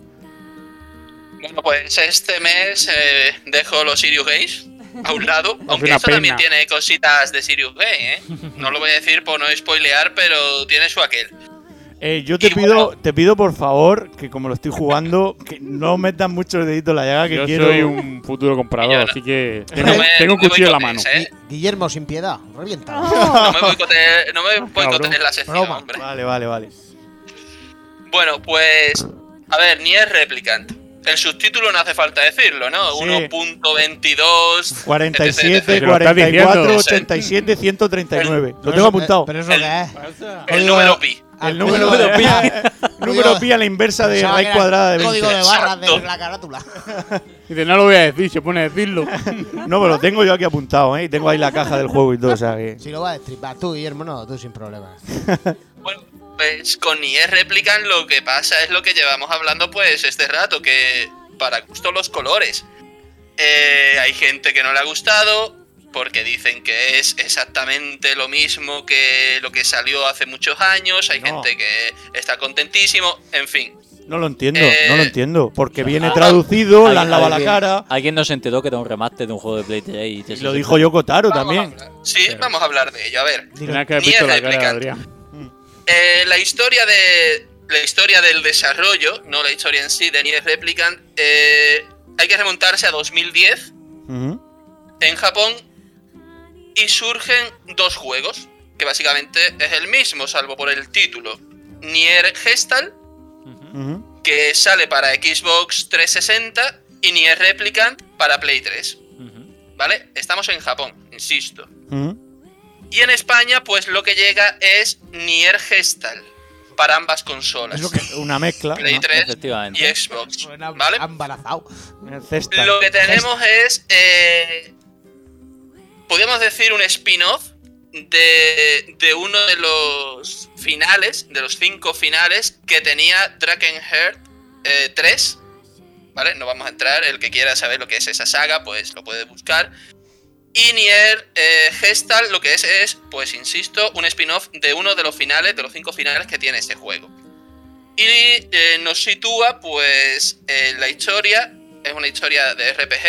Speaker 6: Bueno, pues este mes eh, dejo los Sirius Gays a un lado, aunque
Speaker 8: una
Speaker 6: eso también
Speaker 8: pena.
Speaker 6: tiene cositas de Sirius Gay, ¿eh? No lo voy a decir por no spoilear, pero tiene su aquel.
Speaker 8: Eh, yo te pido, te pido por favor que como lo estoy jugando, que no metas mucho el dedito en la llaga que
Speaker 13: Yo
Speaker 8: quiero.
Speaker 13: soy un futuro comprador, así que tengo,
Speaker 8: No me-
Speaker 13: tengo un
Speaker 8: no me
Speaker 13: cuchillo en la mano.
Speaker 6: boicotees, ¿eh?
Speaker 3: Guillermo, sin piedad, revienta.
Speaker 6: No
Speaker 9: <laughs>
Speaker 6: me boicotees, no
Speaker 8: Ah,
Speaker 6: me boicotees la sección,
Speaker 3: Broma.
Speaker 6: hombre.
Speaker 8: Vale, vale, <laughs> vale.
Speaker 6: Bueno, pues. A ver, Nier Replicant. El subtítulo no hace falta decirlo, ¿no? 1.22.
Speaker 8: 47,
Speaker 6: Pero lo estás
Speaker 8: 44,
Speaker 6: diciendo.
Speaker 8: 87, 139. Lo
Speaker 6: Pero
Speaker 8: tengo
Speaker 6: eso-
Speaker 8: apuntado.
Speaker 3: pero eso
Speaker 6: El-
Speaker 3: qué es.
Speaker 6: El número pi.
Speaker 8: El número de
Speaker 13: <laughs>
Speaker 8: pi. número pi a la inversa de
Speaker 3: Pensaba que
Speaker 8: raíz
Speaker 3: era
Speaker 8: cuadrada de 20.
Speaker 3: Código de barras de la carátula.
Speaker 8: Dice, no lo voy a decir, se pone a decirlo. <laughs> no, pero lo tengo yo aquí apuntado, ¿eh? Y Tengo ahí la caja del juego y todo, o sea que...
Speaker 3: Si lo vas a destripar tú, Guillermo, no, tú sin problemas.
Speaker 6: Pues con Nier Replicant lo que pasa es lo que llevamos hablando pues este rato, que para gusto los colores. Eh, hay gente que no le ha gustado porque dicen que es exactamente lo mismo que lo que salió hace muchos años, hay gente que está contentísimo, en fin.
Speaker 8: No lo entiendo,
Speaker 6: Eh,
Speaker 8: no lo entiendo. Porque
Speaker 6: Ah,
Speaker 8: viene traducido, la han lavado la cara.
Speaker 5: Ah, Alguien nos enteró que era un remaster de un juego de Play 3 y,
Speaker 8: Lo dijo Yoko Taro también.
Speaker 6: Sí, vamos a hablar de ello, a ver.
Speaker 13: Tenía que haber
Speaker 6: Nier
Speaker 13: visto la cara de
Speaker 6: Replicant.
Speaker 13: Adrián.
Speaker 6: Eh, la historia de la historia del desarrollo, no la historia en sí de Nier Replicant, eh, hay que remontarse a 2010 en Japón y surgen dos juegos que básicamente es el mismo, salvo por el título. Nier Gestal, que sale para Xbox 360 y Nier Replicant para Play 3. ¿Vale? Estamos en Japón, insisto. Y en España, pues lo que llega es Nier Gestal para ambas consolas. <laughs>
Speaker 8: Una mezcla.
Speaker 6: Play
Speaker 8: ¿no?
Speaker 6: 3 y Xbox. ¿Vale?
Speaker 3: Embarazado.
Speaker 8: Cesta.
Speaker 6: Lo que tenemos es. Eh, podríamos decir un spin-off de, de uno de los finales, de los cinco finales que tenía Drakenheart eh, 3. ¿Vale? No vamos a entrar. El que quiera saber lo que es esa saga, pues lo puede buscar. Y Nier eh, Gestal, lo que es, es, pues insisto, un spin-off de uno de los finales, de los cinco finales que tiene este juego. Y eh, nos sitúa, pues, en la historia es una historia de RPG.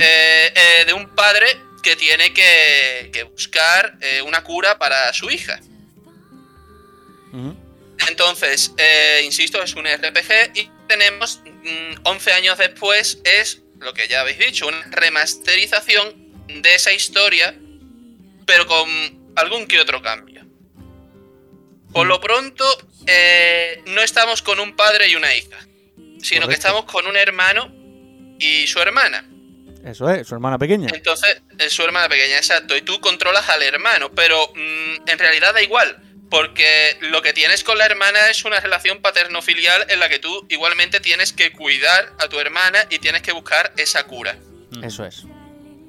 Speaker 6: eh, eh, de un padre que tiene que, que buscar eh, una cura para su hija. Entonces, eh, insisto, es un RPG y tenemos mm, 11 años después, es lo que ya habéis dicho, una remasterización de esa historia, pero con algún que otro cambio. Por lo pronto, eh, no estamos con un padre y una hija, sino que
Speaker 8: Correcto.
Speaker 6: estamos con un hermano y su hermana.
Speaker 8: Eso es, su hermana pequeña.
Speaker 6: Entonces, eh, su hermana pequeña, exacto. Y tú controlas al hermano, pero mm, en realidad da igual. Porque lo que tienes con la hermana es una relación paterno-filial en la que tú igualmente tienes que cuidar a tu hermana y tienes que buscar esa cura.
Speaker 5: Mm.
Speaker 8: Eso es.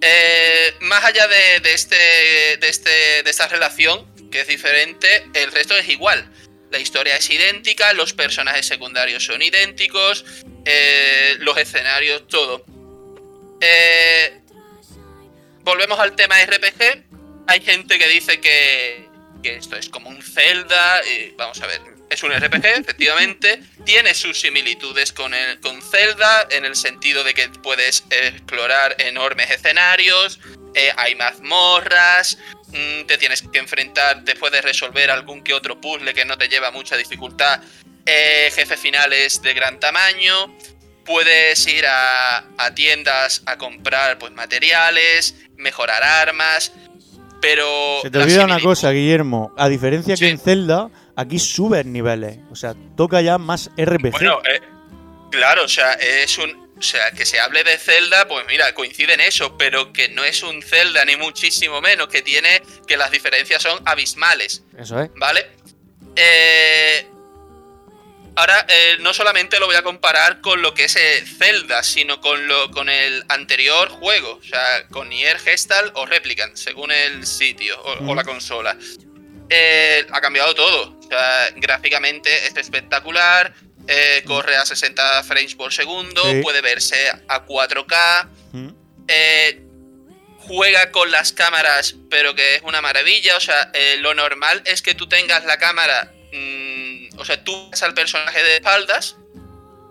Speaker 6: Eh, más allá de, de este, de, este, de esta relación, que es diferente, el resto es igual. La historia es idéntica, los personajes secundarios son idénticos, eh, los escenarios, todo. Eh, volvemos al tema RPG. Hay gente que dice que, que esto es como un Zelda. eh, vamos a ver, es un RPG, efectivamente. Tiene sus similitudes con, el, con Zelda en el sentido de que puedes explorar enormes escenarios, eh, hay mazmorras, mm, te tienes que enfrentar después de resolver algún que otro puzzle que no te lleva mucha dificultad. eh, jefes finales de gran tamaño puedes ir a, a tiendas a comprar pues materiales, mejorar armas, pero
Speaker 8: Se te
Speaker 6: la
Speaker 8: olvida una
Speaker 6: simili-
Speaker 8: cosa, Guillermo. A diferencia que en Zelda, aquí subes niveles. O sea, toca ya más RPG.
Speaker 6: Bueno, eh, claro, o sea, es un o sea, que se hable de Zelda, pues mira, coincide en eso, pero que no es un Zelda ni muchísimo menos, que tiene que las eh. diferencias son abismales.
Speaker 8: Eso es.
Speaker 6: ¿Vale? Eh, Ahora eh, no solamente lo voy a comparar con lo que es eh, Zelda, sino con lo con el anterior juego, o sea, con Nier Gestal o Replicant, según el sitio o, o la consola. Eh, ha cambiado todo. O sea, gráficamente es espectacular, eh, corre a 60 frames por segundo,
Speaker 14: Sí.
Speaker 6: puede verse a 4K, eh, juega con las cámaras, pero que es una maravilla. O sea, eh, lo normal es que tú tengas la cámara. mm, o sea, tú ves al personaje de espaldas,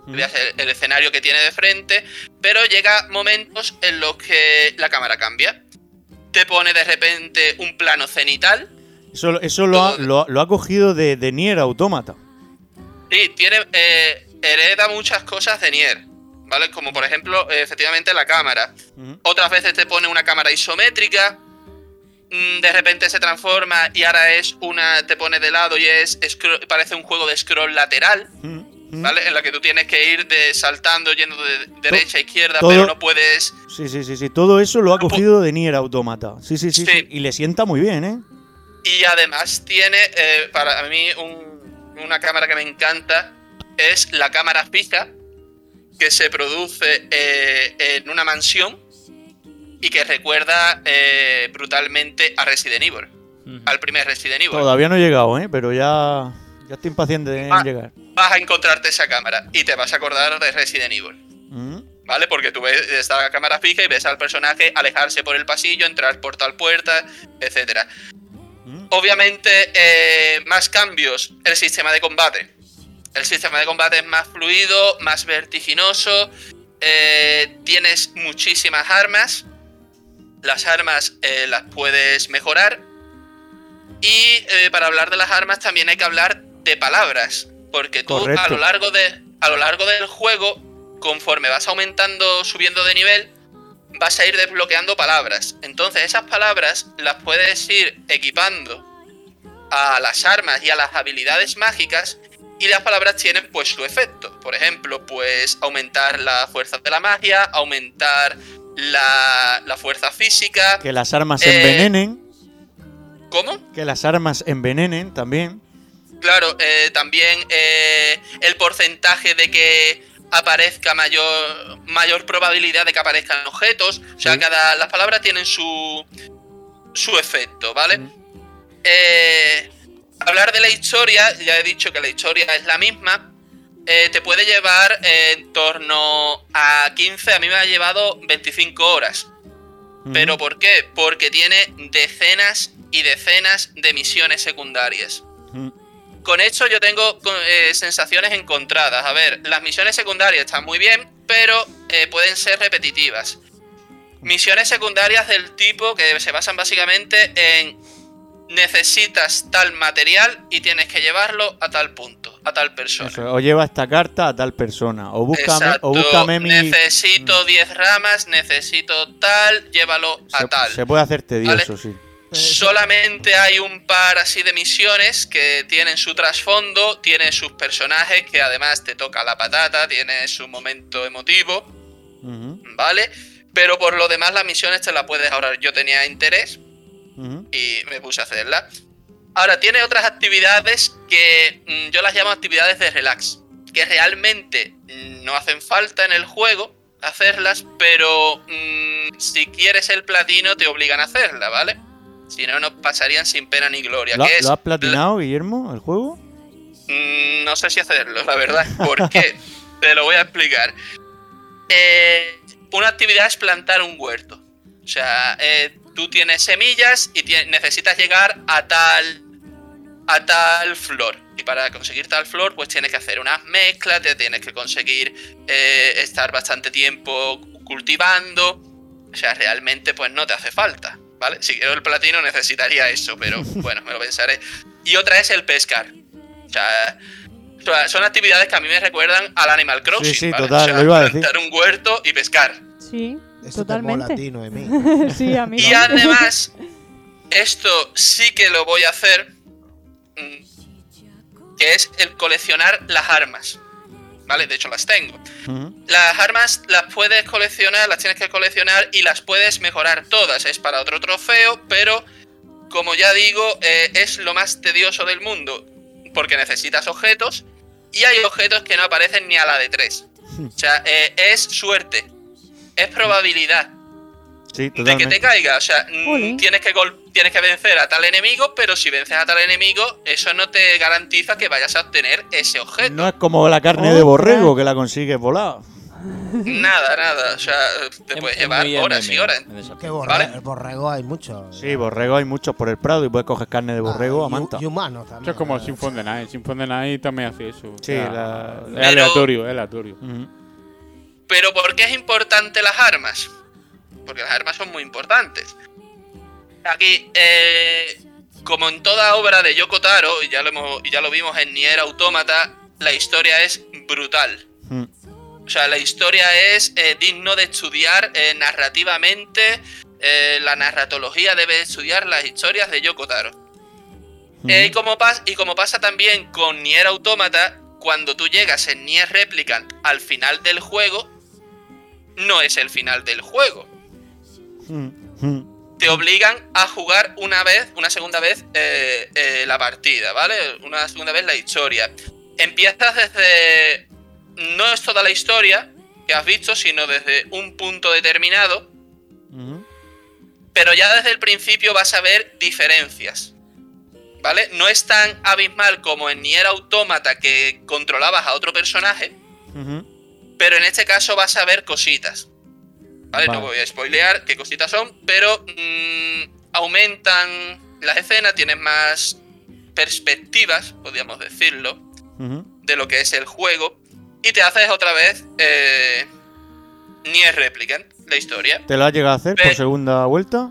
Speaker 6: veas el, el escenario que tiene de frente, pero llega momentos en los que la cámara cambia. Te pone de repente un plano cenital.
Speaker 8: Eso, eso lo, ha, lo ha- lo ha cogido de, de Nier Automata.
Speaker 6: Sí, tiene, eh, hereda muchas cosas de Nier, ¿vale? Como por ejemplo, eh, efectivamente, la cámara. Otras veces te pone una cámara isométrica, mm, de repente se transforma y ahora es una, te pone de lado y es scro- parece un juego de scroll lateral, ¿vale? En la que tú tienes que ir de saltando, yendo de derecha a izquierda,
Speaker 8: todo-
Speaker 6: pero no puedes...
Speaker 8: Sí, sí, sí, sí. Todo eso
Speaker 6: Ah,
Speaker 8: lo ha
Speaker 6: pues
Speaker 8: cogido de Nier Automata. Sí, sí, sí. sí. Y le sienta muy bien, ¿eh?
Speaker 6: Y además tiene, eh, para mí, un- una cámara que me encanta, es la cámara fija, que se produce eh, en una mansión y que recuerda eh, brutalmente a Resident Evil, al primer Resident Evil.
Speaker 8: Todavía no he llegado, ¿eh? Pero ya, ya estoy impaciente en
Speaker 6: Ah.
Speaker 8: llegar.
Speaker 6: Vas a encontrarte esa cámara y te vas a acordar de Resident Evil.
Speaker 8: Mm.
Speaker 6: ¿Vale? Porque tú ves esta cámara fija y ves al personaje alejarse por el pasillo, entrar por tal puerta, etcétera. Obviamente, eh, más cambios. El sistema de combate. El sistema de combate es más fluido, más vertiginoso. eh, tienes muchísimas armas. Las armas eh, las puedes mejorar. Y eh, para hablar de las armas también hay que hablar de palabras. Porque tú a
Speaker 8: Correcto.
Speaker 6: lo largo de. A lo largo del juego, conforme vas aumentando, subiendo de nivel, vas a ir desbloqueando palabras. Entonces esas palabras las puedes ir equipando a las armas y a las habilidades mágicas y las palabras tienen pues su efecto. Por ejemplo, pues aumentar la fuerza de la magia, aumentar la, la fuerza física.
Speaker 8: Que las armas
Speaker 6: Eh,
Speaker 8: envenenen.
Speaker 6: ¿Cómo?
Speaker 8: Que las armas envenenen también.
Speaker 6: Claro, eh, también eh, el porcentaje de que aparezca mayor mayor probabilidad de que aparezcan objetos. O sea, cada las palabras tienen su su efecto, ¿vale? Eh, hablar de la historia, ya he dicho que la historia es la misma. eh, te puede llevar eh, en torno a 15, a mí me ha llevado 25 horas. ¿Pero por qué? Porque tiene decenas y decenas de misiones secundarias. Con esto yo tengo co- eh, sensaciones encontradas. A ver, las misiones secundarias están muy bien, pero eh, pueden ser repetitivas. Misiones secundarias del tipo que se basan básicamente en necesitas tal material y tienes que llevarlo a tal punto, a tal persona.
Speaker 8: Eso, o lleva esta carta a tal persona. O búscame, o búscame mi. Mm.
Speaker 6: Necesito 10 ramas, necesito tal, llévalo a tal.
Speaker 8: Se puede hacer tedioso,
Speaker 6: ¿Vale?
Speaker 8: sí.
Speaker 6: Solamente hay un par así de misiones que tienen su trasfondo, tienen sus personajes que además te toca la patata, tiene su momento emotivo, ¿vale? Pero por lo demás las misiones te las puedes ahorrar. Yo tenía interés y me puse a hacerlas. Ahora, tiene otras actividades que mm, yo las llamo actividades de relax, que realmente mm, no hacen falta en el juego hacerlas, pero mm, si quieres el platino te obligan a hacerla, ¿vale? Si no, nos pasarían sin pena ni gloria.
Speaker 8: ¿Lo,
Speaker 6: que es,
Speaker 8: lo has platinado, Guillermo, el juego?
Speaker 6: Mm, No sé si hacerlo, la verdad. ¿Por
Speaker 8: <laughs>
Speaker 6: qué? <laughs> Te lo voy a explicar. Eh, una actividad es plantar un huerto. O sea, eh, tú tienes semillas y tie- necesitas llegar a tal a tal flor. Y para conseguir tal flor, pues tienes que hacer unas mezclas, te tienes que conseguir eh, estar bastante tiempo cultivando. O sea, realmente, pues no te hace falta, ¿vale? Si quiero el platino necesitaría eso,
Speaker 8: <laughs>
Speaker 6: pero bueno, me lo pensaré. Y otra es el pescar. O sea, o sea, son actividades que a mí me recuerdan al Animal Crossing.
Speaker 8: sí,
Speaker 6: ¿vale?
Speaker 8: total,
Speaker 6: O sea,
Speaker 8: lo iba a decir.
Speaker 6: Plantar un huerto y pescar.
Speaker 9: Sí,
Speaker 3: Esto te mola
Speaker 9: totalmente.
Speaker 3: a ti, Noemí.
Speaker 9: <laughs> sí, a mí
Speaker 6: Y
Speaker 9: también.
Speaker 6: además, esto sí que lo voy a hacer, mm, que es el coleccionar las armas. ¿Vale? De hecho las tengo. Las armas las puedes coleccionar, las tienes que coleccionar y las puedes mejorar todas. Es para otro trofeo, pero como ya digo, eh, es lo más tedioso del mundo. Porque necesitas objetos y hay objetos que no aparecen ni a la de 3. O sea, eh, es suerte, es probabilidad
Speaker 8: Sí,
Speaker 6: de que te
Speaker 8: totalmente.
Speaker 6: caiga. O sea, mm, tienes que, gol- tienes que vencer a tal enemigo, pero si vences a tal enemigo, eso no te garantiza que vayas a obtener ese
Speaker 8: <laughs>
Speaker 6: objeto.
Speaker 8: No es como la carne de borrego que la consigues volado.
Speaker 6: Nada, nada. O sea, te puedes llevar
Speaker 8: muy
Speaker 6: horas y
Speaker 8: MMO,
Speaker 6: horas.
Speaker 3: Que borre- borrego hay muchos.
Speaker 8: Sí, borrego hay muchos por el Prado y puedes coger carne de borrego a manta.
Speaker 3: humanos
Speaker 13: Eso es como Symphony de Night. Symphony de Night también hace eso.
Speaker 8: Sí, la-
Speaker 13: Es
Speaker 8: Pero-
Speaker 13: aleatorio, es aleatorio.
Speaker 6: Pero ¿por qué es importante las armas? Porque las armas son muy importantes. Aquí, eh, como en toda obra de Yoko Taro, y ya lo, hemos- y ya lo vimos en Nier Automata, la historia es brutal.
Speaker 8: Hmm.
Speaker 6: O sea, la historia es eh, digno de estudiar eh, narrativamente. eh, la narratología debe estudiar las historias de Yoko Taro. Eh, y, como pas- y como pasa también con Nier Automata, cuando tú llegas en Nier Replicant al final del juego, no es el final del juego.
Speaker 8: Mm,
Speaker 6: Te obligan a jugar una vez, una segunda vez eh, eh, la partida, ¿vale? Una segunda vez la historia. Empiezas desde. No es toda la historia que has visto, sino desde un punto determinado. Pero ya desde el principio vas a ver diferencias. ¿vale? No es tan abismal como en Nier Automata que controlabas a otro personaje, pero en este caso vas a ver cositas. ¿Vale? No
Speaker 14: Vale.
Speaker 6: voy a spoilear qué cositas son, pero mm, aumentan las escenas, tienes más perspectivas, podríamos decirlo, de lo que es el juego, y te haces otra vez eh, Nier Replicant, la historia.
Speaker 8: ¿Te lo has llegado a hacer por segunda vuelta?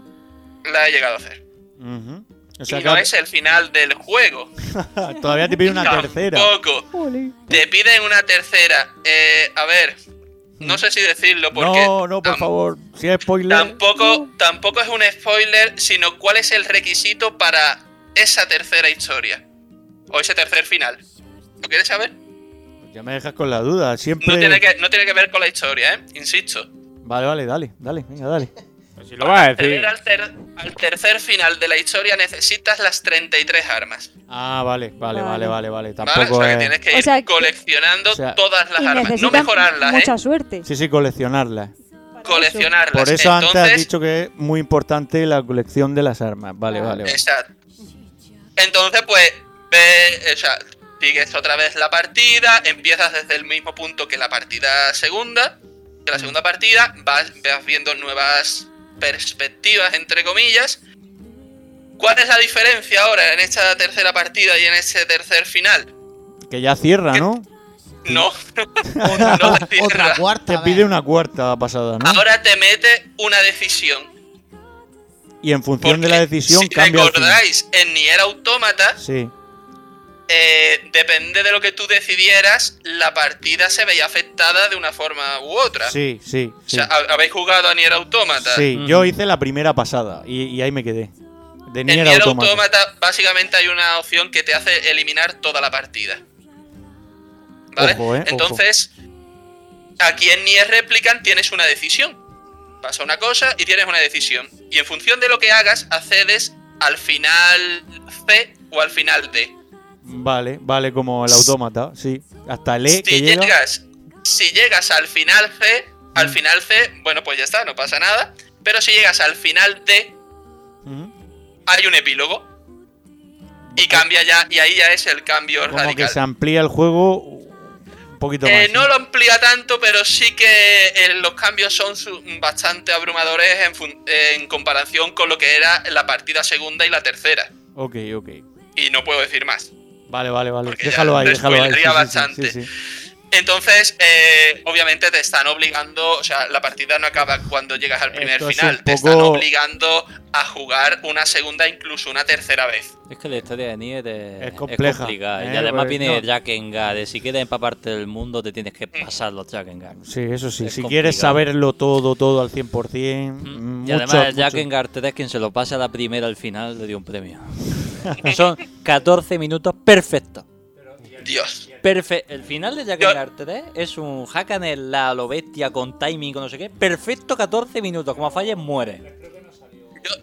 Speaker 6: La he llegado a hacer.
Speaker 8: Ujú. O sea,
Speaker 6: y
Speaker 8: que
Speaker 6: no es el final del juego.
Speaker 8: <laughs> todavía <laughs> te pide una tercera.
Speaker 6: Tampoco. Te piden una tercera. Eh, a ver, no sé si decirlo porque
Speaker 8: Mm. No, no, por favor. Si es spoiler.
Speaker 6: tampoco, tampoco es un spoiler, sino cuál es el requisito para esa tercera historia. O ese tercer final. ¿Lo quieres saber?
Speaker 8: Ya me dejas con la duda. Siempre.
Speaker 6: No tiene, que, no tiene que ver con la historia, ¿eh? Insisto.
Speaker 8: Vale, vale, dale, dale, venga, dale.
Speaker 13: Pues Si lo vas a
Speaker 6: Acceder
Speaker 13: decir.
Speaker 6: Al, ter- al tercer final de la historia necesitas las 33 armas.
Speaker 8: Ah, vale, vale, vale, vale, vale.
Speaker 6: ¿vale? o
Speaker 8: Tampoco
Speaker 6: sea que
Speaker 8: es-
Speaker 6: tienes que
Speaker 9: O
Speaker 6: ir
Speaker 9: sea que-
Speaker 6: coleccionando
Speaker 8: O sea-
Speaker 6: todas las
Speaker 9: Y
Speaker 6: armas. No
Speaker 9: necesitas
Speaker 6: mejorarlas,
Speaker 9: mucha
Speaker 6: ¿eh?
Speaker 9: suerte.
Speaker 8: Sí, sí, coleccionarla.
Speaker 6: Coleccionarlas.
Speaker 8: Por eso antes
Speaker 6: Entonces,
Speaker 8: has dicho que es muy importante la colección de las armas.
Speaker 6: Ah,
Speaker 8: Vale, vale, vale.
Speaker 6: Exacto. Entonces, pues, ve, o sea, sigues otra vez la partida, empiezas desde el mismo punto que la partida segunda, que la
Speaker 8: Mm.
Speaker 6: segunda partida, vas, vas viendo nuevas perspectivas, entre comillas. ¿Cuál es la diferencia ahora en esta tercera partida y en este tercer final?
Speaker 8: Que ya cierra, ¿no?
Speaker 6: No. <laughs>
Speaker 8: Otra,
Speaker 6: cierra.
Speaker 8: cuarta. Te pide una cuarta pasada, ¿no?
Speaker 6: Ahora te mete una decisión.
Speaker 8: y en función de la decisión
Speaker 6: Si
Speaker 8: cambia. el final.
Speaker 6: recordáis, en Nier Automata,
Speaker 8: Sí.
Speaker 6: eh, depende de lo que tú decidieras, la partida se veía afectada de una forma u otra.
Speaker 8: Sí, sí.
Speaker 6: O
Speaker 8: sí.
Speaker 6: sea, hab- habéis jugado a Nier Automata.
Speaker 8: Sí,
Speaker 6: Mm.
Speaker 8: yo hice la primera pasada y, y ahí me quedé. De
Speaker 6: En
Speaker 8: Nier
Speaker 6: Nier
Speaker 8: Automata.
Speaker 6: Automata, básicamente hay una opción que te hace eliminar toda la partida. ¿Vale?
Speaker 8: Ojo, eh, ojo.
Speaker 6: Entonces, aquí en Nier Replicant tienes una decisión. Pasa una cosa y tienes una decisión. Y en función de lo que hagas, accedes al final C o al final D.
Speaker 8: Vale, vale, como el Automata, sí. Hasta el E que
Speaker 6: si
Speaker 8: llega.
Speaker 6: llegas, si llegas al final C, al final C, bueno, pues ya está, no pasa nada. Pero si llegas al final D, hay un epílogo. Y cambia ya, y ahí ya es el cambio
Speaker 8: Como que
Speaker 6: radical.
Speaker 8: se amplía el juego un poquito más.
Speaker 6: Eh, no lo amplía tanto, pero sí que eh, los cambios son su- bastante abrumadores en, fun- eh, en comparación con lo que era la partida segunda y la tercera.
Speaker 8: Ok, ok.
Speaker 6: Y no puedo decir más.
Speaker 8: Vale, vale, vale. Déjalo ahí,
Speaker 6: te
Speaker 8: déjalo ahí.
Speaker 6: spoilearía
Speaker 8: sí, sí, sí, sí, sí.
Speaker 6: Entonces, eh, obviamente te están obligando, o sea, la partida no acaba cuando llegas al primer
Speaker 8: Esto es
Speaker 6: final,
Speaker 8: un
Speaker 6: te están
Speaker 8: poco-
Speaker 6: obligando a jugar una segunda, incluso una tercera vez.
Speaker 5: Es que la historia de Nier es, es
Speaker 8: compleja,
Speaker 5: complicada.
Speaker 8: ¿eh?
Speaker 5: Y además
Speaker 8: Pues,
Speaker 5: viene
Speaker 8: no.
Speaker 5: Jack and Gad, de si quieres empaparte del mundo, te tienes que pasar los Jack and Gad.
Speaker 8: Sí, eso sí.
Speaker 5: Es
Speaker 8: si quieres
Speaker 5: complicado.
Speaker 8: saberlo todo, todo al 100%. mm,
Speaker 5: Y
Speaker 8: mucho,
Speaker 5: además el Jack
Speaker 8: mucho.
Speaker 5: and Gad 3, quien se lo pase a la primera al final, le dio un premio. <laughs> Son 14 minutos perfectos.
Speaker 6: Dios.
Speaker 5: Perfecto. El final de Jack and Gad 3 es un hack and slash a lo bestia con timing, con no sé qué. Perfecto 14 minutos. Como falles, muere.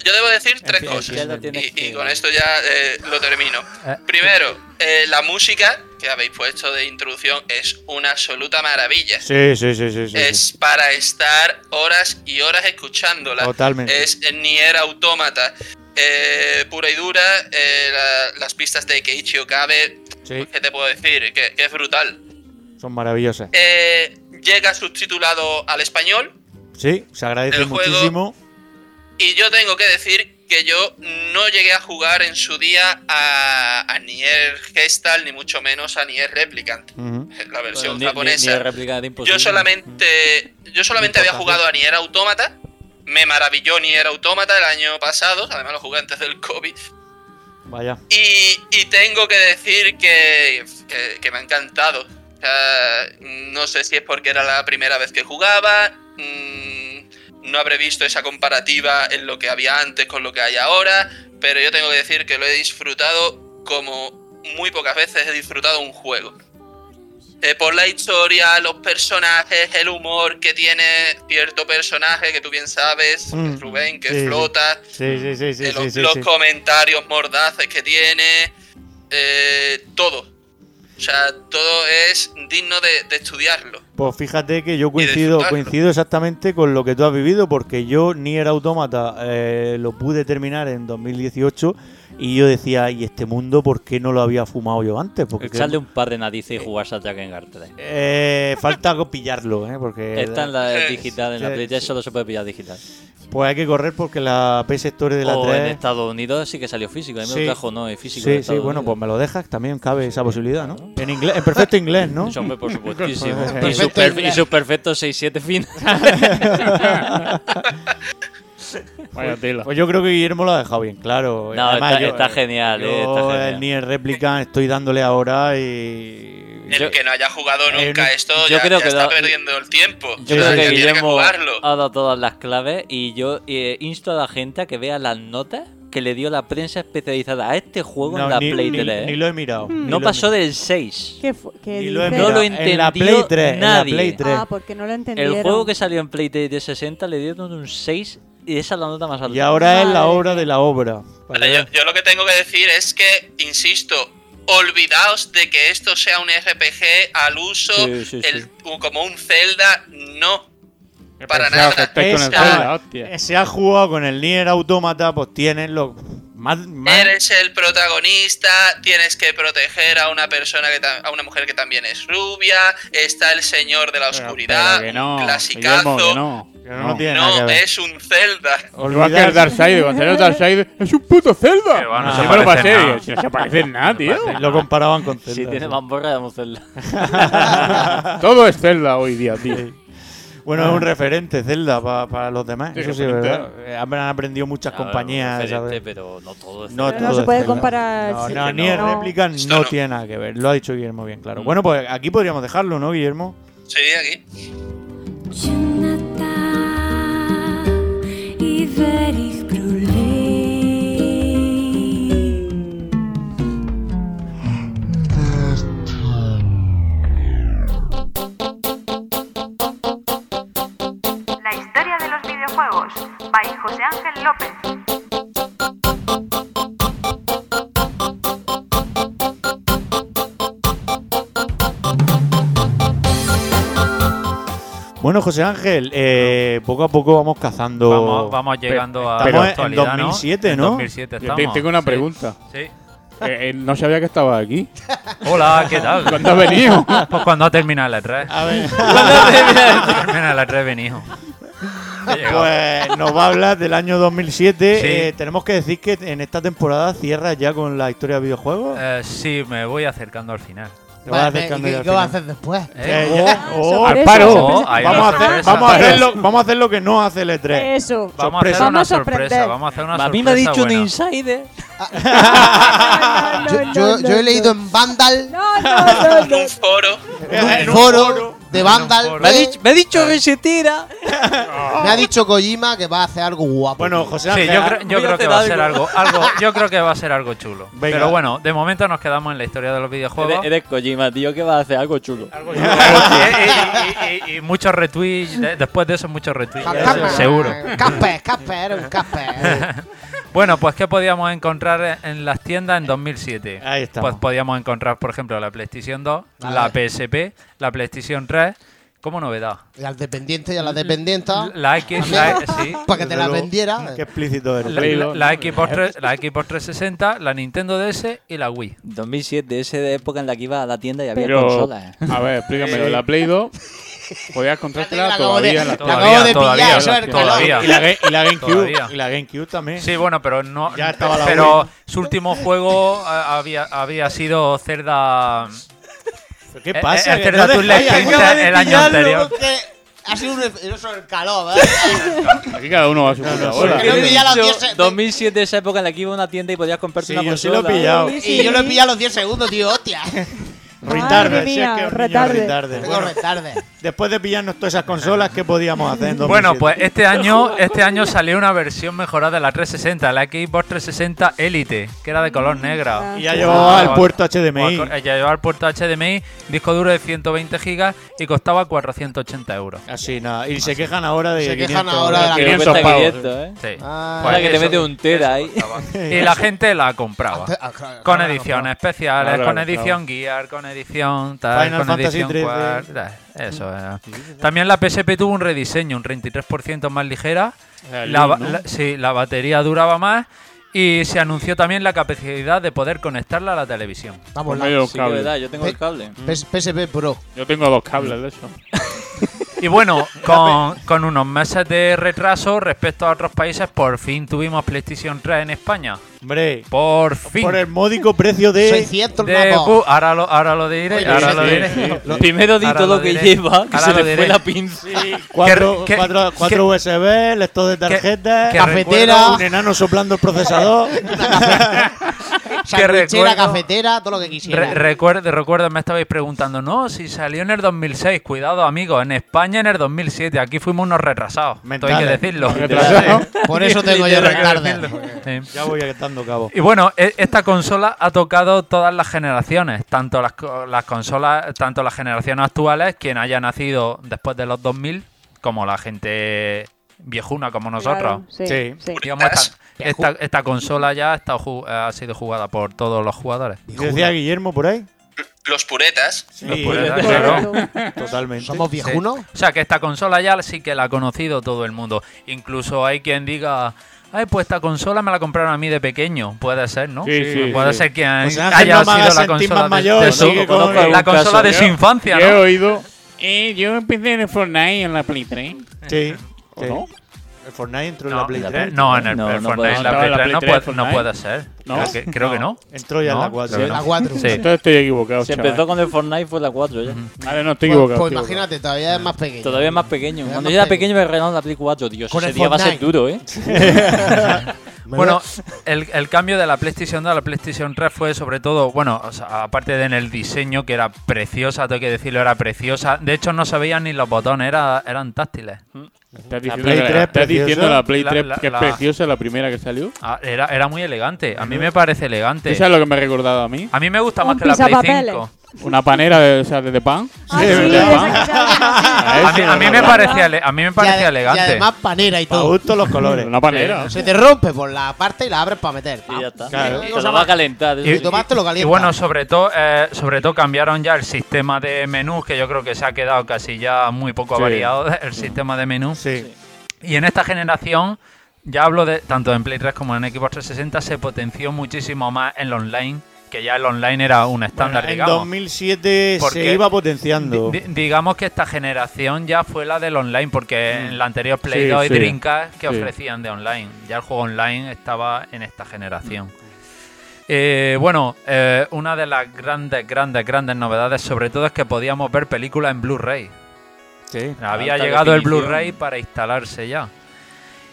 Speaker 6: Yo debo decir tres
Speaker 5: fin,
Speaker 6: cosas.
Speaker 5: ya lo tienes
Speaker 6: Y, y con esto ya eh, lo termino.
Speaker 5: Eh.
Speaker 6: Primero, eh, la música que habéis puesto de introducción es una absoluta maravilla.
Speaker 8: Sí, sí, sí, sí, sí,
Speaker 6: es para estar horas y horas escuchándola.
Speaker 8: Totalmente.
Speaker 6: Es Nier Automata. eh, pura y dura. eh, la- las pistas de Keiichi Okabe.
Speaker 8: Sí.
Speaker 6: ¿Qué te puedo decir? Que, que es brutal.
Speaker 8: Son maravillosas.
Speaker 6: Eh, llega subtitulado al español.
Speaker 8: Sí, se agradece
Speaker 6: el juego-
Speaker 8: muchísimo.
Speaker 6: Y yo tengo que decir que yo no llegué a jugar en su día a, a Nier Gestal, ni mucho menos a Nier Replicant, la versión
Speaker 5: Ni- ni-
Speaker 6: japonesa.
Speaker 5: ni pues réplica de imposible.
Speaker 6: yo solamente, yo solamente había
Speaker 5: Imposible.
Speaker 6: jugado a Nier Automata. Me maravilló Nier Automata el año pasado, además lo jugué antes del COVID.
Speaker 8: Vaya.
Speaker 6: Y, y tengo que decir que, que- que me ha encantado. O sea, no sé si es porque era la primera vez que jugaba. mm, no habré visto esa comparativa en lo que había antes con lo que hay ahora. Pero yo tengo que decir que lo he disfrutado como muy pocas veces he disfrutado un juego. Eh, por la historia, los personajes, el humor que tiene cierto personaje que tú bien sabes, que es
Speaker 8: Mm,
Speaker 6: Rubén, que
Speaker 8: sí, sí.
Speaker 6: flota,
Speaker 8: Sí, sí, sí, sí,
Speaker 6: eh, los,
Speaker 8: sí, sí,
Speaker 6: los
Speaker 8: sí.
Speaker 6: comentarios mordaces que tiene, eh, todo. O sea, todo es digno de, de estudiarlo.
Speaker 8: Pues fíjate que yo coincido,
Speaker 6: disfrutarlo.
Speaker 8: coincido exactamente con lo que tú has vivido, porque yo Nier Automata eh, lo pude terminar en 2018 y yo decía, ¿y este mundo por qué no lo había fumado yo antes? Porque
Speaker 5: Echarle un par de narices y jugarse a Dragon Guard 3.
Speaker 8: eh, falta algo pillarlo, ¿eh? Porque
Speaker 5: Está en la digital, en la
Speaker 8: Sí,
Speaker 5: PlayStation solo se puede pillar digital.
Speaker 8: Pues hay que correr porque la PS Store de la
Speaker 5: o
Speaker 8: 3...
Speaker 5: Oh, en Estados Unidos sí que salió físico. A mí me
Speaker 8: Sí.
Speaker 5: lo trajo, no, es físico.
Speaker 8: Sí,
Speaker 5: en
Speaker 8: sí,
Speaker 5: Estados
Speaker 8: bueno,
Speaker 5: Unidos.
Speaker 8: pues me lo dejas, también cabe esa posibilidad, ¿no? En inglés, en perfecto inglés,
Speaker 5: <laughs>
Speaker 8: ¿no?
Speaker 5: Sí, hombre,
Speaker 8: <laughs>
Speaker 5: por supuestísimo. y,
Speaker 8: Perfecto
Speaker 5: su per-
Speaker 8: inglés.
Speaker 5: y su perfecto 6-7
Speaker 8: <laughs>
Speaker 6: <laughs>
Speaker 5: final.
Speaker 13: Vaya tela.
Speaker 8: Pues yo creo que Guillermo lo ha dejado bien claro.
Speaker 5: No, está- está genial, eh, está
Speaker 8: yo,
Speaker 5: genial.
Speaker 8: eh, Ni el réplica estoy dándole ahora y.
Speaker 6: El que no haya jugado nunca esto
Speaker 5: yo
Speaker 6: ya,
Speaker 5: creo
Speaker 6: ya
Speaker 5: que
Speaker 6: está
Speaker 5: da-
Speaker 6: perdiendo el tiempo.
Speaker 5: Yo
Speaker 6: O sea,
Speaker 5: creo que
Speaker 6: tiene que
Speaker 5: Guillermo
Speaker 6: jugarlo.
Speaker 5: ha dado todas las claves y yo eh, insto a la gente a que vea las notas que le dio la prensa especializada a este juego
Speaker 8: No,
Speaker 5: en la
Speaker 8: ni-
Speaker 5: Play
Speaker 8: ni-
Speaker 5: 3.
Speaker 8: ni lo he mirado, ni
Speaker 5: No
Speaker 8: lo he
Speaker 5: pasó del 6.
Speaker 9: Mm. ¿Qué fu- qué
Speaker 8: Ni lo he
Speaker 9: dices?
Speaker 5: No
Speaker 8: mirado.
Speaker 5: lo
Speaker 8: En la
Speaker 5: entendió
Speaker 8: Play 3, en la
Speaker 5: nadie.
Speaker 8: Play 3.
Speaker 9: Ah, porque no lo entendieron.
Speaker 5: El juego que salió en Play 3 de 60 le dieron un 6 y esa es la nota más alta.
Speaker 8: Y ahora es la obra de la obra.
Speaker 6: Vale, yo, yo lo que tengo que decir es que, insisto, olvidaos de que esto sea un RPG al uso,
Speaker 8: Sí, sí,
Speaker 6: el- como un Zelda, no. Para
Speaker 8: pesado
Speaker 6: nada.
Speaker 8: que estáis con el
Speaker 6: O sea,
Speaker 8: Zelda, Eh, Se ha jugado con el Nier Automata, pues tienen los. Más, más-
Speaker 6: Eres el protagonista, tienes que proteger a una persona que ta- a una mujer que también es rubia, está el señor de la oscuridad,
Speaker 13: que no,
Speaker 6: un
Speaker 13: Guillermo,
Speaker 6: clasicazo.
Speaker 13: que no.
Speaker 8: no tiene
Speaker 6: No,
Speaker 13: nada que ver.
Speaker 6: es un Zelda.
Speaker 13: Igual que el Darkseid, cuando salió Darkseid, es un puto Zelda.
Speaker 6: va, no
Speaker 13: Ah,
Speaker 6: se
Speaker 13: yo me lo
Speaker 6: parece
Speaker 13: pasé,
Speaker 6: nada.
Speaker 13: digo, si no se parece en nada, tío.
Speaker 8: Lo comparaban con Zelda.
Speaker 5: Si tiene
Speaker 8: sí.
Speaker 5: mamborra, vamos a hacerla.
Speaker 13: <laughs> Todo
Speaker 8: <laughs>
Speaker 13: es Zelda hoy día, tío.
Speaker 8: Bueno, es un referente Zelda para los demás.
Speaker 13: Sí,
Speaker 8: Eso sí, es
Speaker 13: referente.
Speaker 8: verdad. Eh, Han han aprendido muchas compañías.
Speaker 5: referente,
Speaker 8: ¿sabes?
Speaker 5: pero no todo es
Speaker 8: No,
Speaker 5: Zelda.
Speaker 8: todo
Speaker 5: No se
Speaker 8: es
Speaker 5: puede
Speaker 8: Zelda.
Speaker 5: comparar
Speaker 8: No,
Speaker 5: si-
Speaker 8: no,
Speaker 5: que
Speaker 8: ni el
Speaker 5: no.
Speaker 8: réplica
Speaker 6: Esto
Speaker 8: no
Speaker 6: no.
Speaker 8: tiene nada que ver. Lo ha dicho Guillermo bien claro. Bueno, pues aquí podríamos dejarlo, ¿no, Guillermo?
Speaker 6: Sí, aquí.
Speaker 14: 3. La historia de los videojuegos. By José Ángel López.
Speaker 8: Bueno, José Ángel, eh, poco a poco vamos cazando.
Speaker 10: Vamos- vamos llegando a la
Speaker 8: Estamos en- en
Speaker 10: actualidad, ¿no?
Speaker 8: 2007,
Speaker 10: En
Speaker 8: ¿no?
Speaker 10: 2007
Speaker 13: Yo te-
Speaker 10: estamos,
Speaker 13: tengo una
Speaker 10: sí.
Speaker 13: pregunta.
Speaker 10: Sí.
Speaker 13: Eh, eh, no sabía que estabas aquí.
Speaker 10: Hola, ¿qué tal?
Speaker 13: ¿Cuándo has venido?
Speaker 10: Pues cuando ha terminado la 3.
Speaker 13: A ver.
Speaker 10: Cuando ha terminado la E 3 he venido. He llegado.
Speaker 8: Pues nos va a hablar del año 2007.
Speaker 10: Sí.
Speaker 8: Eh, tenemos que decir que en esta temporada cierra ya con la historia de videojuegos.
Speaker 10: Eh, sí, me voy acercando al final.
Speaker 8: Te vas Vale, acercando ¿y qué- ya al qué vas a final. hacer
Speaker 3: después?
Speaker 8: Eh, ya- oh, al paro. vamos, a hacer, vamos, a hacer lo, vamos a hacer lo que no hace el E3.
Speaker 9: Eso.
Speaker 10: Vamos a hacer
Speaker 8: Sorpresa.
Speaker 10: una sorpresa. Vamos a hacer una
Speaker 5: A mí me ha
Speaker 10: sorpresa
Speaker 5: dicho un
Speaker 10: buena.
Speaker 5: insider.
Speaker 3: Ah. <laughs> yo, yo- yo he leído en Vandal.
Speaker 6: un foro.
Speaker 3: En un foro de Vandal.
Speaker 5: Me ha dicho, me ha dicho que se tira.
Speaker 3: Me ha dicho Kojima que va a hacer algo guapo.
Speaker 8: Bueno, José
Speaker 10: Sí, yo, creo- yo creo que va a ser algo, algo. Yo creo que va a ser algo chulo.
Speaker 5: Venga.
Speaker 10: Pero bueno, de momento nos quedamos en la historia de los videojuegos.
Speaker 5: Eres, eres Kojima, tío, que va a hacer algo chulo.
Speaker 10: Y- y, y- y- y muchos retweets. de- después de eso, muchos retweets.
Speaker 3: Capcom.
Speaker 10: Seguro.
Speaker 3: Casper, Casper, era un Casper.
Speaker 10: <laughs> Bueno, pues ¿qué podíamos encontrar en las tiendas en 2007?
Speaker 8: Ahí está.
Speaker 10: Pues podíamos encontrar, por ejemplo, la PlayStation 2,
Speaker 3: A
Speaker 10: la
Speaker 3: ver.
Speaker 10: PSP, la PlayStation 3, como novedad.
Speaker 3: Y al dependiente y a la dependienta.
Speaker 10: La X, la- E, sí.
Speaker 3: <laughs> Para que te la
Speaker 10: Desde luego.
Speaker 3: vendiera.
Speaker 8: Qué explícito eres.
Speaker 10: La, la- la Xbox 3 la Xbox 360, la Nintendo DS y la Wii.
Speaker 5: 2007, esa época en la que iba a la tienda y había
Speaker 13: Pero,
Speaker 5: consolas. ¿eh?
Speaker 10: eh.
Speaker 13: a
Speaker 5: <laughs>
Speaker 13: ver, explícame, la Play 2 podías comprártela
Speaker 5: acabo de-
Speaker 13: todavía. en la
Speaker 10: la acabo de
Speaker 13: todavía,
Speaker 10: pillar,
Speaker 13: todavía.
Speaker 10: eso es Todavía. calor.
Speaker 8: Y la, Ga- y la GameCube.
Speaker 10: Todavía.
Speaker 8: Y la GameCube también.
Speaker 10: Sí, bueno, pero no.
Speaker 8: Ya estaba la
Speaker 10: pero
Speaker 8: Wii.
Speaker 10: su último juego a- había, había sido Zelda.
Speaker 8: ¿Qué
Speaker 10: el-
Speaker 8: pasa?
Speaker 10: El,
Speaker 8: Que
Speaker 10: Zelda
Speaker 8: no
Speaker 3: <laughs>
Speaker 10: Twilight
Speaker 8: dejáis,
Speaker 10: Princess
Speaker 8: acaba de
Speaker 10: el año
Speaker 8: pillarlo.
Speaker 10: anterior.
Speaker 3: Ha sido un eso el calor, ¿eh? ¿verdad?
Speaker 5: <laughs>
Speaker 13: Aquí cada uno va a su puta bola.
Speaker 3: Yo lo pillé a los 10 se-
Speaker 5: 2007, esa época en la que iba a una tienda y podías comprarte
Speaker 13: Sí,
Speaker 5: una
Speaker 13: yo sí lo
Speaker 5: consola.
Speaker 13: he pillado.
Speaker 3: Y yo lo he pillado a los 10 segundos, tío, hostia.
Speaker 8: Retarde,
Speaker 3: Madre
Speaker 8: si es
Speaker 3: mía,
Speaker 8: que es un niño
Speaker 3: retarde.
Speaker 8: retarde.
Speaker 3: Tengo
Speaker 8: Bueno,
Speaker 3: retarde.
Speaker 13: Pues
Speaker 8: Después de pillarnos todas esas consolas, ¿qué podíamos hacer en
Speaker 10: <laughs>
Speaker 8: 2007?
Speaker 10: Bueno, pues este año, este año salió una versión mejorada de la 360, la Xbox 360 Elite, que era de color negra.
Speaker 8: Y ya llevaba el puerto HDMI.
Speaker 10: O- Ya llevaba el puerto HDMI, disco duro de 120 gigas y costaba 480 euros.
Speaker 8: Así, nada. Y se quejan ahora de
Speaker 10: Se quejan
Speaker 8: 500,
Speaker 10: ahora de la
Speaker 8: 500
Speaker 10: cuenta
Speaker 8: pavos.
Speaker 10: 500, ¿eh? Sí. Ahora que te
Speaker 8: eso-
Speaker 10: mete un tera ahí.
Speaker 8: <laughs>
Speaker 10: Y la gente la compraba.
Speaker 8: Antes- ah, claro,
Speaker 10: Con
Speaker 8: claro,
Speaker 10: ediciones
Speaker 8: claro.
Speaker 10: especiales,
Speaker 8: Claro,
Speaker 10: con
Speaker 8: claro.
Speaker 10: edición Gear, con edición tal,
Speaker 8: Final
Speaker 10: con
Speaker 8: Fantasy
Speaker 10: edición
Speaker 8: 3D.
Speaker 10: cual, tal, Eso eh. era. También la PSP tuvo un rediseño, un 33% más ligera. La,
Speaker 5: La Link,
Speaker 10: ba-
Speaker 5: ¿no?
Speaker 10: la- sí, la batería duraba más. Y se anunció también la capacidad de poder conectarla a la televisión.
Speaker 3: Vamos,
Speaker 13: Por la- medio de un
Speaker 5: Sí, que es verdad, yo tengo el cable.
Speaker 3: PSP Pro.
Speaker 13: Yo tengo dos
Speaker 3: Mm, <laughs>
Speaker 13: cables de eso.
Speaker 10: <laughs> Y bueno, con, con unos meses de retraso respecto a otros países, por fin tuvimos PlayStation 3 en España.
Speaker 8: Hombre.
Speaker 10: Por fin.
Speaker 8: Por el módico precio de.
Speaker 3: 600
Speaker 10: De pu- ahora, lo, ahora lo diré.
Speaker 8: Oye,
Speaker 10: ahora
Speaker 8: sí,
Speaker 10: lo
Speaker 8: sí,
Speaker 10: diré.
Speaker 8: sí, sí.
Speaker 10: Lo-
Speaker 8: Primero di
Speaker 10: ahora
Speaker 8: todo
Speaker 10: lo
Speaker 8: lo que
Speaker 10: diré.
Speaker 8: lleva, que
Speaker 10: Ahora
Speaker 8: se
Speaker 10: lo
Speaker 8: te fue
Speaker 10: diré.
Speaker 8: la pinza.
Speaker 10: Sí.
Speaker 8: Cuatro,
Speaker 10: Que- que-
Speaker 8: cuatro, cuatro
Speaker 10: que-
Speaker 8: USB, lector de tarjeta,
Speaker 10: que Cafetera. recuerdo-
Speaker 8: un enano soplando el procesador.
Speaker 3: Sandwichera,
Speaker 10: recuerdo-
Speaker 3: cafetera, todo lo que quisiera.
Speaker 10: Re- recuerdo, recuerdo, me estabais preguntando, no, si salió en el 2006, cuidado amigos, en España en el 2007, aquí fuimos unos retrasados, esto hay que
Speaker 8: Mentales.
Speaker 10: decirlo. <laughs>
Speaker 8: Retrasados.
Speaker 10: Sí.
Speaker 8: Por eso tengo yo
Speaker 10: Literal, hay que
Speaker 8: retarde.
Speaker 10: decirlo. Sí.
Speaker 8: Ya voy atando cabo.
Speaker 10: Y bueno, e- esta consola ha tocado todas las generaciones, tanto las, co- las consolas, tanto las generaciones actuales, quien haya nacido después de los 2000, como la gente viejuna como nosotros.
Speaker 9: sí,
Speaker 8: Sí.
Speaker 9: sí.
Speaker 10: Digamos, esta, esta- esta consola ya ha, estado ju- ha sido jugada por todos los jugadores.
Speaker 8: Decía Guillermo por ahí.
Speaker 6: Los puretas.
Speaker 10: Los puretas, Pues, claro.
Speaker 8: Totalmente.
Speaker 3: ¿Somos viejunos?
Speaker 10: Sí. O sea, que esta consola ya sí que la ha conocido todo el mundo. Incluso hay quien diga, ay, pues esta consola me la compraron a mí de pequeño. Puede ser, ¿no?
Speaker 13: Sí, sí,
Speaker 10: Puede
Speaker 13: sí.
Speaker 10: ser quien
Speaker 13: Pues Ángel,
Speaker 10: haya
Speaker 13: no me
Speaker 10: sido la
Speaker 13: hagas sentir
Speaker 10: consola
Speaker 13: más
Speaker 10: de-
Speaker 13: mayor,
Speaker 10: de
Speaker 13: sí,
Speaker 10: su-
Speaker 13: que conozco
Speaker 10: la
Speaker 13: algún
Speaker 10: consola
Speaker 13: caso.
Speaker 10: de su
Speaker 13: Yo-
Speaker 10: infancia,
Speaker 13: yo he
Speaker 10: ¿no?
Speaker 13: oído. Eh, yo empecé en el Fortnite en la Play 3.
Speaker 8: Sí.
Speaker 13: ¿O
Speaker 8: sí.
Speaker 13: no?
Speaker 8: El Fortnite entró en
Speaker 10: No,
Speaker 8: la Play
Speaker 10: la
Speaker 8: 3.
Speaker 10: Play- no, en el- No, el no Fortnite, puede la ser. Play
Speaker 13: Estaba
Speaker 10: 3 no
Speaker 13: Play
Speaker 10: puede-
Speaker 13: 3
Speaker 10: no
Speaker 13: Fortnite.
Speaker 10: puede ser. Creo que- creo que no.
Speaker 8: Entró ya en la
Speaker 10: No,
Speaker 8: 4.
Speaker 10: creo que
Speaker 8: ¿no?
Speaker 10: no. La 4. Sí.
Speaker 13: Entonces estoy equivocado.
Speaker 5: Se
Speaker 13: chaval.
Speaker 5: empezó con el Fortnite fue la 4 ya.
Speaker 13: eh. Vale, no
Speaker 3: Pues-
Speaker 13: estoy equivocado.
Speaker 3: Pues
Speaker 13: estoy equivocado.
Speaker 3: imagínate, todavía es más pequeño.
Speaker 5: Todavía es más pequeño.
Speaker 3: Todavía
Speaker 5: Cuando
Speaker 3: más
Speaker 5: yo era pequeño me regalaron la Play 4, Dios.
Speaker 3: Con
Speaker 5: Ese
Speaker 3: el
Speaker 5: día va a ser
Speaker 3: Fortnite. <laughs>
Speaker 10: <laughs>
Speaker 5: duro, ¿eh?
Speaker 10: Bueno, el, el cambio de la PlayStation 2 a la PlayStation 3 fue sobre todo, bueno, o sea, aparte de en el diseño, que era preciosa, tengo que decirlo, era preciosa. De hecho, no se veían ni los botones, era, eran táctiles.
Speaker 13: Mm. Estás diciendo, que la- estás diciendo la Play 3 que es preciosa, la primera que salió.
Speaker 10: Ah, Era, era muy elegante. A mí me parece elegante.
Speaker 13: ¿Tú sabes lo que me ha recordado a mí?
Speaker 10: A mí me gusta más
Speaker 9: Un
Speaker 10: que la Play
Speaker 9: pisapapeles.
Speaker 10: 5.
Speaker 13: Una panera de, o sea, de, de pan.
Speaker 9: Ah, sí,
Speaker 13: de
Speaker 9: de
Speaker 13: pan.
Speaker 9: esa que se abre
Speaker 13: Ah,
Speaker 10: A mí, a mí me parecía, ele- a mí me parecía
Speaker 3: Y
Speaker 10: elegante.
Speaker 3: además panera y todo.
Speaker 8: Justo los colores.
Speaker 13: Una panera.
Speaker 3: Se te rompe por la parte y la abres para meter.
Speaker 10: Ah.
Speaker 3: Y ya está.
Speaker 10: Claro.
Speaker 5: Se la va a calentar.
Speaker 10: Y,
Speaker 5: eso sí.
Speaker 3: tomate lo
Speaker 10: y
Speaker 3: calienta.
Speaker 10: bueno, sobre todo, eh, sobre todo cambiaron ya el sistema de menús, que yo creo que se ha quedado casi ya muy poco
Speaker 8: Sí.
Speaker 10: variado <laughs> el sistema de menús. Y en esta generación, ya hablo de tanto en Play 3 como en Xbox 360, se potenció muchísimo más el online, que ya el online era un estándar,
Speaker 8: en
Speaker 10: digamos.
Speaker 8: 2007
Speaker 10: Porque
Speaker 8: se iba potenciando.
Speaker 10: Di- digamos que esta generación ya fue la del online, porque en la anterior Play
Speaker 8: Mm. Sí,
Speaker 10: 2 y
Speaker 8: sí.
Speaker 10: Dreamcast que
Speaker 8: Sí.
Speaker 10: ofrecían de online. Ya el juego online estaba en esta generación. Eh, bueno, eh, una de las grandes, grandes, grandes novedades, sobre todo, es que podíamos ver películas en Blu-ray. Había
Speaker 5: Alta
Speaker 10: llegado el
Speaker 5: definición.
Speaker 10: Blu-ray para instalarse ya.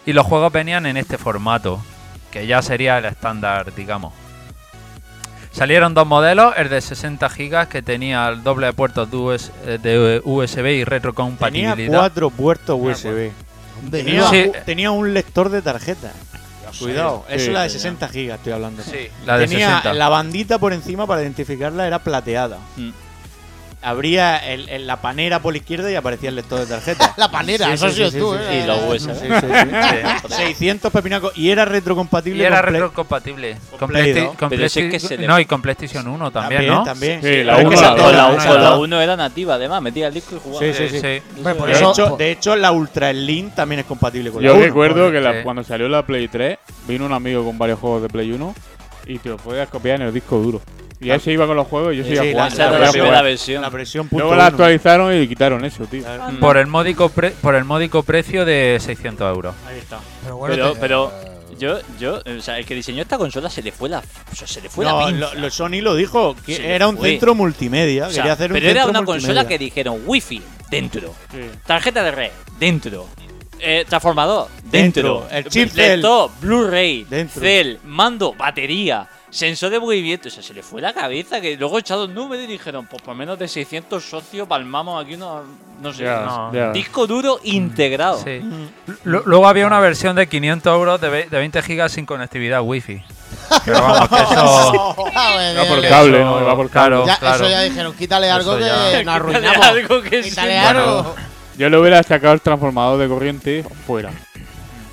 Speaker 10: Y los juegos venían en este formato, que ya sería el estándar, digamos. Salieron dos modelos, el de 60 GB que tenía el doble de puertos de, US- eh, de USB y retrocompatibilidad.
Speaker 8: Tenía cuatro puertos USB. Tenía,
Speaker 10: Sí.
Speaker 8: u- tenía un lector de tarjeta. Cuidado,
Speaker 10: Sí,
Speaker 8: eso es la de
Speaker 10: sí,
Speaker 8: 60 gigas, estoy hablando.
Speaker 10: Sí, la de
Speaker 8: Tenía
Speaker 10: 60. Mm.
Speaker 8: la bandita por encima para identificarla era plateada. abría el, el- la panera por la izquierda y aparecía el lector de tarjeta.
Speaker 3: La panera, eso has sido tú, ¿eh?
Speaker 8: Y los USB.
Speaker 10: Sí,
Speaker 8: sí, sí.
Speaker 10: sí.
Speaker 8: 600 pepinacos. Y era retrocompatible.
Speaker 10: Y era
Speaker 8: con Play-
Speaker 10: retrocompatible.
Speaker 8: con
Speaker 10: Con
Speaker 8: Play
Speaker 10: Playsti-
Speaker 8: 2.
Speaker 10: con
Speaker 8: Pero si es que
Speaker 10: Playsti-
Speaker 8: se le-
Speaker 10: No, y con PlayStation 1 también,
Speaker 8: También,
Speaker 10: ¿no?
Speaker 8: también.
Speaker 5: Sí, la
Speaker 8: Pero
Speaker 5: 1
Speaker 8: es que se toda, la
Speaker 5: la,
Speaker 8: toda.
Speaker 5: la uno era nativa, además, metía el disco y jugaba.
Speaker 8: Sí, sí, pues sí.
Speaker 5: Eso
Speaker 8: de,
Speaker 5: era.
Speaker 8: hecho, de hecho, la Ultra Slim también es compatible con la
Speaker 13: Yo
Speaker 8: uno.
Speaker 13: recuerdo que la-
Speaker 8: Sí.
Speaker 13: cuando salió la Play 3, vino un amigo con varios juegos de Play 1 y te los podías copiar en el disco duro. Y
Speaker 5: Ah.
Speaker 13: él se iba con los juegos y yo
Speaker 8: Sí,
Speaker 13: seguía
Speaker 8: sí, la-
Speaker 13: jugando.
Speaker 8: esa
Speaker 13: Yo
Speaker 8: era la
Speaker 13: seguía
Speaker 8: primera
Speaker 13: jugando.
Speaker 8: versión. La versión punto
Speaker 13: Luego la
Speaker 8: uno.
Speaker 13: actualizaron y quitaron eso, tío.
Speaker 10: Por el módico pre- por el módico precio de 600 euros.
Speaker 8: Ahí está.
Speaker 3: Pero
Speaker 10: bueno,
Speaker 5: pero,
Speaker 10: te-
Speaker 5: yo, yo, o sea, el que diseñó esta consola se le fue la, o sea, se le fue la
Speaker 8: No,
Speaker 5: pinza.
Speaker 8: lo, lo Sony lo dijo, que
Speaker 5: Se le
Speaker 8: era un
Speaker 5: fue.
Speaker 8: centro multimedia.
Speaker 5: O sea,
Speaker 8: quería hacer un
Speaker 5: pero era
Speaker 8: centro
Speaker 5: una consola
Speaker 8: multimedia.
Speaker 5: que dijeron wifi dentro,
Speaker 8: Sí.
Speaker 5: tarjeta de red dentro, eh, transformador dentro,
Speaker 8: Dentro. El chip del-
Speaker 5: lector, Blu-ray,
Speaker 8: Dentro.
Speaker 5: cel, mando, batería, sensor de movimiento. O sea, se le fue la cabeza que luego echaron números y dijeron, pues por menos de 600 socios palmamos aquí unos, no sé,
Speaker 10: Ya,
Speaker 5: unos-
Speaker 10: ya.
Speaker 5: disco duro integrado. Mm.
Speaker 10: Sí. Lu- Luego había una versión de 500 euros de, ve- de 20 gigas sin conectividad wifi. Pero
Speaker 3: <laughs>
Speaker 10: vamos, que eso.
Speaker 3: Va
Speaker 13: por cable, ¿no? Va por cable.
Speaker 10: Claro,
Speaker 3: Ah, Ya,
Speaker 10: claro.
Speaker 3: Eso ya dijeron, quítale
Speaker 10: Eso
Speaker 3: algo
Speaker 10: ya.
Speaker 3: que
Speaker 13: <laughs>
Speaker 3: nos
Speaker 10: Quítale
Speaker 3: arruinamos.
Speaker 10: algo que
Speaker 3: quítale
Speaker 10: sí.
Speaker 3: algo.
Speaker 13: Yo le hubiera sacado el transformador de corriente fuera.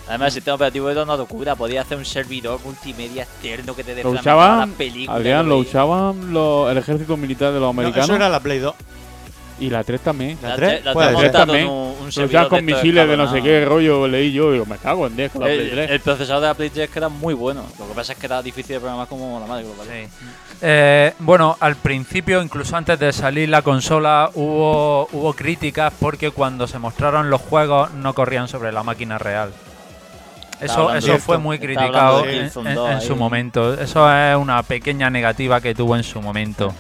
Speaker 5: Además, el sistema operativo era una locura. Podía hacer un servidor multimedia externo que te
Speaker 13: Lo
Speaker 5: desplazaba
Speaker 13: usaban,
Speaker 5: las películas.
Speaker 13: Adrián,
Speaker 5: lo
Speaker 13: lo
Speaker 5: veías.
Speaker 13: usaban los- el ejército militar de los americanos.
Speaker 8: eso era la Play 2.
Speaker 13: Y la 3 también.
Speaker 5: La La tres- tres- la
Speaker 13: Pues,
Speaker 5: tres
Speaker 13: tres
Speaker 5: montando
Speaker 13: también.
Speaker 5: en un- un
Speaker 13: lo
Speaker 5: servidor
Speaker 13: usaban
Speaker 5: de
Speaker 13: con
Speaker 5: estos
Speaker 13: misiles de no sé
Speaker 5: escalonados.
Speaker 13: qué rollo, leí yo. Digo, me cago en 10 con la Play
Speaker 5: El,
Speaker 13: 3.
Speaker 5: el procesador de la Play 3 que era muy bueno. Lo que pasa es que era difícil de programar como la madre. que lo parió.
Speaker 10: Eh, bueno, al principio, incluso antes de salir la consola, hubo, hubo críticas porque cuando se mostraron los juegos no corrían sobre la máquina real. Eso,
Speaker 5: hablando
Speaker 10: eso
Speaker 5: de
Speaker 10: fue
Speaker 5: esto.
Speaker 10: muy
Speaker 5: Está
Speaker 10: criticado
Speaker 5: hablando de
Speaker 10: en,
Speaker 5: Killzone
Speaker 10: en-
Speaker 5: 2
Speaker 10: en su
Speaker 5: ahí.
Speaker 10: momento. Eso es una pequeña negativa que tuvo en su momento.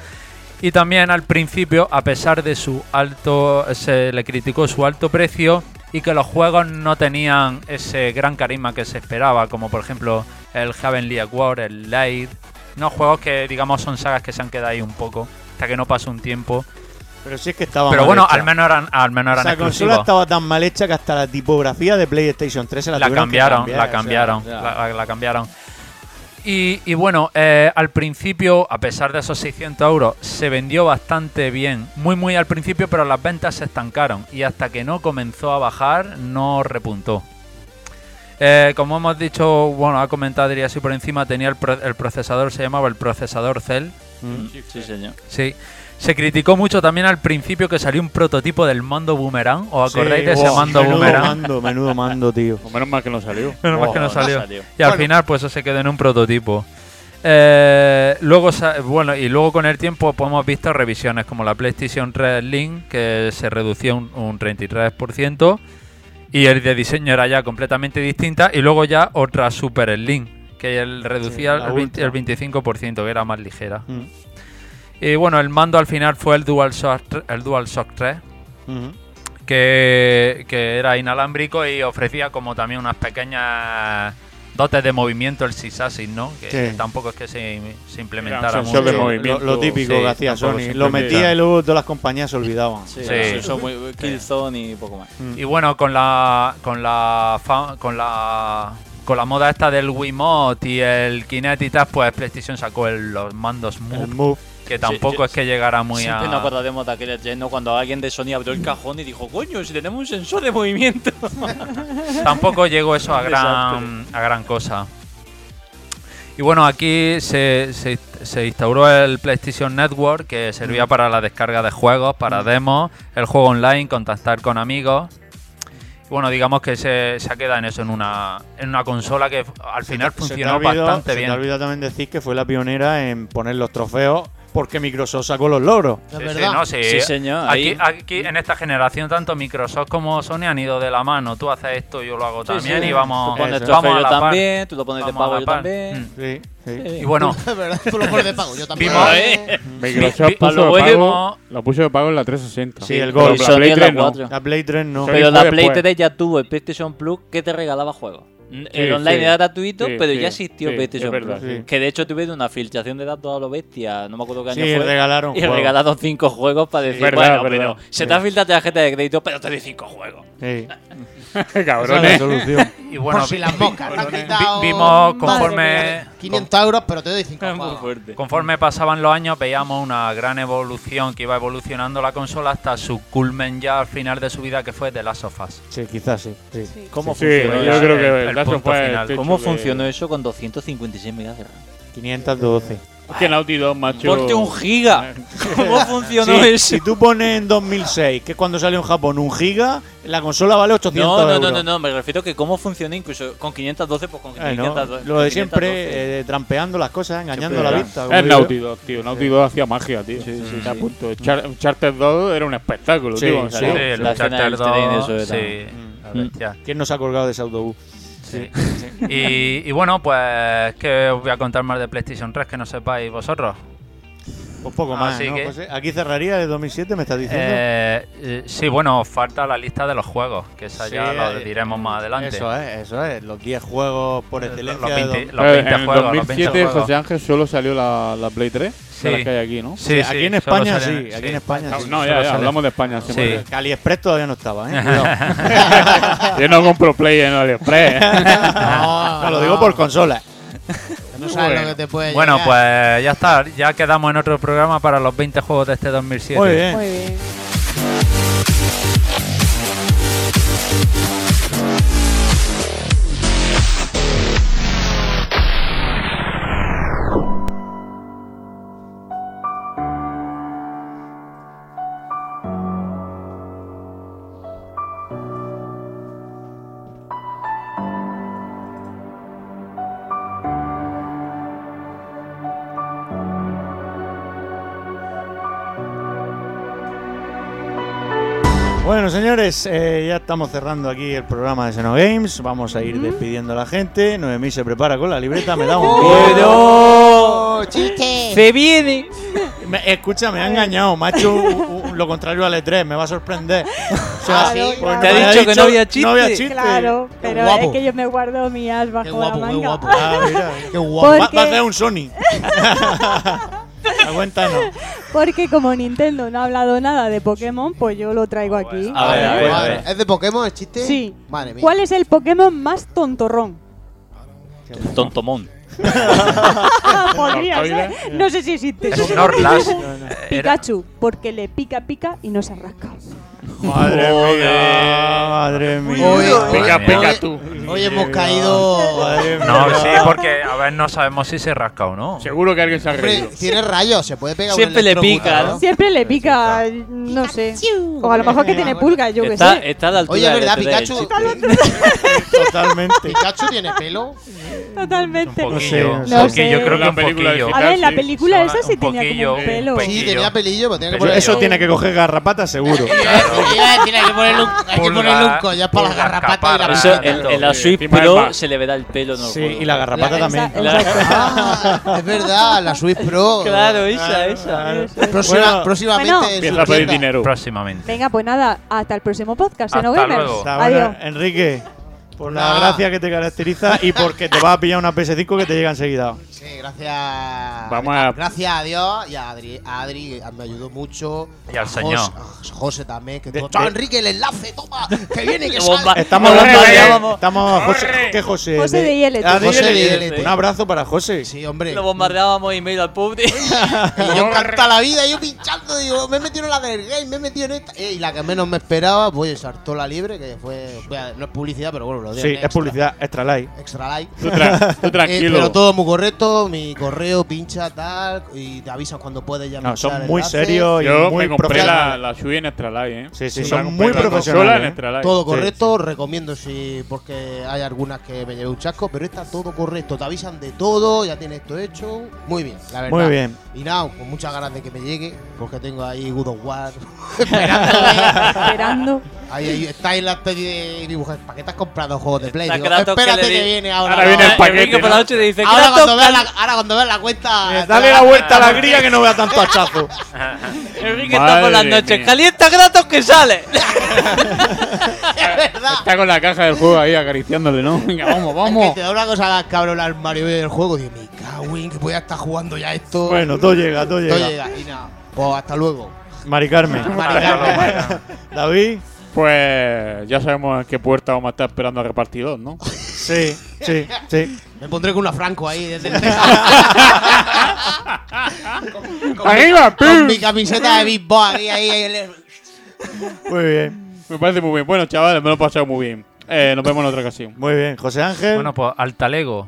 Speaker 10: Y también al principio, a pesar de su alto, se le criticó su alto precio y que los juegos no tenían ese gran carisma que se esperaba, como por ejemplo el Heavenly War, el Light. No, juegos que digamos son sagas que se han quedado ahí un poco, hasta que no pasa un tiempo.
Speaker 8: Pero sí es que estaba
Speaker 10: Pero
Speaker 8: mal
Speaker 10: bueno,
Speaker 8: hecha.
Speaker 10: al menos eran, al menos eran
Speaker 8: Esa consola
Speaker 10: exclusivos.
Speaker 8: estaba tan mal hecha que hasta la tipografía de PlayStation 3 se la,
Speaker 10: La
Speaker 8: tuvieron que
Speaker 10: cambiaron,
Speaker 8: cambiar,
Speaker 10: la
Speaker 8: o sea,
Speaker 10: cambiaron,
Speaker 8: ya.
Speaker 10: la, la- la cambiaron. Y, y bueno, eh, al principio, a pesar de esos 600 euros, se vendió bastante bien, muy muy al principio, pero las ventas se estancaron y hasta que no comenzó a bajar, no repuntó. Eh, como hemos dicho, bueno, ha comentado diría así por encima, tenía el, pro- el procesador, se llamaba el procesador Cell.
Speaker 5: Mm,
Speaker 8: Mm.
Speaker 5: Sí, señor.
Speaker 10: Sí. Se criticó mucho también al principio que salió un prototipo del mando boomerang. ¿Os acordáis
Speaker 8: Sí,
Speaker 10: de ese
Speaker 8: oh,
Speaker 10: mando
Speaker 8: menudo
Speaker 10: boomerang?
Speaker 8: Mando, menudo mando, tío.
Speaker 13: <laughs> Menos mal que no salió.
Speaker 10: <laughs> Menos mal que no
Speaker 13: Oh,
Speaker 10: salió.
Speaker 13: salió.
Speaker 10: Y al final, pues eso se quedó en un prototipo. Eh, luego, sa- bueno, y luego con el tiempo pues, hemos visto revisiones como la PlayStation 3 Link, que se reducía un, un 33%, y el de diseño era ya completamente distinta, y luego ya otra Super Link, que el reducía
Speaker 8: la
Speaker 10: el, 20 el
Speaker 8: Ultra.
Speaker 10: 25%, que era más ligera.
Speaker 8: Mm.
Speaker 10: Y bueno, el mando al final fue el DualShock, tr- el DualShock 3,
Speaker 8: Ujú.
Speaker 10: que, que era inalámbrico y ofrecía como también unas pequeñas dotes de movimiento el Sysasis, ¿no? Que,
Speaker 8: Sí.
Speaker 10: que tampoco es que se, se
Speaker 8: Era
Speaker 10: implementara
Speaker 8: un sensor
Speaker 10: mucho.
Speaker 8: de movimiento. Lo, lo típico
Speaker 10: Sí,
Speaker 8: que hacía
Speaker 10: tampoco
Speaker 8: Sony.
Speaker 10: se
Speaker 8: Lo metía
Speaker 10: implementa.
Speaker 8: y luego todas las compañías se olvidaban.
Speaker 5: Sí,
Speaker 10: Sí. Mm.
Speaker 5: eso muy- muy Killzone y poco más.
Speaker 8: Mm.
Speaker 10: Y bueno, con la con la fa- con la con la moda esta del Wiimote y el Kinect y tal, pues PlayStation sacó el- los mandos Move, que tampoco
Speaker 5: Sí, yo-
Speaker 10: es que llegara muy
Speaker 5: Siempre
Speaker 10: a
Speaker 5: nos acordaremos de aquel lleno cuando alguien de Sony abrió el cajón y dijo, coño, si tenemos un sensor de movimiento.
Speaker 10: tampoco llegó
Speaker 8: <laughs>
Speaker 10: eso a
Speaker 5: Un
Speaker 10: gran, a gran cosa. Y bueno, aquí se, se- se instauró el PlayStation Network que servía
Speaker 8: Mm.
Speaker 10: para la descarga de juegos, para
Speaker 8: Mm.
Speaker 10: demos, el juego online, contactar con amigos. Y Bueno, digamos que se, se ha quedado en eso, en una, en una consola que al
Speaker 8: Se te-
Speaker 10: final
Speaker 8: se te
Speaker 10: funcionó
Speaker 8: ha olvidado-
Speaker 10: bastante
Speaker 8: Se te ha
Speaker 10: bien.
Speaker 8: olvidado también decir que fue la pionera en poner los trofeos porque Microsoft sacó los logros.
Speaker 10: Sí, sí, no, sí.
Speaker 5: Sí, señor,
Speaker 10: Aquí,
Speaker 5: ahí.
Speaker 10: aquí, en esta generación, tanto Microsoft como Sony han ido de la mano. Tú haces esto, yo lo hago
Speaker 5: Sí,
Speaker 10: también
Speaker 5: sí.
Speaker 10: y vamos,
Speaker 5: Tú pones
Speaker 10: Eso.
Speaker 5: trofeo
Speaker 10: vamos a
Speaker 5: yo
Speaker 10: la par.
Speaker 5: también, tú lo pones de
Speaker 10: Vamos a
Speaker 5: pago
Speaker 10: la
Speaker 5: yo
Speaker 10: par.
Speaker 5: también.
Speaker 10: Mm.
Speaker 8: Sí, sí.
Speaker 5: Sí.
Speaker 10: Y
Speaker 8: <laughs>
Speaker 10: bueno,
Speaker 3: Es <laughs> verdad, tú lo pones de pago, yo también.
Speaker 10: Vimos-
Speaker 13: Microsoft
Speaker 10: vi-
Speaker 13: puso
Speaker 10: vimos-
Speaker 13: de pago, lo puso de pago en la 360.
Speaker 8: Sí, el
Speaker 13: Pero
Speaker 8: Gold.
Speaker 13: La Play 3 no.
Speaker 8: La Play 3 no.
Speaker 13: Sony
Speaker 5: Pero
Speaker 13: fue
Speaker 5: la Play
Speaker 13: después.
Speaker 5: 3 ya tuvo el PlayStation Plus que te regalaba juegos. N-
Speaker 13: Sí,
Speaker 5: el online
Speaker 13: sí.
Speaker 5: era gratuito,
Speaker 13: Sí,
Speaker 5: pero
Speaker 13: sí,
Speaker 5: ya existió
Speaker 13: sí,
Speaker 5: el PlayStation
Speaker 13: es verdad,
Speaker 5: Plus.
Speaker 13: sí.
Speaker 5: Que de hecho tuvieron una filtración de datos a lo bestia, no me acuerdo qué
Speaker 8: Sí,
Speaker 5: año fue.
Speaker 8: regalaron
Speaker 5: y
Speaker 8: juegos.
Speaker 5: regalaron 5 juegos para decir,
Speaker 8: verdad,
Speaker 5: bueno,
Speaker 8: verdad.
Speaker 5: pero se
Speaker 8: Sí.
Speaker 5: te ha filtrado tarjeta de crédito, pero te doy 5 juegos.
Speaker 8: Sí.
Speaker 5: <laughs>
Speaker 13: <laughs> Cabrones.
Speaker 8: Esa es la solución.
Speaker 10: y bueno,
Speaker 3: por si las
Speaker 10: vi-
Speaker 3: moscas.
Speaker 10: vi-
Speaker 3: te han quitado-
Speaker 10: vi- vimos
Speaker 3: Madre
Speaker 10: conforme
Speaker 3: mía, 500 euros, pero te doy 5 pavos.
Speaker 10: Conforme pasaban los años veíamos una gran evolución que iba evolucionando la consola hasta su culmen ya al final de su vida que fue de las sofás.
Speaker 8: Sí, quizás sí.
Speaker 5: Sí.
Speaker 8: ¿Cómo
Speaker 5: Sí,
Speaker 8: funciona?
Speaker 5: yo creo que el
Speaker 10: punto final?
Speaker 5: ¿Cómo funcionó eso con 256 megas de RAM?
Speaker 8: 512.
Speaker 13: Es que Naughty Dog, macho.
Speaker 5: Ponte un
Speaker 13: <laughs>
Speaker 5: giga. ¿Cómo funcionó
Speaker 8: <laughs> Sí,
Speaker 5: eso?
Speaker 8: Si tú pones en 2006, que es cuando salió en Japón, un giga, la consola vale 800
Speaker 5: No, no,
Speaker 8: euros.
Speaker 5: no, no, no, me refiero que cómo funciona incluso con 512, pues con
Speaker 8: Eh, no,
Speaker 5: 512.
Speaker 8: Lo de siempre,
Speaker 5: 512.
Speaker 8: eh, trampeando las cosas, engañando
Speaker 13: Siempre
Speaker 8: la
Speaker 13: era.
Speaker 8: vista. como
Speaker 13: Es
Speaker 8: digo.
Speaker 13: Naughty Dog, tío. Naughty Dog hacía magia, tío. Sí, sí,
Speaker 8: sí.
Speaker 13: Punto. Char Uncharted 2 era un espectáculo,
Speaker 8: Sí,
Speaker 13: tío. cuando
Speaker 8: sí,
Speaker 13: salió.
Speaker 8: sí, el La escena Uncharted del
Speaker 13: Este
Speaker 8: 2, tren, eso era.
Speaker 10: Sí, la bestia.
Speaker 8: ¿Quién nos ha colgado de ese autobús?
Speaker 10: Y, y bueno, pues que os voy a contar más de PlayStation 3 que no sepáis vosotros.
Speaker 8: Un Pues poco más,
Speaker 10: Así
Speaker 8: ¿no,
Speaker 10: que-
Speaker 8: José? Aquí cerraría de 2007, me estás diciendo.
Speaker 10: Eh, eh, sí, bueno, falta la lista de los juegos, que esa
Speaker 8: Sí,
Speaker 10: ya lo
Speaker 8: eh,
Speaker 10: diremos más adelante.
Speaker 8: Eso es, eso es. Los 10 juegos por excelencia.
Speaker 10: los
Speaker 8: de
Speaker 10: 20
Speaker 8: dos-
Speaker 10: los
Speaker 13: Eh,
Speaker 10: 20
Speaker 13: en el
Speaker 10: juegos, los 20
Speaker 13: 2007
Speaker 10: juegos.
Speaker 13: José Ángel solo salió la, la Play 3
Speaker 10: Sí.
Speaker 13: de las que hay aquí, ¿no?
Speaker 10: Sí, sí,
Speaker 8: aquí en
Speaker 10: solo
Speaker 8: España sí,
Speaker 10: salen-
Speaker 8: aquí
Speaker 10: sí.
Speaker 8: en España.
Speaker 10: No,
Speaker 8: sí,
Speaker 10: no,
Speaker 8: solo
Speaker 10: ya, ya,
Speaker 8: salen.
Speaker 13: hablamos de España, sí.
Speaker 8: Que AliExpress todavía no estaba, ¿eh? <laughs> Cuidado.
Speaker 13: Yo no compro Play en AliExpress.
Speaker 8: <laughs> No, lo digo por consola.
Speaker 3: No sabes lo que te puede
Speaker 10: Bueno,
Speaker 3: llegar.
Speaker 10: pues ya está, ya quedamos en otro programa para los 20 juegos de este 2007.
Speaker 8: Muy bien.
Speaker 9: Muy bien.
Speaker 8: Bueno, señores, eh, ya estamos cerrando aquí el programa de Seno Games. Vamos a ir despidiendo a la gente. Noemí se prepara con la libreta. Me da
Speaker 9: <laughs>
Speaker 8: un
Speaker 5: ¡Pero!
Speaker 3: ¡Chiste!
Speaker 5: ¡Se viene!
Speaker 8: Me, escucha, me ha engañado,
Speaker 9: <laughs>
Speaker 8: macho. u- u- lo contrario al E3, me va a sorprender. O sea,
Speaker 9: Claro,
Speaker 8: pues no
Speaker 9: Ah, claro. Te ha
Speaker 8: me
Speaker 9: dicho que no había
Speaker 8: No había
Speaker 9: chiste.
Speaker 8: chiste.
Speaker 9: Claro, pero
Speaker 8: guapo.
Speaker 9: es que yo me guardo mi as bajo
Speaker 8: guapo,
Speaker 9: la
Speaker 8: qué
Speaker 9: manga.
Speaker 8: guapo. Ah, mira, qué
Speaker 9: <laughs>
Speaker 8: guapo. Va,
Speaker 9: Porque-
Speaker 8: va a hacer un
Speaker 9: <laughs>
Speaker 8: Sony. Aguántanos.
Speaker 9: Porque como Nintendo no ha hablado nada de Pokémon, pues yo lo traigo aquí.
Speaker 8: A ver, a ver, a
Speaker 3: Madre,
Speaker 8: ver.
Speaker 3: ¿Es de Pokémon el chiste?
Speaker 9: Sí.
Speaker 3: Madre mía.
Speaker 9: ¿Cuál es el Pokémon más tontorrón?
Speaker 5: Tontomón.
Speaker 9: Podría ser. No sé si existe.
Speaker 10: Es
Speaker 13: <laughs>
Speaker 10: Snorlax. Era-
Speaker 9: Pikachu, porque le pica, pica y no se rasca.
Speaker 8: Madre mía, Ah, madre mía.
Speaker 10: Pica, pica
Speaker 3: tú. Hoy hemos caído.
Speaker 8: Madre mía.
Speaker 10: No, sí, porque a ver, no sabemos si se rasca o no.
Speaker 13: Seguro que alguien se ha
Speaker 3: Hombre, tiene rayos, se puede pegar un
Speaker 10: Siempre le pica,
Speaker 3: electrocutado.
Speaker 9: Siempre le pica, no sé. O a lo mejor que tiene pulga, yo que
Speaker 5: Está,
Speaker 9: sé.
Speaker 5: está a la altura
Speaker 3: Oye, es
Speaker 5: del
Speaker 3: verdad,
Speaker 5: E3 del
Speaker 3: Pikachu.
Speaker 5: chiste.
Speaker 8: Totalmente.
Speaker 3: ¿Pikachu tiene pelo?
Speaker 9: Totalmente.
Speaker 10: Un
Speaker 8: sé,
Speaker 10: poquillo,
Speaker 8: no
Speaker 10: un
Speaker 8: sé.
Speaker 10: poquillo, yo creo que
Speaker 13: La
Speaker 10: un
Speaker 13: película
Speaker 10: poquillo.
Speaker 9: A ver, la película esa sí tenía como un pelo.
Speaker 3: Sí, tenía pelillo, pero tenía que
Speaker 10: Pero
Speaker 3: poner.
Speaker 8: Eso tiene que coger garrapata seguro.
Speaker 3: Iba a decir, hay que ponerle un, hay que
Speaker 10: Pulga,
Speaker 3: ponerle un collar para la
Speaker 10: pulga,
Speaker 3: garrapata y la
Speaker 10: caparra.
Speaker 5: Eso, en, en la Switch
Speaker 13: Encima del
Speaker 5: Pro
Speaker 13: mar.
Speaker 5: se le verá el pelo no
Speaker 8: Sí, y la garrapata también.
Speaker 5: <laughs>
Speaker 3: Ah, es verdad, la Switch Pro.
Speaker 5: Claro, esa, esa.
Speaker 3: Próxima-
Speaker 8: Bueno.
Speaker 3: próximamente.
Speaker 9: Bueno.
Speaker 3: en su
Speaker 13: Empieza a pedir
Speaker 3: tienda.
Speaker 13: dinero.
Speaker 10: Próximamente.
Speaker 9: Venga, pues nada, hasta el próximo podcast,
Speaker 10: Hasta
Speaker 9: Xenogamers.
Speaker 10: luego.
Speaker 8: Está bueno,
Speaker 9: Adiós.
Speaker 8: Enrique, por la
Speaker 3: Nada.
Speaker 8: gracia que te caracteriza y porque te vas a pillar una PS5 que te llega enseguida.
Speaker 3: Sí, gracias.
Speaker 13: Vamos a-
Speaker 3: Gracias a Dios y a Adri. a Adri que me ayudó mucho.
Speaker 10: Y al
Speaker 3: A
Speaker 10: señor.
Speaker 3: Jos- a José, también. Que
Speaker 8: De-
Speaker 3: dijo, Pues "Chao,
Speaker 8: de-
Speaker 3: Enrique, el enlace, toma. Que viene, que
Speaker 5: Bomba.
Speaker 3: sale.
Speaker 8: Estamos
Speaker 5: Corre,
Speaker 8: hablando
Speaker 10: eh.
Speaker 8: de-
Speaker 5: vaya, vamos.
Speaker 8: Estamos José, ¿qué José?
Speaker 9: José de ILT.
Speaker 8: Ah, de
Speaker 3: José de
Speaker 8: ILT.
Speaker 3: ILT.
Speaker 8: Un abrazo para José.
Speaker 3: Sí, hombre.
Speaker 5: Lo bombardeábamos email al pub. <laughs>
Speaker 3: Y yo canta la vida, yo pinchando, digo, me he metido en la del game, me he metido en esta. Eh, y la que menos me esperaba, pues saltó la libre, que fue. voy a- no es publicidad, pero bueno, lo digo.
Speaker 8: Sí, es publicidad, extra live.
Speaker 3: Extra like. <laughs>
Speaker 13: Tú, tra- tú
Speaker 3: Eh,
Speaker 13: tranquilo.
Speaker 3: pero todo muy correcto, mi correo pincha tal y te avisan cuando puedes ya
Speaker 8: No,
Speaker 3: pinchar
Speaker 8: son
Speaker 3: el
Speaker 8: muy
Speaker 3: enlace.
Speaker 8: serios y
Speaker 13: Yo
Speaker 8: muy
Speaker 13: me compré la,
Speaker 8: profesionales.
Speaker 13: la Switch en Extra Live, ¿eh?
Speaker 8: Sí, sí,
Speaker 13: Me
Speaker 8: son
Speaker 13: compré
Speaker 8: muy
Speaker 13: la consola
Speaker 8: profesionales,
Speaker 13: en
Speaker 8: ¿eh?
Speaker 13: Extra Live.
Speaker 3: Todo
Speaker 8: Sí,
Speaker 3: correcto, recomiendo si porque hay algunas que me llevé un chasco, pero está todo correcto, te avisan de todo, ya tienes esto hecho, muy bien, la verdad.
Speaker 8: Muy bien.
Speaker 3: Y nada, con muchas ganas de que me llegue, porque tengo ahí Good of
Speaker 8: <laughs>
Speaker 3: War esperando.
Speaker 9: Esperando.
Speaker 3: <laughs> ahí, ahí está en la serie de dibujar, ¿para qué te has comprado juegos de Play?
Speaker 5: Está
Speaker 3: Digo,
Speaker 5: Kratos que
Speaker 3: espérate
Speaker 5: le
Speaker 3: que,
Speaker 5: di-
Speaker 3: viene ahora.
Speaker 13: Ahora viene el
Speaker 3: ahora,
Speaker 13: paquete,
Speaker 5: Enrique por la
Speaker 13: ¿no?
Speaker 5: noche te dice
Speaker 3: ahora
Speaker 5: "Kratos,
Speaker 3: cuando veas la, ahora cuando veas la cuenta.
Speaker 8: Dale la vuelta a la grilla que no vea
Speaker 3: <laughs>
Speaker 8: tanto hachazo.
Speaker 5: Enrique está por las
Speaker 13: Madre
Speaker 5: noches.
Speaker 13: mía.
Speaker 5: ¡Calienta gratos que
Speaker 13: <laughs>
Speaker 5: sale!
Speaker 3: Es verdad.
Speaker 13: Está con la caja del juego ahí acariciándole, ¿no? Venga, vamos,
Speaker 3: Es que
Speaker 13: vamos.
Speaker 3: te da una cosa, cabrón, el Mario del juego. Digo, me cago en que voy a estar jugando ya esto.
Speaker 8: Bueno, todo llega, todo
Speaker 3: Todo
Speaker 8: llega.
Speaker 3: llega. Y nada, pues hasta luego.
Speaker 8: Mari Carmen.
Speaker 3: Mari Carmen.
Speaker 8: David.
Speaker 13: Pues ya sabemos en qué puerta vamos a estar esperando al repartidor, ¿no?
Speaker 8: Sí, sí, sí.
Speaker 3: Me pondré con una Franco ahí desde el <laughs>
Speaker 13: Arriba,
Speaker 3: con,
Speaker 13: pim.
Speaker 3: mi camiseta de Big ahí, ahí, ahí.
Speaker 8: Muy bien.
Speaker 13: Me parece muy bien. Bueno, chavales, me lo he pasado muy bien. Eh, nos vemos en otra ocasión.
Speaker 8: Muy bien, José Ángel.
Speaker 10: Bueno, pues Altalego.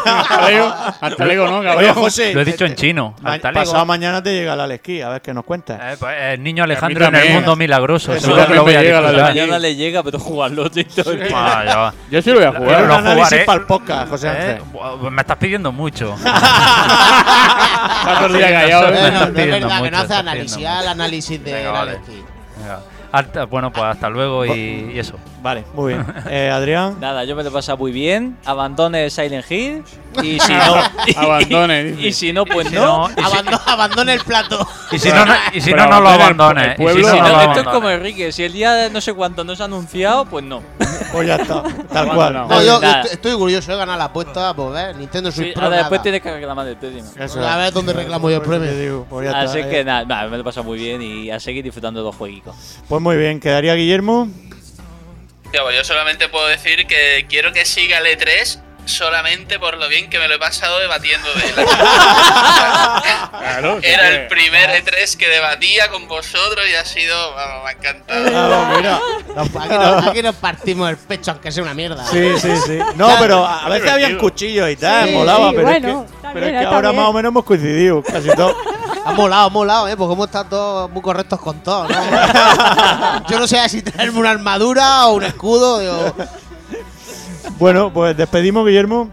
Speaker 13: Altalego, altalego, ¿no? cabrón?
Speaker 8: Oye, José. eh,
Speaker 10: Lo he dicho en chino.
Speaker 8: ma-
Speaker 10: Altalego.
Speaker 8: Pasado mañana te llega la lesquí, a ver qué nos cuentas.
Speaker 10: pues, el niño Alejandro en el mundo milagroso.
Speaker 8: Eso
Speaker 10: seguro que
Speaker 8: también
Speaker 10: lo voy
Speaker 8: me
Speaker 10: a
Speaker 8: llega la
Speaker 10: disfrutar.
Speaker 8: lesquí.
Speaker 5: Mañana le llega, pero jugarlo Tito.
Speaker 10: Vaya.
Speaker 13: Yo sí lo voy a
Speaker 10: Pero
Speaker 8: un
Speaker 10: lo
Speaker 8: análisis
Speaker 10: jugaré.
Speaker 8: para el podcast, José
Speaker 10: Eh,
Speaker 8: Ángel.
Speaker 10: bu- Me estás pidiendo mucho.
Speaker 13: Está todo el
Speaker 3: <laughs>
Speaker 13: día callado,
Speaker 10: Me
Speaker 13: ¿eh?
Speaker 10: estás
Speaker 3: No, no es
Speaker 10: pidiendo
Speaker 3: verdad que no hace
Speaker 10: mucho, estás
Speaker 3: análisis,
Speaker 10: pidiendo
Speaker 3: al análisis de la
Speaker 10: Venga, vale.
Speaker 3: Leti.
Speaker 10: mucho. Venga. Alta- bueno, pues hasta luego y, y eso.
Speaker 8: Vale, muy bien. Eh, Adrián.
Speaker 5: <laughs> Nada, yo me lo he pasado muy bien. Abandone Silent Hill. Y
Speaker 10: <laughs>
Speaker 5: si no.
Speaker 13: Abandone, dice.
Speaker 5: Y si no, pues
Speaker 10: Si no,
Speaker 5: no.
Speaker 10: y si-
Speaker 3: Abandona, abandona el plato.
Speaker 10: Y si no, no- y si no,
Speaker 13: Pero
Speaker 10: no lo
Speaker 13: abandona el
Speaker 10: abandones. Y si
Speaker 13: pueblo.
Speaker 10: no,
Speaker 13: Si
Speaker 10: no
Speaker 13: no,
Speaker 10: lo
Speaker 5: Esto es
Speaker 10: abandones.
Speaker 5: como Enrique. Si el día de no sé cuánto no se ha anunciado, pues no.
Speaker 8: Pues
Speaker 5: <laughs>
Speaker 8: ya está, tal cual. este,
Speaker 13: Abandonado.
Speaker 3: No, yo, yo
Speaker 5: Nada.
Speaker 3: estoy- estoy orgulloso de ganar la apuesta, pues
Speaker 8: ¿eh?
Speaker 3: ver, Nintendo Switch
Speaker 5: Sí,
Speaker 3: Pro.
Speaker 5: ahora después
Speaker 3: nada.
Speaker 5: tienes que reclamar el premio.
Speaker 8: Eso
Speaker 3: A ver
Speaker 8: es.
Speaker 3: dónde reclamo yo el
Speaker 8: Pues te
Speaker 3: premio.
Speaker 8: digo, pues ya
Speaker 5: Así
Speaker 8: está,
Speaker 5: que
Speaker 8: eh.
Speaker 5: nada, nada, me lo he pasado muy bien y a seguir disfrutando de los jueguitos.
Speaker 8: Pues muy bien, quedaría Guillermo.
Speaker 6: Ya, pues yo solamente puedo decir que quiero que siga el E3 solamente por lo bien que me lo he pasado debatiendo de él.
Speaker 13: Claro, sí
Speaker 6: Era
Speaker 13: que-
Speaker 6: el primer E3 que debatía con vosotros y ha sido, vamos, me ha encantado.
Speaker 3: Ah, <laughs>
Speaker 8: Vamos, pues
Speaker 3: Aquí
Speaker 8: mira.
Speaker 3: nos, aquí nos partimos el pecho, aunque sea una mierda.
Speaker 8: Sí, sí, sí. No, pero a a veces habían cuchillos y tal,
Speaker 9: Sí,
Speaker 8: molaba,
Speaker 9: sí,
Speaker 8: pero,
Speaker 9: bueno,
Speaker 8: es que,
Speaker 9: está
Speaker 8: pero es
Speaker 9: bien,
Speaker 8: que
Speaker 9: está
Speaker 8: ahora
Speaker 9: bien.
Speaker 8: más o menos hemos coincidido casi todo.
Speaker 3: <laughs> Ha molado, ha molado, ¿eh? Porque hemos estado todos muy correctos con todo, ¿no?
Speaker 8: <laughs>
Speaker 3: Yo no sé si traerme una armadura o un escudo. digo,
Speaker 8: Bueno, pues despedimos, Guillermo.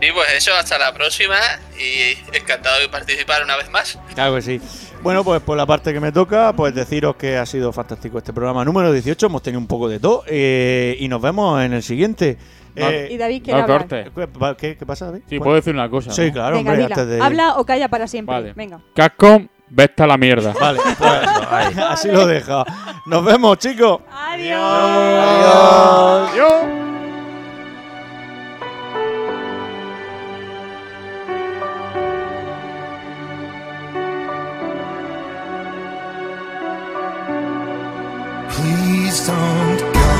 Speaker 6: Y pues eso, hasta la próxima y encantado de participar una vez más.
Speaker 8: Claro que sí. Bueno, pues por la parte que me toca, pues deciros que ha sido fantástico este programa número 18. Hemos tenido un poco de todo eh, y nos vemos en el siguiente. Eh,
Speaker 9: Y David quiere
Speaker 13: No
Speaker 9: hablar.
Speaker 13: corte.
Speaker 8: ¿qué- ¿Qué, qué pasa, David?
Speaker 13: Sí,
Speaker 8: Bueno,
Speaker 13: puedo decir una cosa.
Speaker 8: Sí,
Speaker 13: ¿no?
Speaker 8: claro,
Speaker 9: Venga,
Speaker 8: hombre,
Speaker 9: dila.
Speaker 8: antes de-
Speaker 9: Habla o calla para siempre.
Speaker 13: Vale.
Speaker 9: Venga.
Speaker 13: Capcom, vete a la mierda.
Speaker 8: Vale, pues, así lo deja. Nos vemos, chicos.
Speaker 13: Adiós.
Speaker 12: Please don't go.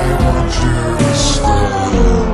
Speaker 12: I want you to stay.